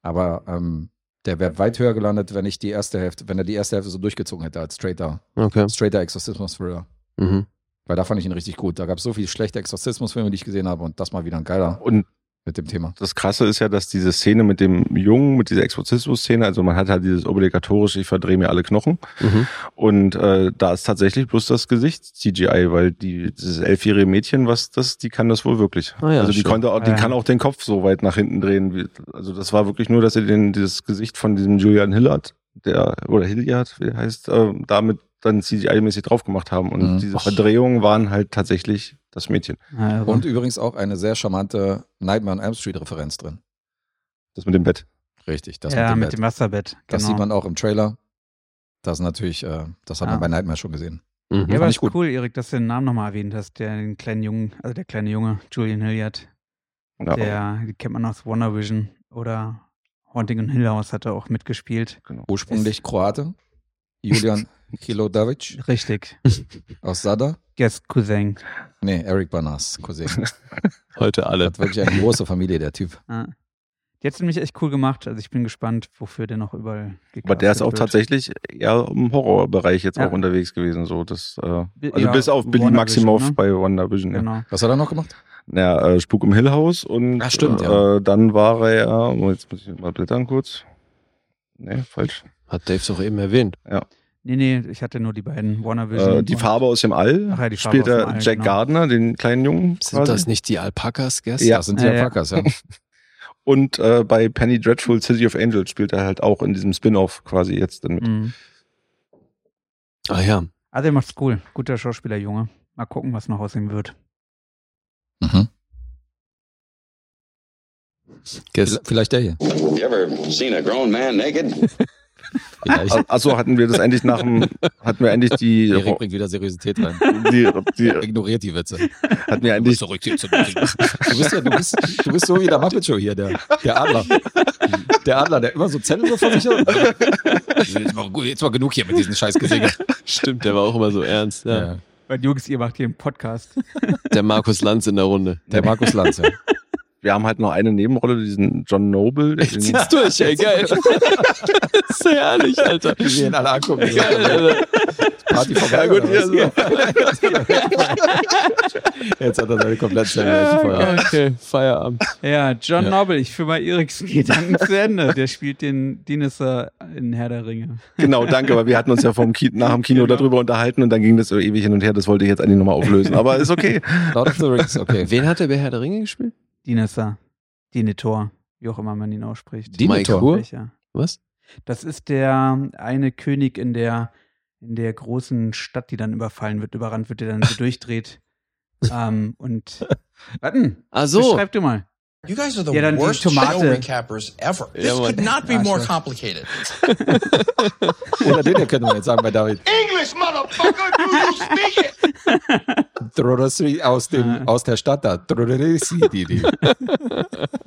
[SPEAKER 4] Aber ähm, der wäre weit höher gelandet, wenn ich die erste Hälfte, wenn er die erste Hälfte so durchgezogen hätte als straighter,
[SPEAKER 2] Okay.
[SPEAKER 4] straighter Exorzismus-Thriller.
[SPEAKER 2] Mhm.
[SPEAKER 4] Weil da fand ich ihn richtig gut. Da gab es so viele schlechte Exorzismusfilme, die ich gesehen habe und das mal wieder ein geiler
[SPEAKER 5] Und
[SPEAKER 4] mit dem Thema.
[SPEAKER 5] das Krasse ist ja, dass diese Szene mit dem Jungen, mit dieser Exorzismus-Szene, also man hat halt dieses obligatorische, ich verdrehe mir alle Knochen.
[SPEAKER 2] Mhm.
[SPEAKER 5] Und äh, da ist tatsächlich bloß das Gesicht CGI, weil die, dieses elfjährige Mädchen, was das, die kann das wohl wirklich.
[SPEAKER 2] Ah ja,
[SPEAKER 5] also die
[SPEAKER 2] schön.
[SPEAKER 5] konnte auch, die
[SPEAKER 3] Ja.
[SPEAKER 5] kann auch den Kopf so weit nach hinten drehen. Wie, also das war wirklich nur, dass sie den, dieses Gesicht von diesem Julian Hillard, der, oder Hilliard, wie er heißt, äh, damit dann CGI-mäßig drauf gemacht haben. Und
[SPEAKER 4] Mhm.
[SPEAKER 5] diese
[SPEAKER 2] Och.
[SPEAKER 5] Verdrehungen waren halt tatsächlich das Mädchen.
[SPEAKER 3] also,
[SPEAKER 4] Und übrigens auch eine sehr charmante Nightmare on Elm Street-Referenz drin.
[SPEAKER 5] Das mit dem Bett.
[SPEAKER 4] Richtig, das
[SPEAKER 3] ja,
[SPEAKER 4] mit dem
[SPEAKER 3] mit
[SPEAKER 4] Bett.
[SPEAKER 3] dem Wasserbett. Genau.
[SPEAKER 4] Das sieht man auch im Trailer. Das ist natürlich, äh, das hat
[SPEAKER 3] Ja.
[SPEAKER 4] man bei Nightmare schon gesehen.
[SPEAKER 2] Mhm.
[SPEAKER 3] Ja,
[SPEAKER 4] Fand
[SPEAKER 3] aber
[SPEAKER 4] ich
[SPEAKER 3] ist
[SPEAKER 4] gut.
[SPEAKER 3] cool, Erik, dass du den Namen nochmal erwähnt hast, der den kleinen Jungen, also der kleine Junge, Julian Hilliard,
[SPEAKER 5] Ja,
[SPEAKER 3] der den kennt man aus Wonder Vision oder Haunting in Hill House hat er auch mitgespielt.
[SPEAKER 5] Genau.
[SPEAKER 4] Ursprünglich Kroate. Julian Kilodavic
[SPEAKER 3] Richtig.
[SPEAKER 4] aus Sada.
[SPEAKER 3] Guest Cousin.
[SPEAKER 4] Nee, Eric Banas, Cousin.
[SPEAKER 2] Heute alle.
[SPEAKER 4] Hat wirklich eine große Familie, der Typ.
[SPEAKER 3] Ja. Ah. Die hat nämlich echt cool gemacht. Also ich bin gespannt, wofür der noch überall
[SPEAKER 5] Aber der ist auch
[SPEAKER 3] gecastet
[SPEAKER 5] tatsächlich eher im Horrorbereich jetzt
[SPEAKER 3] Ja.
[SPEAKER 5] auch unterwegs gewesen. So, das, äh, also
[SPEAKER 3] ja,
[SPEAKER 5] bis auf Billy
[SPEAKER 3] WandaVision,
[SPEAKER 5] Maximoff
[SPEAKER 3] ne?
[SPEAKER 5] bei WandaVision.
[SPEAKER 3] wird.
[SPEAKER 5] Ja.
[SPEAKER 3] Genau.
[SPEAKER 4] Was hat er noch gemacht?
[SPEAKER 5] Ja, äh, Spuk im Hill House und
[SPEAKER 4] Ah, stimmt,
[SPEAKER 5] äh,
[SPEAKER 4] ja.
[SPEAKER 5] dann war er ja, oh, jetzt muss ich mal blättern kurz. Nee, falsch.
[SPEAKER 2] Hat Dave doch eben erwähnt.
[SPEAKER 3] Nee, nee, ich hatte nur die beiden Warner Vision.
[SPEAKER 5] Äh, die Farbe aus dem All
[SPEAKER 3] Ach ja, die Farbe
[SPEAKER 5] spielt
[SPEAKER 3] aus
[SPEAKER 5] er
[SPEAKER 3] dem All,
[SPEAKER 5] Jack
[SPEAKER 3] genau.
[SPEAKER 5] Gardner, den kleinen Jungen.
[SPEAKER 2] Sind
[SPEAKER 5] quasi.
[SPEAKER 2] das nicht die Alpakas, Guest?
[SPEAKER 5] Ja.
[SPEAKER 4] Das sind die
[SPEAKER 3] Ja, ja.
[SPEAKER 4] Alpakas, ja.
[SPEAKER 5] Und äh, bei Penny Dreadful City of Angels spielt er halt auch in diesem Spin-off quasi jetzt dann mit.
[SPEAKER 3] Mhm.
[SPEAKER 2] Ah ja.
[SPEAKER 3] Also der macht's cool. Guter Schauspieler, Junge. Mal gucken, was noch aus ihm wird.
[SPEAKER 4] Mhm.
[SPEAKER 2] Guest.
[SPEAKER 4] Vielleicht der hier.
[SPEAKER 7] You ever seen a grown man naked?
[SPEAKER 4] Vielleicht.
[SPEAKER 5] Ach- Achso, hatten wir das eigentlich nach dem, hatten wir eigentlich die,
[SPEAKER 4] Erik bringt wieder Seriosität rein.
[SPEAKER 5] die, die
[SPEAKER 4] Ignoriert die Witze.
[SPEAKER 5] hatten wir
[SPEAKER 4] Du bist
[SPEAKER 5] eigentlich,
[SPEAKER 4] zurück hier zum du bist, ja, du, bist, du bist so wie der Muppet Show hier, der, der Adler. Der Adler, der immer so Zettel so vor sich hat. Also Jetzt mal, jetzt mal genug hier mit diesen scheiß Gesingen.
[SPEAKER 2] Stimmt, der war auch immer so ernst. Ja.
[SPEAKER 4] Ja.
[SPEAKER 3] Weil Jungs, ihr macht hier einen Podcast.
[SPEAKER 2] Der Markus Lanz in der Runde.
[SPEAKER 4] Der Markus Lanz, ja.
[SPEAKER 5] wir haben halt noch eine Nebenrolle, diesen John Noble. der den-
[SPEAKER 2] Zieh's durch, ey, geil. das ist herrlich, Alter.
[SPEAKER 4] Wie wir ihn alle angucken.
[SPEAKER 2] Geil, Alter.
[SPEAKER 4] Party vorbei.
[SPEAKER 2] Ja, gut,
[SPEAKER 4] oder was? Jetzt hat er seine komplette Zeit
[SPEAKER 2] Ja, Okay, Feierabend.
[SPEAKER 3] Ja, John
[SPEAKER 4] Ja.
[SPEAKER 3] Noble, ich führe mal Eriks Gedanken zu Ende. Der spielt den Dinister in Herr der Ringe.
[SPEAKER 5] Genau, danke, weil wir hatten uns ja vom Ki nach dem Kino darüber unterhalten und dann ging das so ewig hin und her. Das wollte ich jetzt eigentlich nochmal auflösen, aber ist okay.
[SPEAKER 4] Lord of the Rings, okay.
[SPEAKER 2] Wen hat der bei Herr der Ringe gespielt?
[SPEAKER 3] Dinister. Dinitor. Wie auch immer man ihn ausspricht.
[SPEAKER 4] Dinitor.
[SPEAKER 2] Mike Hur?
[SPEAKER 3] Welcher?
[SPEAKER 2] Was?
[SPEAKER 3] Das ist der eine König in der, in der großen Stadt, die dann überfallen wird, überrannt wird, der dann so durchdreht. ähm, und. Warten,
[SPEAKER 2] Ach so.
[SPEAKER 3] schreib du mal.
[SPEAKER 10] You guys are the
[SPEAKER 3] Ja, dann die
[SPEAKER 10] worst show
[SPEAKER 3] Tomate.
[SPEAKER 10] recappers ever.
[SPEAKER 2] Ja,
[SPEAKER 10] This could
[SPEAKER 2] Mann.
[SPEAKER 10] not be
[SPEAKER 3] Ja,
[SPEAKER 10] more
[SPEAKER 3] sure.
[SPEAKER 10] complicated.
[SPEAKER 4] Oder den hier könnte man jetzt sagen bei David.
[SPEAKER 9] English, motherfucker, do you speak it?
[SPEAKER 4] Dorothy aus,
[SPEAKER 3] Ah.
[SPEAKER 4] dem, aus der Stadt da. Dorothy, die, die.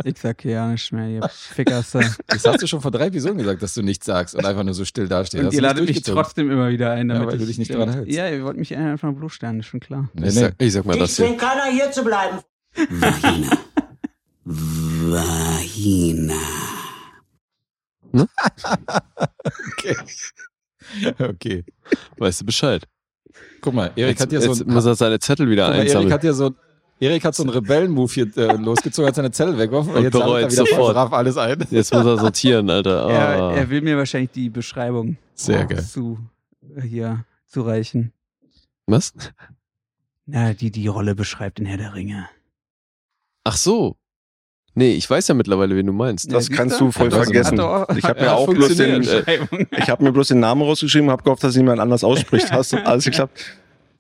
[SPEAKER 3] Ich sag hier ja nicht mehr, ihr Fickerste.
[SPEAKER 4] Das hast du schon vor drei Episoden gesagt, dass du nichts sagst und einfach nur so still dastehst.
[SPEAKER 3] Und
[SPEAKER 4] Hast
[SPEAKER 3] ihr
[SPEAKER 4] du nicht
[SPEAKER 3] ladet mich
[SPEAKER 4] durchgezogen.
[SPEAKER 3] trotzdem immer wieder ein,
[SPEAKER 4] Ja,
[SPEAKER 3] damit äh,
[SPEAKER 4] weil du dich nicht dran hältst.
[SPEAKER 3] Ja, ihr wollt mich einfach bloßstellen, ist schon klar.
[SPEAKER 4] Nee,
[SPEAKER 2] Ich
[SPEAKER 4] nee.
[SPEAKER 2] sag, ich sag mal das hier.
[SPEAKER 8] keiner hier zu bleiben.
[SPEAKER 4] Okay.
[SPEAKER 2] Weißt du Bescheid?
[SPEAKER 4] Guck mal, Erik
[SPEAKER 2] jetzt,
[SPEAKER 4] hat ja so
[SPEAKER 2] jetzt
[SPEAKER 4] ein,
[SPEAKER 2] muss er seine Zettel wieder
[SPEAKER 4] Guck mal, Erik
[SPEAKER 2] einsammeln.
[SPEAKER 4] hat ja so ein- Erik hat so einen Rebellen-Move hier äh, losgezogen, hat seine Zelle weggeworfen
[SPEAKER 2] Und
[SPEAKER 4] und jetzt sammelt er
[SPEAKER 2] bereut's
[SPEAKER 4] wieder voll
[SPEAKER 2] sofort.
[SPEAKER 4] brav alles ein.
[SPEAKER 2] Jetzt muss er sortieren, Alter.
[SPEAKER 3] Er,
[SPEAKER 2] Ah.
[SPEAKER 3] er will mir wahrscheinlich die Beschreibung
[SPEAKER 4] Sehr geil.
[SPEAKER 3] zu hier zureichen.
[SPEAKER 2] Was?
[SPEAKER 3] Na, die die Rolle beschreibt in Herr der Ringe.
[SPEAKER 2] Ach so. Nee, ich weiß ja mittlerweile, wen du meinst.
[SPEAKER 5] Das
[SPEAKER 3] siehst
[SPEAKER 5] kannst
[SPEAKER 3] du?
[SPEAKER 5] du voll
[SPEAKER 2] Ja, das
[SPEAKER 5] vergessen.
[SPEAKER 3] hat doch-
[SPEAKER 5] Ich habe
[SPEAKER 2] Ja,
[SPEAKER 5] mir auch bloß den, äh,
[SPEAKER 2] funktioniert.
[SPEAKER 3] Beschreibung.
[SPEAKER 5] ich habe mir bloß den Namen rausgeschrieben, habe gehofft, dass jemand anders ausspricht. Hast du alles geklappt?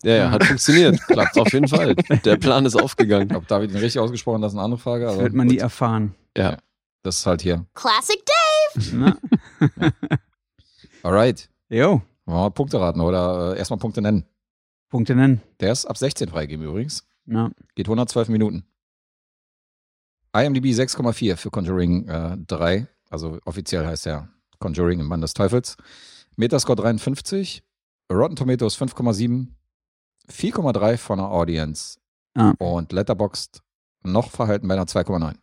[SPEAKER 2] Ja, ja, hat funktioniert. Klappt auf jeden Fall. Der Plan ist aufgegangen.
[SPEAKER 4] Ob David ihn richtig ausgesprochen hat, ist eine andere Frage.
[SPEAKER 3] Das
[SPEAKER 4] Aber
[SPEAKER 3] wird man nie
[SPEAKER 4] gut,
[SPEAKER 3] erfahren.
[SPEAKER 4] das ist halt hier.
[SPEAKER 11] Classic
[SPEAKER 3] Na?
[SPEAKER 4] Alright.
[SPEAKER 3] Jo,
[SPEAKER 4] Wollen wir mal Punkte raten oder äh, erstmal Punkte nennen.
[SPEAKER 3] Punkte nennen.
[SPEAKER 4] Der ist ab 16 freigegeben übrigens.
[SPEAKER 3] Na,
[SPEAKER 4] Geht 112 Minuten. IMDb 6,4 für Conjuring äh, 3. Also offiziell heißt er Conjuring im Mann des Teufels. Metascore 53. Rotten Tomatoes 5,7. 4,3 von der Audience.
[SPEAKER 3] Ah.
[SPEAKER 4] Und Letterboxd noch verhalten bei einer 2,9.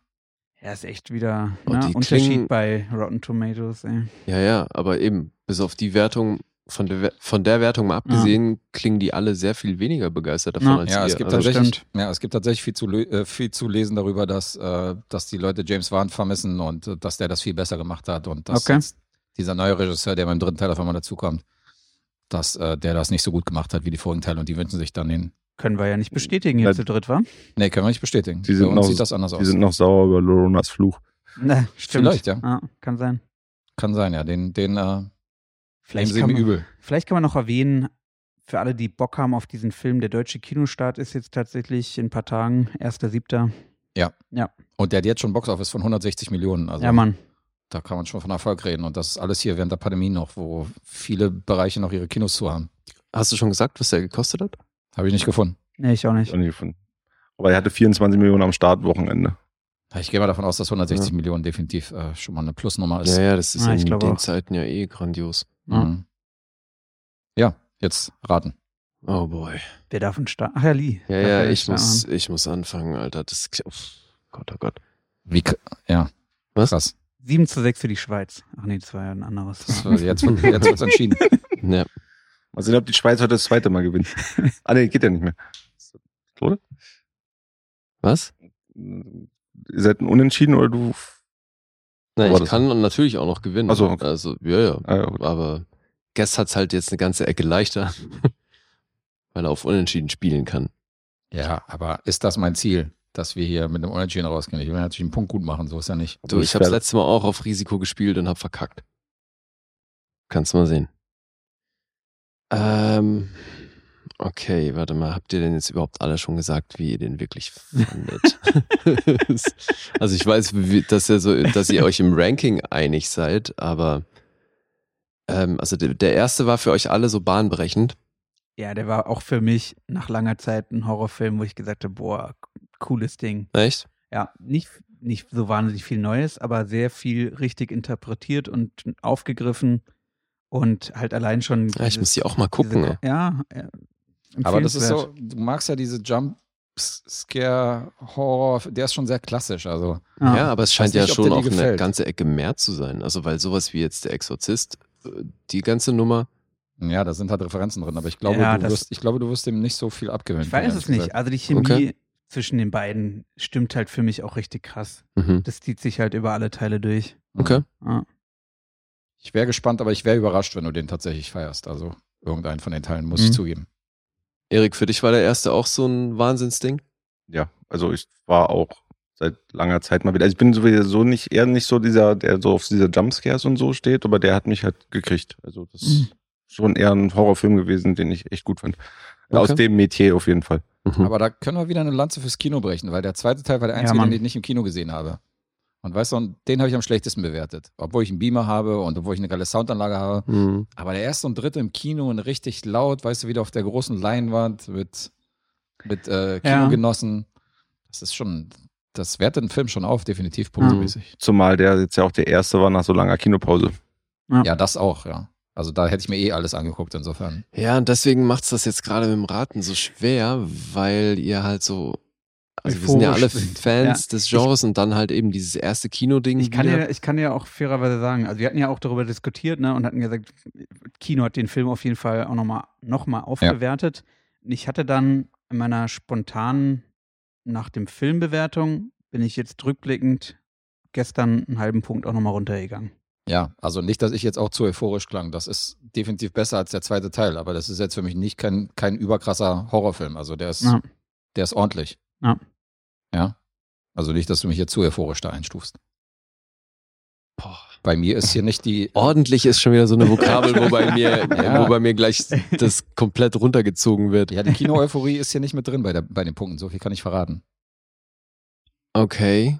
[SPEAKER 3] er ist echt wieder
[SPEAKER 2] Oh,
[SPEAKER 3] na,
[SPEAKER 2] die
[SPEAKER 3] Unterschied
[SPEAKER 2] klingen-
[SPEAKER 3] bei Rotten Tomatoes. Ey.
[SPEAKER 2] Ja, ja, aber eben, bis auf die Wertung, von der, Wer- von der Wertung mal abgesehen, klingen die alle sehr viel weniger begeistert davon
[SPEAKER 3] Ja.
[SPEAKER 2] als
[SPEAKER 4] Ja,
[SPEAKER 2] ihr.
[SPEAKER 4] es gibt
[SPEAKER 2] also,
[SPEAKER 3] das
[SPEAKER 4] tatsächlich, ja, es gibt tatsächlich viel zu, lö- äh, viel zu lesen darüber, dass, äh, dass die Leute James Wan vermissen und äh, dass der das viel besser gemacht hat und dass
[SPEAKER 3] Okay.
[SPEAKER 4] jetzt dieser neue Regisseur, der beim dritten Teil auf einmal dazukommt, dass äh, der das nicht so gut gemacht hat wie die vorigen Teile und die wünschen sich dann den.
[SPEAKER 3] Können wir ja nicht bestätigen
[SPEAKER 5] Na,
[SPEAKER 3] hier zu dritt, wa?
[SPEAKER 4] Nee, können wir nicht bestätigen.
[SPEAKER 5] Die sind
[SPEAKER 4] Bei uns
[SPEAKER 5] noch-
[SPEAKER 4] sieht das anders
[SPEAKER 5] Die
[SPEAKER 4] aus.
[SPEAKER 5] sind noch sauer über Loronas Fluch.
[SPEAKER 3] Na, stimmt. Ah,
[SPEAKER 4] Vielleicht, ja.
[SPEAKER 3] kann sein.
[SPEAKER 4] Kann sein, ja. Den, den äh, nehmen
[SPEAKER 3] Vielleicht
[SPEAKER 4] sie
[SPEAKER 3] kann,
[SPEAKER 4] ihm
[SPEAKER 3] man,
[SPEAKER 4] übel.
[SPEAKER 3] vielleicht kann man noch erwähnen, für alle, die Bock haben auf diesen Film, der deutsche Kinostart ist jetzt tatsächlich in ein paar Tagen, 1.7.
[SPEAKER 4] Und der hat jetzt schon Boxoffice von 160 Millionen. Also
[SPEAKER 3] Ja, Mann.
[SPEAKER 4] da kann man schon von Erfolg reden. Und das ist alles hier während der Pandemie noch, wo viele Bereiche noch ihre Kinos zu haben.
[SPEAKER 2] hast du schon gesagt, was der gekostet hat?
[SPEAKER 4] Habe ich nicht gefunden.
[SPEAKER 3] Nee, ich auch
[SPEAKER 5] Hab
[SPEAKER 3] nicht.
[SPEAKER 5] ich nie gefunden. Aber er hatte 24 Millionen am Startwochenende.
[SPEAKER 4] Ja, Ich gehe mal davon aus, dass 160
[SPEAKER 2] Ja.
[SPEAKER 4] Millionen definitiv äh, schon mal eine Plusnummer ist.
[SPEAKER 2] Ja, ja, das ist
[SPEAKER 3] Ah, ich
[SPEAKER 2] in
[SPEAKER 3] glaube
[SPEAKER 2] den
[SPEAKER 3] auch.
[SPEAKER 2] Zeiten ja eh grandios.
[SPEAKER 3] ja.
[SPEAKER 4] Mhm. ja, jetzt raten.
[SPEAKER 2] Oh boy.
[SPEAKER 3] Wer darf denn starten? Ach ja, Lee.
[SPEAKER 2] Ja,
[SPEAKER 3] Darf
[SPEAKER 2] ja,
[SPEAKER 3] er
[SPEAKER 2] ich
[SPEAKER 3] starten?
[SPEAKER 2] muss, ich muss anfangen, Alter. Das pff, Gott, oh Gott.
[SPEAKER 4] Wie, k- ja.
[SPEAKER 2] Was?
[SPEAKER 4] Krass.
[SPEAKER 3] 7 zu 6 für die Schweiz. Ach nee, das war ja ein anderes.
[SPEAKER 4] Das, äh, jetzt jetzt wird es entschieden.
[SPEAKER 2] Ja.
[SPEAKER 5] Mal sehen, ob die Schweiz heute das zweite Mal gewinnt. Ah, nee, geht ja nicht mehr.
[SPEAKER 2] Was?
[SPEAKER 5] Ihr seid ein Unentschieden oder du.
[SPEAKER 2] Nein,
[SPEAKER 5] War
[SPEAKER 2] ich
[SPEAKER 5] das-
[SPEAKER 2] kann natürlich auch noch gewinnen.
[SPEAKER 5] Ach so, okay.
[SPEAKER 2] Also, ja, ja.
[SPEAKER 5] Ah, ja, gut.
[SPEAKER 2] Aber Guest hat's halt jetzt eine ganze Ecke leichter, weil er auf Unentschieden spielen kann.
[SPEAKER 4] Ja, aber ist das mein Ziel, dass wir hier mit einem Unentschieden rausgehen? Ich will natürlich einen Punkt gut machen, so ist ja nicht.
[SPEAKER 2] Du,
[SPEAKER 5] ich
[SPEAKER 2] ich habe das
[SPEAKER 5] werde-
[SPEAKER 2] letzte Mal auch auf Risiko gespielt und habe verkackt. Kannst mal sehen. Ähm, okay, warte mal. Habt ihr denn jetzt überhaupt alle schon gesagt, wie ihr den wirklich fandet? also ich weiß, wie, dass, ihr so, dass ihr euch im Ranking einig seid, aber Ähm, also der, der erste war für euch alle so bahnbrechend.
[SPEAKER 3] Ja, der war auch für mich nach langer Zeit ein Horrorfilm, wo ich gesagt habe, boah, cooles Ding.
[SPEAKER 2] Echt?
[SPEAKER 3] Ja, nicht, nicht so wahnsinnig viel Neues, aber sehr viel richtig interpretiert und aufgegriffen und halt allein schon.
[SPEAKER 2] Ja, ich
[SPEAKER 3] dieses-
[SPEAKER 2] muss die auch mal gucken. ne?
[SPEAKER 3] diese-
[SPEAKER 2] ey.
[SPEAKER 3] ja, ja,
[SPEAKER 4] Aber das ist
[SPEAKER 3] empfehlenswert.
[SPEAKER 4] so, du magst ja diese Jump Scare Horror, der ist schon sehr klassisch. Also
[SPEAKER 3] Ah.
[SPEAKER 2] Ja, aber es scheint
[SPEAKER 4] Weiß
[SPEAKER 2] ja
[SPEAKER 4] nicht, ob dir
[SPEAKER 2] schon
[SPEAKER 4] die
[SPEAKER 2] auch eine
[SPEAKER 4] gefällt.
[SPEAKER 2] ganze Ecke mehr zu sein. Also weil sowas wie jetzt der Exorzist, äh, die ganze Nummer,
[SPEAKER 4] ja, da sind halt Referenzen drin, aber ich glaube,
[SPEAKER 3] Ja,
[SPEAKER 4] du
[SPEAKER 3] das-
[SPEAKER 4] wirst, ich glaube, du wirst dem nicht so viel abgewöhnen.
[SPEAKER 3] Ich weiß
[SPEAKER 4] ehrlich
[SPEAKER 3] es nicht.
[SPEAKER 4] gesagt.
[SPEAKER 3] Also die Chemie
[SPEAKER 2] Okay.
[SPEAKER 3] zwischen den beiden stimmt halt für mich auch richtig krass.
[SPEAKER 2] mhm.
[SPEAKER 3] Das zieht sich halt über alle Teile durch.
[SPEAKER 2] okay.
[SPEAKER 3] Ja.
[SPEAKER 4] Ich wäre gespannt, aber ich wäre überrascht, wenn du den tatsächlich feierst. Also irgendeinen von den Teilen muss
[SPEAKER 3] Mhm.
[SPEAKER 4] ich zugeben.
[SPEAKER 2] Erik, für dich war der erste auch so ein Wahnsinnsding?
[SPEAKER 5] Ja, also ich war auch seit langer Zeit mal wieder. Also ich bin sowieso nicht, eher nicht so dieser, der so auf dieser Jumpscares und so steht, aber der hat mich halt gekriegt. Also das
[SPEAKER 3] Mhm.
[SPEAKER 5] ist schon eher ein Horrorfilm gewesen, den ich echt gut fand. Also
[SPEAKER 2] Okay.
[SPEAKER 5] Aus dem Metier auf jeden Fall.
[SPEAKER 2] Mhm.
[SPEAKER 4] Aber da können wir wieder eine Lanze fürs Kino brechen, weil der zweite Teil war der
[SPEAKER 3] Hm. Ja,
[SPEAKER 4] einzige,
[SPEAKER 3] Mann.
[SPEAKER 4] den ich nicht im Kino gesehen habe. Und weißt du, und den habe ich am schlechtesten bewertet. Obwohl ich einen Beamer habe und obwohl ich eine geile Soundanlage habe.
[SPEAKER 2] Mhm.
[SPEAKER 4] Aber der erste und dritte im Kino und richtig laut, weißt du, wieder auf der großen Leinwand mit, mit äh, Kinogenossen. Das ist schon, das wertet einen Film schon auf, definitiv punktemäßig.
[SPEAKER 5] Zumal der jetzt ja auch der erste war nach so langer Kinopause.
[SPEAKER 3] Mhm.
[SPEAKER 4] Ja, das auch, ja. Also da hätte ich mir eh alles angeguckt, insofern.
[SPEAKER 2] Ja, und deswegen macht's das jetzt gerade mit dem Raten so schwer, weil ihr halt so. Also wir sind ja alle
[SPEAKER 3] Euphorisch sind.
[SPEAKER 2] Fans des Genres und dann halt eben dieses erste Kinoding.
[SPEAKER 3] Ich kann,
[SPEAKER 2] wieder.
[SPEAKER 3] ja, ich kann ja auch fairerweise sagen, also wir hatten ja auch darüber diskutiert ne, und hatten gesagt, Kino hat den Film auf jeden Fall auch nochmal noch mal aufgewertet. Und ich hatte dann in meiner spontanen, nach dem Filmbewertung, bin ich jetzt rückblickend gestern einen halben Punkt auch nochmal runtergegangen.
[SPEAKER 4] Ja, also nicht, dass ich jetzt auch zu euphorisch klang. Das ist definitiv besser als der zweite Teil, aber das ist jetzt für mich nicht kein, kein überkrasser Horrorfilm. Also der ist,
[SPEAKER 3] Ja.
[SPEAKER 4] der ist ordentlich.
[SPEAKER 3] Ja.
[SPEAKER 4] Ja. Also nicht, dass du mich jetzt zu euphorisch da einstufst.
[SPEAKER 2] Boah.
[SPEAKER 4] Bei mir ist hier nicht die.
[SPEAKER 2] Ordentlich ist schon wieder so eine Vokabel, wo bei mir, wo bei mir gleich das komplett runtergezogen wird.
[SPEAKER 4] Ja, die Kino-Euphorie ist hier nicht mit drin bei, der, bei den Punkten. So viel kann ich verraten.
[SPEAKER 2] Okay.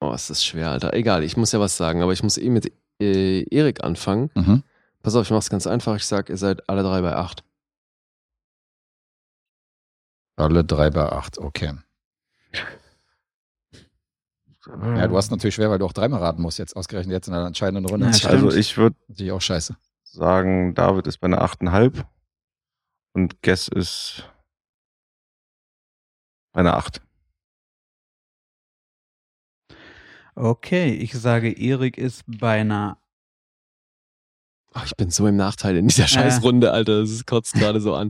[SPEAKER 2] Oh, es ist schwer, Alter. Egal, ich muss ja was sagen, aber ich muss eh mit äh, Erik anfangen.
[SPEAKER 4] Mhm.
[SPEAKER 2] Pass auf, ich mach's ganz einfach. Ich sag, ihr seid alle drei bei acht.
[SPEAKER 4] Alle drei bei acht, okay. Ja, du hast natürlich schwer, weil du auch dreimal raten musst, jetzt ausgerechnet jetzt in einer entscheidenden Runde.
[SPEAKER 3] Ja, stimmt.
[SPEAKER 5] Also ich würde
[SPEAKER 4] natürlich auch scheiße.
[SPEAKER 5] sagen, David ist bei einer 8,5 und Guess ist bei einer 8.
[SPEAKER 3] Okay, ich sage, Erik ist bei einer
[SPEAKER 2] Ach, ich bin so im Nachteil in dieser Scheißrunde, Alter. Das kotzt gerade so an.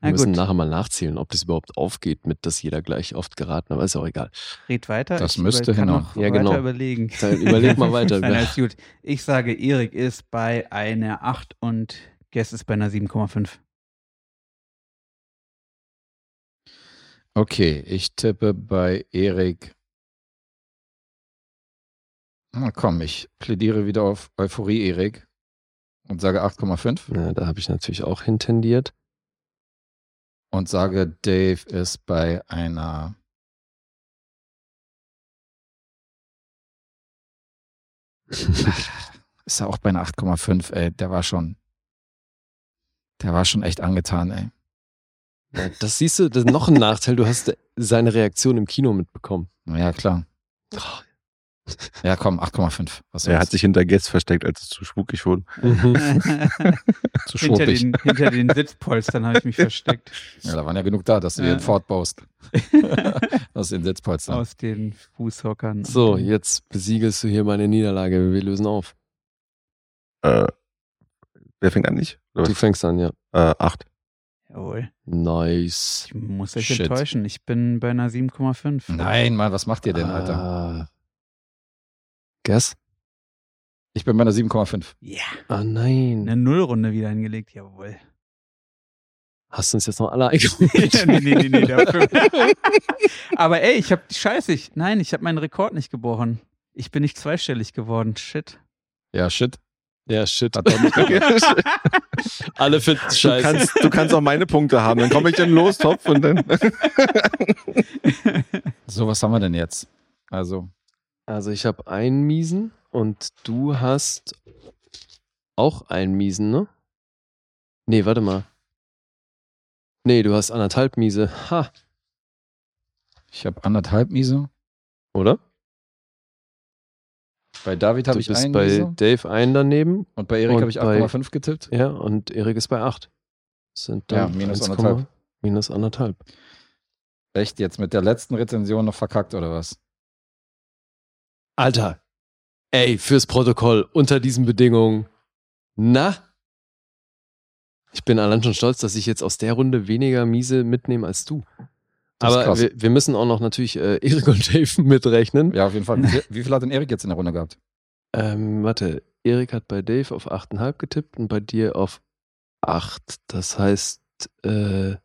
[SPEAKER 2] Wir
[SPEAKER 3] Na
[SPEAKER 2] müssen
[SPEAKER 3] gut.
[SPEAKER 2] nachher mal nachzählen, ob das überhaupt aufgeht, mit dass jeder gleich oft geraten, aber ist auch egal.
[SPEAKER 3] Red weiter.
[SPEAKER 4] Das
[SPEAKER 3] ich
[SPEAKER 4] müsste
[SPEAKER 3] über- kann
[SPEAKER 4] hinhauen.
[SPEAKER 3] noch
[SPEAKER 2] Ja,
[SPEAKER 3] weiter
[SPEAKER 2] genau.
[SPEAKER 3] überlegen.
[SPEAKER 2] Dann überleg mal weiter.
[SPEAKER 3] Nein, alles gut. Ich sage, Erik ist bei einer 8 und Guess ist bei einer 7,5.
[SPEAKER 4] Okay, ich tippe bei Erik. Na komm, ich plädiere wieder auf Euphorie, Erik. Und sage 8,5.
[SPEAKER 2] Ja, da habe ich natürlich auch hintendiert.
[SPEAKER 4] Und sage, Dave ist bei einer. Ist er auch bei einer 8,5, ey. Der war schon. Der war schon echt angetan, ey.
[SPEAKER 2] Ja, das siehst du, das ist noch ein Nachteil. Du hast seine Reaktion im Kino mitbekommen.
[SPEAKER 4] Ja, klar. Ja, komm, 8,5. Was
[SPEAKER 5] Oh. Er
[SPEAKER 4] soll's.
[SPEAKER 5] hat sich hinter Guess versteckt, als es zu spukig wurde.
[SPEAKER 4] zu
[SPEAKER 3] hinter,
[SPEAKER 4] schwuppig.
[SPEAKER 3] den, hinter den Sitzpolstern habe ich mich versteckt.
[SPEAKER 4] Ja, da waren ja genug da, dass du dir
[SPEAKER 3] Ja.
[SPEAKER 4] einen Ford baust. Aus den Sitzpolstern.
[SPEAKER 3] Aus den Fußhockern.
[SPEAKER 2] So, jetzt besiegelst du hier meine Niederlage. Wir lösen auf.
[SPEAKER 5] Äh, wer fängt an? Ich? Oder
[SPEAKER 2] Du fängst an, ja.
[SPEAKER 5] was? Äh, 8.
[SPEAKER 3] Jawohl.
[SPEAKER 2] Nice.
[SPEAKER 3] Ich muss euch
[SPEAKER 4] Shit.
[SPEAKER 3] enttäuschen. Ich bin bei einer 7,5.
[SPEAKER 4] Nein, Mann, was macht ihr denn, Alter?
[SPEAKER 2] Alter? Ah. Guess?
[SPEAKER 4] Ich bin bei einer 7,5.
[SPEAKER 3] Ja.
[SPEAKER 2] Ah, nein.
[SPEAKER 3] Eine Nullrunde wieder hingelegt. Jawohl.
[SPEAKER 2] Hast du uns jetzt noch alle
[SPEAKER 3] nee,
[SPEAKER 2] eingeholt?
[SPEAKER 3] nee, nee, nee, dafür. Aber ey, ich habe scheiße, ich, nein, ich habe meinen Rekord nicht gebrochen. Ich bin nicht zweistellig geworden. Shit.
[SPEAKER 4] Ja, shit.
[SPEAKER 2] Ja, shit.
[SPEAKER 4] Hat doch nicht
[SPEAKER 2] Alle finden's
[SPEAKER 5] Du
[SPEAKER 2] scheiße.
[SPEAKER 5] kannst, du kannst auch meine Punkte haben, dann komme ich in den Lostopf und dann.
[SPEAKER 4] so, was haben wir denn jetzt? Also,
[SPEAKER 2] Also ich habe einen miesen und du hast auch einen miesen, ne? Nee, warte mal. Nee, du hast anderthalb miese. Ha,
[SPEAKER 4] Ich habe anderthalb Miese.
[SPEAKER 2] oder?
[SPEAKER 4] Bei David habe
[SPEAKER 2] du
[SPEAKER 4] ich
[SPEAKER 2] bist
[SPEAKER 4] einen
[SPEAKER 2] bei
[SPEAKER 4] Miese.
[SPEAKER 2] Dave einen daneben.
[SPEAKER 4] Und bei Erik
[SPEAKER 2] und
[SPEAKER 4] habe ich
[SPEAKER 2] bei-
[SPEAKER 4] 8,5 getippt.
[SPEAKER 2] Ja, und Erik ist bei acht. Das sind dann
[SPEAKER 4] Ja, minus
[SPEAKER 2] 1,
[SPEAKER 4] anderthalb.
[SPEAKER 2] Minus anderthalb.
[SPEAKER 4] Echt, jetzt mit der letzten Rezension noch verkackt oder was?
[SPEAKER 2] Alter, ey, fürs Protokoll, unter diesen Bedingungen. Na? Ich bin allein schon stolz, dass ich jetzt aus der Runde weniger miese mitnehme als du.
[SPEAKER 4] Das ist
[SPEAKER 2] Aber
[SPEAKER 4] krass.
[SPEAKER 2] wir, wir müssen auch noch natürlich äh, Erik und Dave mitrechnen.
[SPEAKER 4] Ja, auf jeden Fall. Wie, wie viel hat denn Erik jetzt in der Runde gehabt?
[SPEAKER 2] Ähm, warte, Erik hat bei Dave auf 8,5 getippt und bei dir auf 8. Das heißt, äh,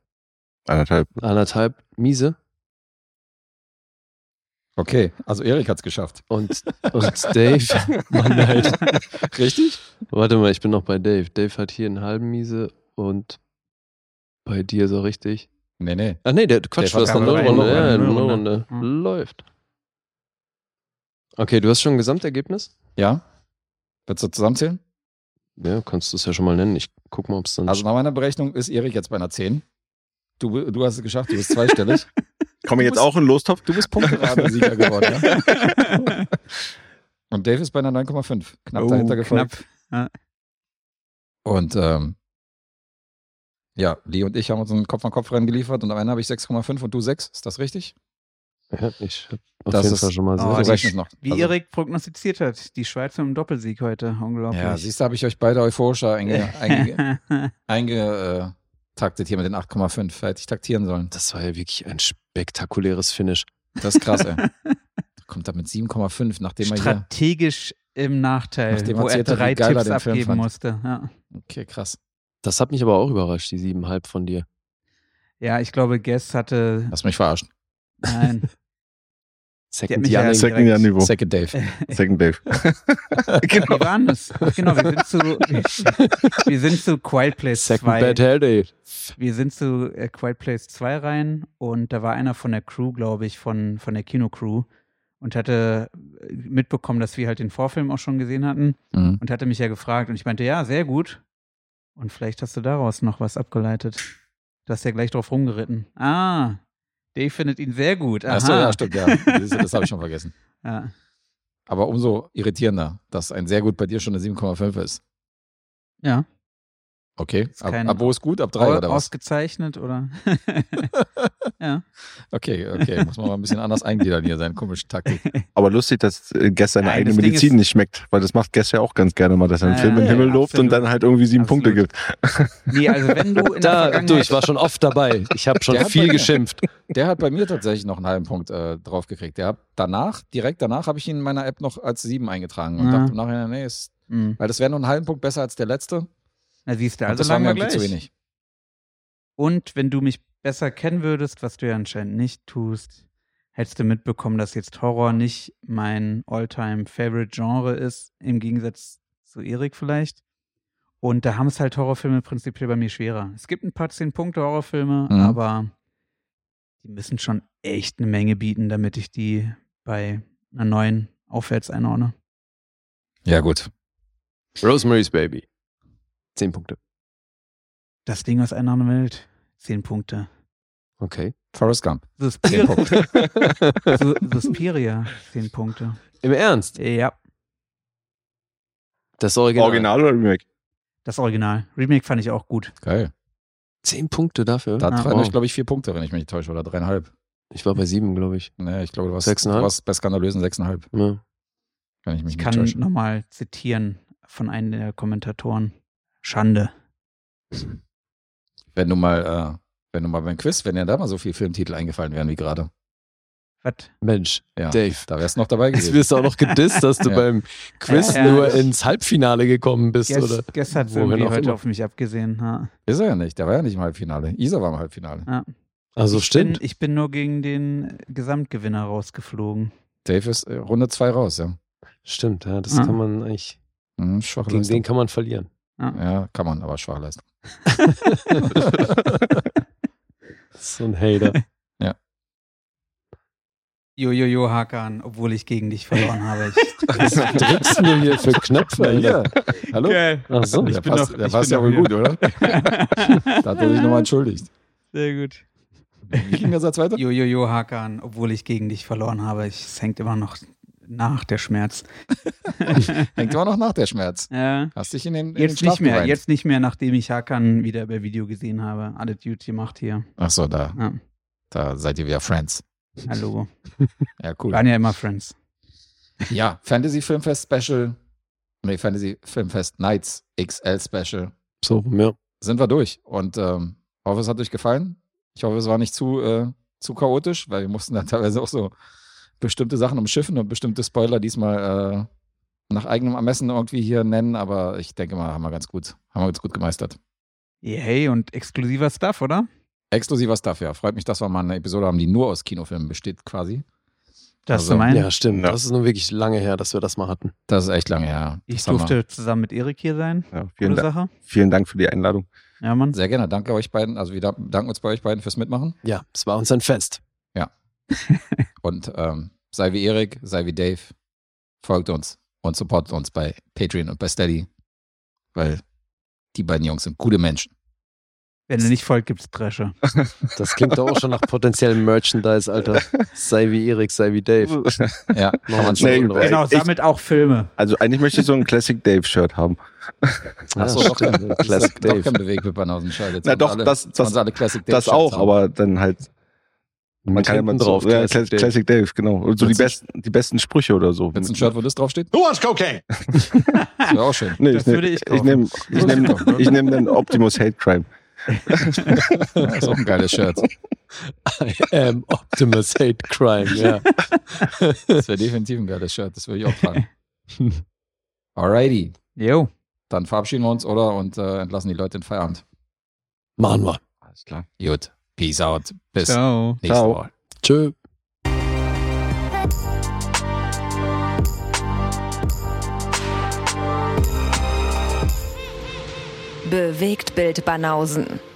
[SPEAKER 5] Anderthalb.
[SPEAKER 2] anderthalb miese.
[SPEAKER 4] Okay, also Erik hat es geschafft.
[SPEAKER 2] Und, und Dave, Mann, halt.
[SPEAKER 4] Richtig?
[SPEAKER 2] Warte mal, ich bin noch bei Dave. Dave hat hier einen halben Miese und bei dir so richtig.
[SPEAKER 4] Nee, nee.
[SPEAKER 2] Ah nee, der Quatsch,
[SPEAKER 4] Dave hat
[SPEAKER 2] du hast noch
[SPEAKER 4] keine
[SPEAKER 2] eine
[SPEAKER 4] Runde.
[SPEAKER 2] Runde. Ja,
[SPEAKER 3] Eine
[SPEAKER 2] eine
[SPEAKER 3] Runde.
[SPEAKER 2] Runde.
[SPEAKER 3] Mhm.
[SPEAKER 2] Läuft. Okay, du hast schon ein Gesamtergebnis?
[SPEAKER 4] Ja? Willst du zusammenzählen?
[SPEAKER 2] Ja, kannst du es ja schon mal nennen. Ich guck mal, ob es dann.
[SPEAKER 4] Also nach meiner Berechnung ist Erik jetzt bei einer 10. Du, du hast es geschafft, du bist zweistellig.
[SPEAKER 5] Komme
[SPEAKER 4] Du
[SPEAKER 5] jetzt
[SPEAKER 4] bist-
[SPEAKER 5] auch in den Lostopf?
[SPEAKER 4] Du bist Punkteradensieger geworden. Ja? Und Dave ist bei einer 9,5. Knapp
[SPEAKER 3] Oh,
[SPEAKER 4] dahinter gefolgt.
[SPEAKER 3] knapp.
[SPEAKER 4] Und ähm, ja, Lee und ich haben uns einen Kopf an Kopf rennen geliefert und am Ende habe ich 6,5 und du 6. Ist das richtig?
[SPEAKER 2] ja, ich hab auf
[SPEAKER 4] Das
[SPEAKER 2] jeden
[SPEAKER 4] ist-
[SPEAKER 2] Fall schon mal so.
[SPEAKER 3] Oh,
[SPEAKER 4] du
[SPEAKER 3] die-
[SPEAKER 4] rechnest noch.
[SPEAKER 3] Wie
[SPEAKER 4] Also-
[SPEAKER 3] Erik prognostiziert hat, die Schweizer im Doppelsieg heute. Unglaublich.
[SPEAKER 4] Ja, siehst du, habe ich euch beide euphorischer einge, einge, einge, äh, taktet hier mit den 8,5. Hätte ich taktieren sollen.
[SPEAKER 2] das war ja wirklich ein spektakuläres Finish.
[SPEAKER 4] Das ist krass, ey. Kommt da mit 7,5, nachdem er hier.
[SPEAKER 3] Strategisch im Nachteil,
[SPEAKER 4] Nachdem
[SPEAKER 3] wo er
[SPEAKER 4] erzählt hat, wie
[SPEAKER 3] drei
[SPEAKER 4] geil er
[SPEAKER 3] Tipps
[SPEAKER 4] den Film
[SPEAKER 3] abgeben
[SPEAKER 4] fand.
[SPEAKER 3] musste. Ja.
[SPEAKER 4] Okay, krass.
[SPEAKER 2] Das hat mich aber auch überrascht, die siebenhalb von dir.
[SPEAKER 3] ja, ich glaube, Guess hatte.
[SPEAKER 4] Lass mich verarschen.
[SPEAKER 3] Nein.
[SPEAKER 2] Second
[SPEAKER 3] mich ja
[SPEAKER 2] Jahr.
[SPEAKER 3] erst-
[SPEAKER 5] Second Jahr Niveau.
[SPEAKER 4] Second Dave.
[SPEAKER 5] Second Dave.
[SPEAKER 3] Wie waren das? Ach, genau, wir sind zu, wir sind zu Quiet Place
[SPEAKER 2] Second
[SPEAKER 3] 2.
[SPEAKER 2] Bad Hell Day.
[SPEAKER 3] Wir sind zu äh, Quiet Place 2 rein und da war einer von der Crew, glaube ich, von, von der Kinocrew und hatte äh, mitbekommen, dass wir halt den Vorfilm auch schon gesehen hatten
[SPEAKER 4] Mhm.
[SPEAKER 3] und hatte mich ja gefragt und ich meinte, ja, sehr gut. Und vielleicht hast du daraus noch was abgeleitet. Du hast ja gleich drauf rumgeritten. Ah, Dave findet ihn sehr gut. Aha.
[SPEAKER 4] Achso, ja, stimmt, ja. Das, das habe ich schon vergessen.
[SPEAKER 3] Ja.
[SPEAKER 4] Aber umso irritierender, dass ein sehr gut bei dir schon eine 7,5 ist.
[SPEAKER 3] Ja.
[SPEAKER 4] Okay.
[SPEAKER 3] Ist
[SPEAKER 4] Ab,
[SPEAKER 3] kein-
[SPEAKER 4] ab wo ist gut? Ab drei
[SPEAKER 3] Au-
[SPEAKER 4] oder was?
[SPEAKER 3] Ausgezeichnet oder?
[SPEAKER 4] Okay, okay. Muss man mal ein bisschen anders eingliedern hier, seine komische Taktik.
[SPEAKER 5] Aber lustig, dass äh, Guess seine
[SPEAKER 3] Nein,
[SPEAKER 5] eigene
[SPEAKER 3] das Ding
[SPEAKER 5] Medizin
[SPEAKER 3] ist-
[SPEAKER 5] nicht schmeckt, weil das macht Guess ja auch ganz gerne mal, dass er einen
[SPEAKER 3] Ja,
[SPEAKER 5] Film in
[SPEAKER 3] ja,
[SPEAKER 5] den Himmel
[SPEAKER 3] ja,
[SPEAKER 5] lobt und
[SPEAKER 3] absolut.
[SPEAKER 5] dann halt irgendwie sieben
[SPEAKER 3] Absolut.
[SPEAKER 5] Punkte gibt.
[SPEAKER 3] Nee, also wenn du in der
[SPEAKER 2] Da, du,
[SPEAKER 3] Vergangenheit
[SPEAKER 2] ich war schon oft dabei. Ich habe schon
[SPEAKER 4] Der hat
[SPEAKER 2] viel
[SPEAKER 4] bei-
[SPEAKER 2] geschimpft.
[SPEAKER 4] Der hat bei mir tatsächlich noch einen halben Punkt äh, drauf gekriegt. Der hat danach, direkt danach, habe ich ihn in meiner App noch als 7 eingetragen und
[SPEAKER 3] Ja.
[SPEAKER 4] dachte im Nachhinein, nee, ist,
[SPEAKER 3] Mhm.
[SPEAKER 4] weil das wäre nur einen halben Punkt besser als der letzte.
[SPEAKER 3] Na siehst du,
[SPEAKER 4] und
[SPEAKER 3] also
[SPEAKER 4] das war
[SPEAKER 3] lagen
[SPEAKER 4] mir
[SPEAKER 3] wir
[SPEAKER 4] irgendwie
[SPEAKER 3] gleich.
[SPEAKER 4] zu wenig.
[SPEAKER 3] Und wenn du mich besser kennen würdest, was du ja anscheinend nicht tust, hättest du mitbekommen, dass jetzt Horror nicht mein All-Time-Favorite-Genre ist, im Gegensatz zu Erik vielleicht. Und da haben es halt Horrorfilme prinzipiell bei mir schwerer. Es gibt ein paar 10-Punkte-Horrorfilme,
[SPEAKER 4] Mhm.
[SPEAKER 3] aber die müssen schon echt eine Menge bieten, damit ich die bei einer neuen aufwärts einordne.
[SPEAKER 4] Ja, gut.
[SPEAKER 2] Rosemary's Baby. Zehn Punkte.
[SPEAKER 3] Das Ding aus einer anderen Welt. 10 Punkte.
[SPEAKER 2] Okay.
[SPEAKER 4] Forrest Gump. Zehn
[SPEAKER 3] Suspiria.
[SPEAKER 4] Punkte.
[SPEAKER 3] Su- Suspiria. 10 Punkte.
[SPEAKER 2] Im Ernst?
[SPEAKER 3] Ja.
[SPEAKER 2] Das
[SPEAKER 3] Genau.
[SPEAKER 2] Original.
[SPEAKER 5] Original oder Remake?
[SPEAKER 3] Das Original. Remake fand ich auch gut.
[SPEAKER 4] Geil.
[SPEAKER 2] Zehn Punkte dafür?
[SPEAKER 4] Da
[SPEAKER 3] Ah,
[SPEAKER 4] ah,
[SPEAKER 2] wow.
[SPEAKER 4] ich, glaube ich, vier Punkte, wenn ich mich nicht täusche, oder dreieinhalb.
[SPEAKER 2] Ich war bei sieben, glaube ich.
[SPEAKER 4] Nee, ich glaube, du warst, du
[SPEAKER 2] Sechseinhalb?
[SPEAKER 4] warst bei skandalösen sechseinhalb,
[SPEAKER 2] Ja.
[SPEAKER 4] wenn ich mich
[SPEAKER 3] Ich
[SPEAKER 4] nicht
[SPEAKER 3] kann
[SPEAKER 4] täusche.
[SPEAKER 3] nochmal zitieren von einem der Kommentatoren. Schande.
[SPEAKER 4] Wenn du mal, äh, wenn du mal beim Quiz, wenn dir da mal so viele Filmtitel eingefallen wären wie gerade.
[SPEAKER 3] Was?
[SPEAKER 2] Mensch,
[SPEAKER 4] Ja,
[SPEAKER 2] Dave.
[SPEAKER 4] da wärst du noch dabei
[SPEAKER 2] Jetzt
[SPEAKER 4] gewesen.
[SPEAKER 2] wirst du auch noch gedisst, dass du
[SPEAKER 4] Ja.
[SPEAKER 2] beim Quiz
[SPEAKER 3] Ja.
[SPEAKER 2] nur ins Halbfinale gekommen bist,
[SPEAKER 3] Guess,
[SPEAKER 2] oder?
[SPEAKER 3] Guess hat
[SPEAKER 2] Wohin
[SPEAKER 3] irgendwie
[SPEAKER 2] auch
[SPEAKER 3] heute
[SPEAKER 2] immer.
[SPEAKER 3] auf mich abgesehen. Ha.
[SPEAKER 4] Ist er ja nicht, der war ja nicht im Halbfinale. Isa war im Halbfinale.
[SPEAKER 2] Also
[SPEAKER 3] Ich bin,
[SPEAKER 2] stimmt.
[SPEAKER 3] ich bin nur gegen den Gesamtgewinner rausgeflogen.
[SPEAKER 4] Dave ist äh, Runde zwei raus, ja.
[SPEAKER 2] Stimmt, ja, das
[SPEAKER 3] Ah.
[SPEAKER 2] kann man eigentlich,
[SPEAKER 4] Mhm, schwache
[SPEAKER 2] gegen
[SPEAKER 4] Leistung.
[SPEAKER 2] den kann man verlieren.
[SPEAKER 4] Ja, kann man, aber schwache Leistung.
[SPEAKER 2] So ein Hater.
[SPEAKER 4] Ja.
[SPEAKER 3] Jojojo Hakan, obwohl ich gegen dich verloren habe.
[SPEAKER 2] Was drückst du hier für Knöpfe? Alter? Hallo?
[SPEAKER 3] Geil.
[SPEAKER 2] Ach so.
[SPEAKER 4] Der
[SPEAKER 3] Ich bin
[SPEAKER 4] passt-
[SPEAKER 3] doch-
[SPEAKER 4] der
[SPEAKER 3] ich
[SPEAKER 4] passt
[SPEAKER 3] bin
[SPEAKER 4] ja
[SPEAKER 3] doch
[SPEAKER 4] wohl
[SPEAKER 3] hier.
[SPEAKER 4] gut, oder? Da hat er sich nochmal entschuldigt.
[SPEAKER 3] Sehr gut.
[SPEAKER 4] Wie ging der Satz weiter?
[SPEAKER 3] Jojojo Hakan, obwohl ich gegen dich verloren habe. Ich, es hängt immer noch nach, der Schmerz. Äh,
[SPEAKER 4] Hängt immer noch nach, der Schmerz.
[SPEAKER 3] Ja.
[SPEAKER 4] Hast dich in den in den
[SPEAKER 3] Jetzt
[SPEAKER 4] Schlaf
[SPEAKER 3] nicht mehr,
[SPEAKER 4] geweint.
[SPEAKER 3] jetzt nicht mehr, nachdem ich Hakan wieder bei Video gesehen habe. Alle Duty macht hier.
[SPEAKER 4] Ach so, da,
[SPEAKER 3] Ja.
[SPEAKER 4] da seid ihr wieder Friends.
[SPEAKER 3] Hallo.
[SPEAKER 4] Ja,
[SPEAKER 3] Wir
[SPEAKER 4] cool.
[SPEAKER 3] waren ja immer Friends.
[SPEAKER 4] Ja, Fantasy Filmfest Special. Nee, Fantasy Filmfest Nights XL Special.
[SPEAKER 2] So, ja.
[SPEAKER 4] Sind wir durch. Und ähm, hoffe, es hat euch gefallen. Ich hoffe, es war nicht zu, äh, zu chaotisch, weil wir mussten dann teilweise auch so bestimmte Sachen umschiffen und bestimmte Spoiler diesmal äh, nach eigenem Ermessen irgendwie hier nennen. Aber ich denke mal, haben wir ganz gut, haben wir ganz gut gemeistert.
[SPEAKER 3] Yay, und exklusiver Stuff, oder?
[SPEAKER 4] Exklusiver Stuff, ja. Freut mich, dass wir mal eine Episode haben, die nur aus Kinofilmen besteht, quasi.
[SPEAKER 3] Das
[SPEAKER 4] Also,
[SPEAKER 3] du meinst?
[SPEAKER 2] ja, stimmt.
[SPEAKER 5] Ja.
[SPEAKER 2] Das ist nun wirklich lange her, dass wir das mal hatten.
[SPEAKER 4] Das ist echt lange her.
[SPEAKER 3] Ich
[SPEAKER 4] Das haben wir.
[SPEAKER 3] durfte zusammen mit Erik hier sein.
[SPEAKER 5] Ja,
[SPEAKER 3] Gute
[SPEAKER 5] vielen, Dank,
[SPEAKER 3] Sache.
[SPEAKER 5] vielen Dank für die Einladung.
[SPEAKER 3] Ja, Mann.
[SPEAKER 4] Sehr gerne. Danke euch beiden. Also wir danken uns bei euch beiden fürs Mitmachen.
[SPEAKER 2] Ja, es war uns ein Fest.
[SPEAKER 4] Und ähm, sei wie Erik, sei wie Dave, folgt uns und supportet uns bei Patreon und bei Steady, weil die beiden Jungs sind gute Menschen.
[SPEAKER 3] Wenn du nicht folgt, gibt's Dresche.
[SPEAKER 2] Das klingt doch auch schon nach potenziellem Merchandise, Alter. Sei wie Erik, sei wie Dave.
[SPEAKER 4] Ja,
[SPEAKER 2] Machen wir einen Slogan
[SPEAKER 5] Nee,
[SPEAKER 2] draus.
[SPEAKER 5] Genau,
[SPEAKER 3] Genau,
[SPEAKER 5] ich- sammelt
[SPEAKER 3] sammelt auch Filme.
[SPEAKER 5] Also eigentlich möchte ich so ein Classic Dave Shirt haben.
[SPEAKER 2] Ja,
[SPEAKER 4] Achso, doch,
[SPEAKER 2] stimmt.
[SPEAKER 4] kein-
[SPEAKER 2] Classic
[SPEAKER 4] doch kein
[SPEAKER 2] Dave.
[SPEAKER 4] Bewegbepanausen. Schade.
[SPEAKER 5] Na doch, das- das-
[SPEAKER 4] alle Classic Dave
[SPEAKER 5] das
[SPEAKER 4] Shirts
[SPEAKER 5] auch,
[SPEAKER 4] haben.
[SPEAKER 5] aber dann halt. Man
[SPEAKER 2] Mit
[SPEAKER 5] kann ja mal
[SPEAKER 2] hinten drauf,
[SPEAKER 5] so, ja,
[SPEAKER 2] Classic Dave.
[SPEAKER 5] Classic, Classic Dave, genau. Und so die
[SPEAKER 4] Willst du-
[SPEAKER 5] besten, die besten Sprüche oder so.
[SPEAKER 4] Willst du ein Shirt, wo das draufsteht?
[SPEAKER 8] Who wants cocaine?
[SPEAKER 4] Das wäre auch schön.
[SPEAKER 5] Nee,
[SPEAKER 3] Das
[SPEAKER 5] ich nehme
[SPEAKER 3] würde ich
[SPEAKER 5] ich nehm, ich nehm, ich nehm dann Optimus Hate Crime.
[SPEAKER 4] Das ist auch ein geiles Shirt.
[SPEAKER 2] I am Optimus Hate Crime, ja.
[SPEAKER 4] Das wäre definitiv ein geiles Shirt. Das würde ich auch tragen. Alrighty.
[SPEAKER 3] Jo.
[SPEAKER 4] Dann verabschieden wir uns, oder? Und äh, entlassen die Leute in Feierabend.
[SPEAKER 2] Machen wir.
[SPEAKER 5] Alles klar.
[SPEAKER 4] Gut. Peace out. Bis
[SPEAKER 3] Ciao.
[SPEAKER 4] nächste
[SPEAKER 5] Ciao.
[SPEAKER 4] Woche.
[SPEAKER 2] Tschö.
[SPEAKER 1] Bewegt Bild Banausen.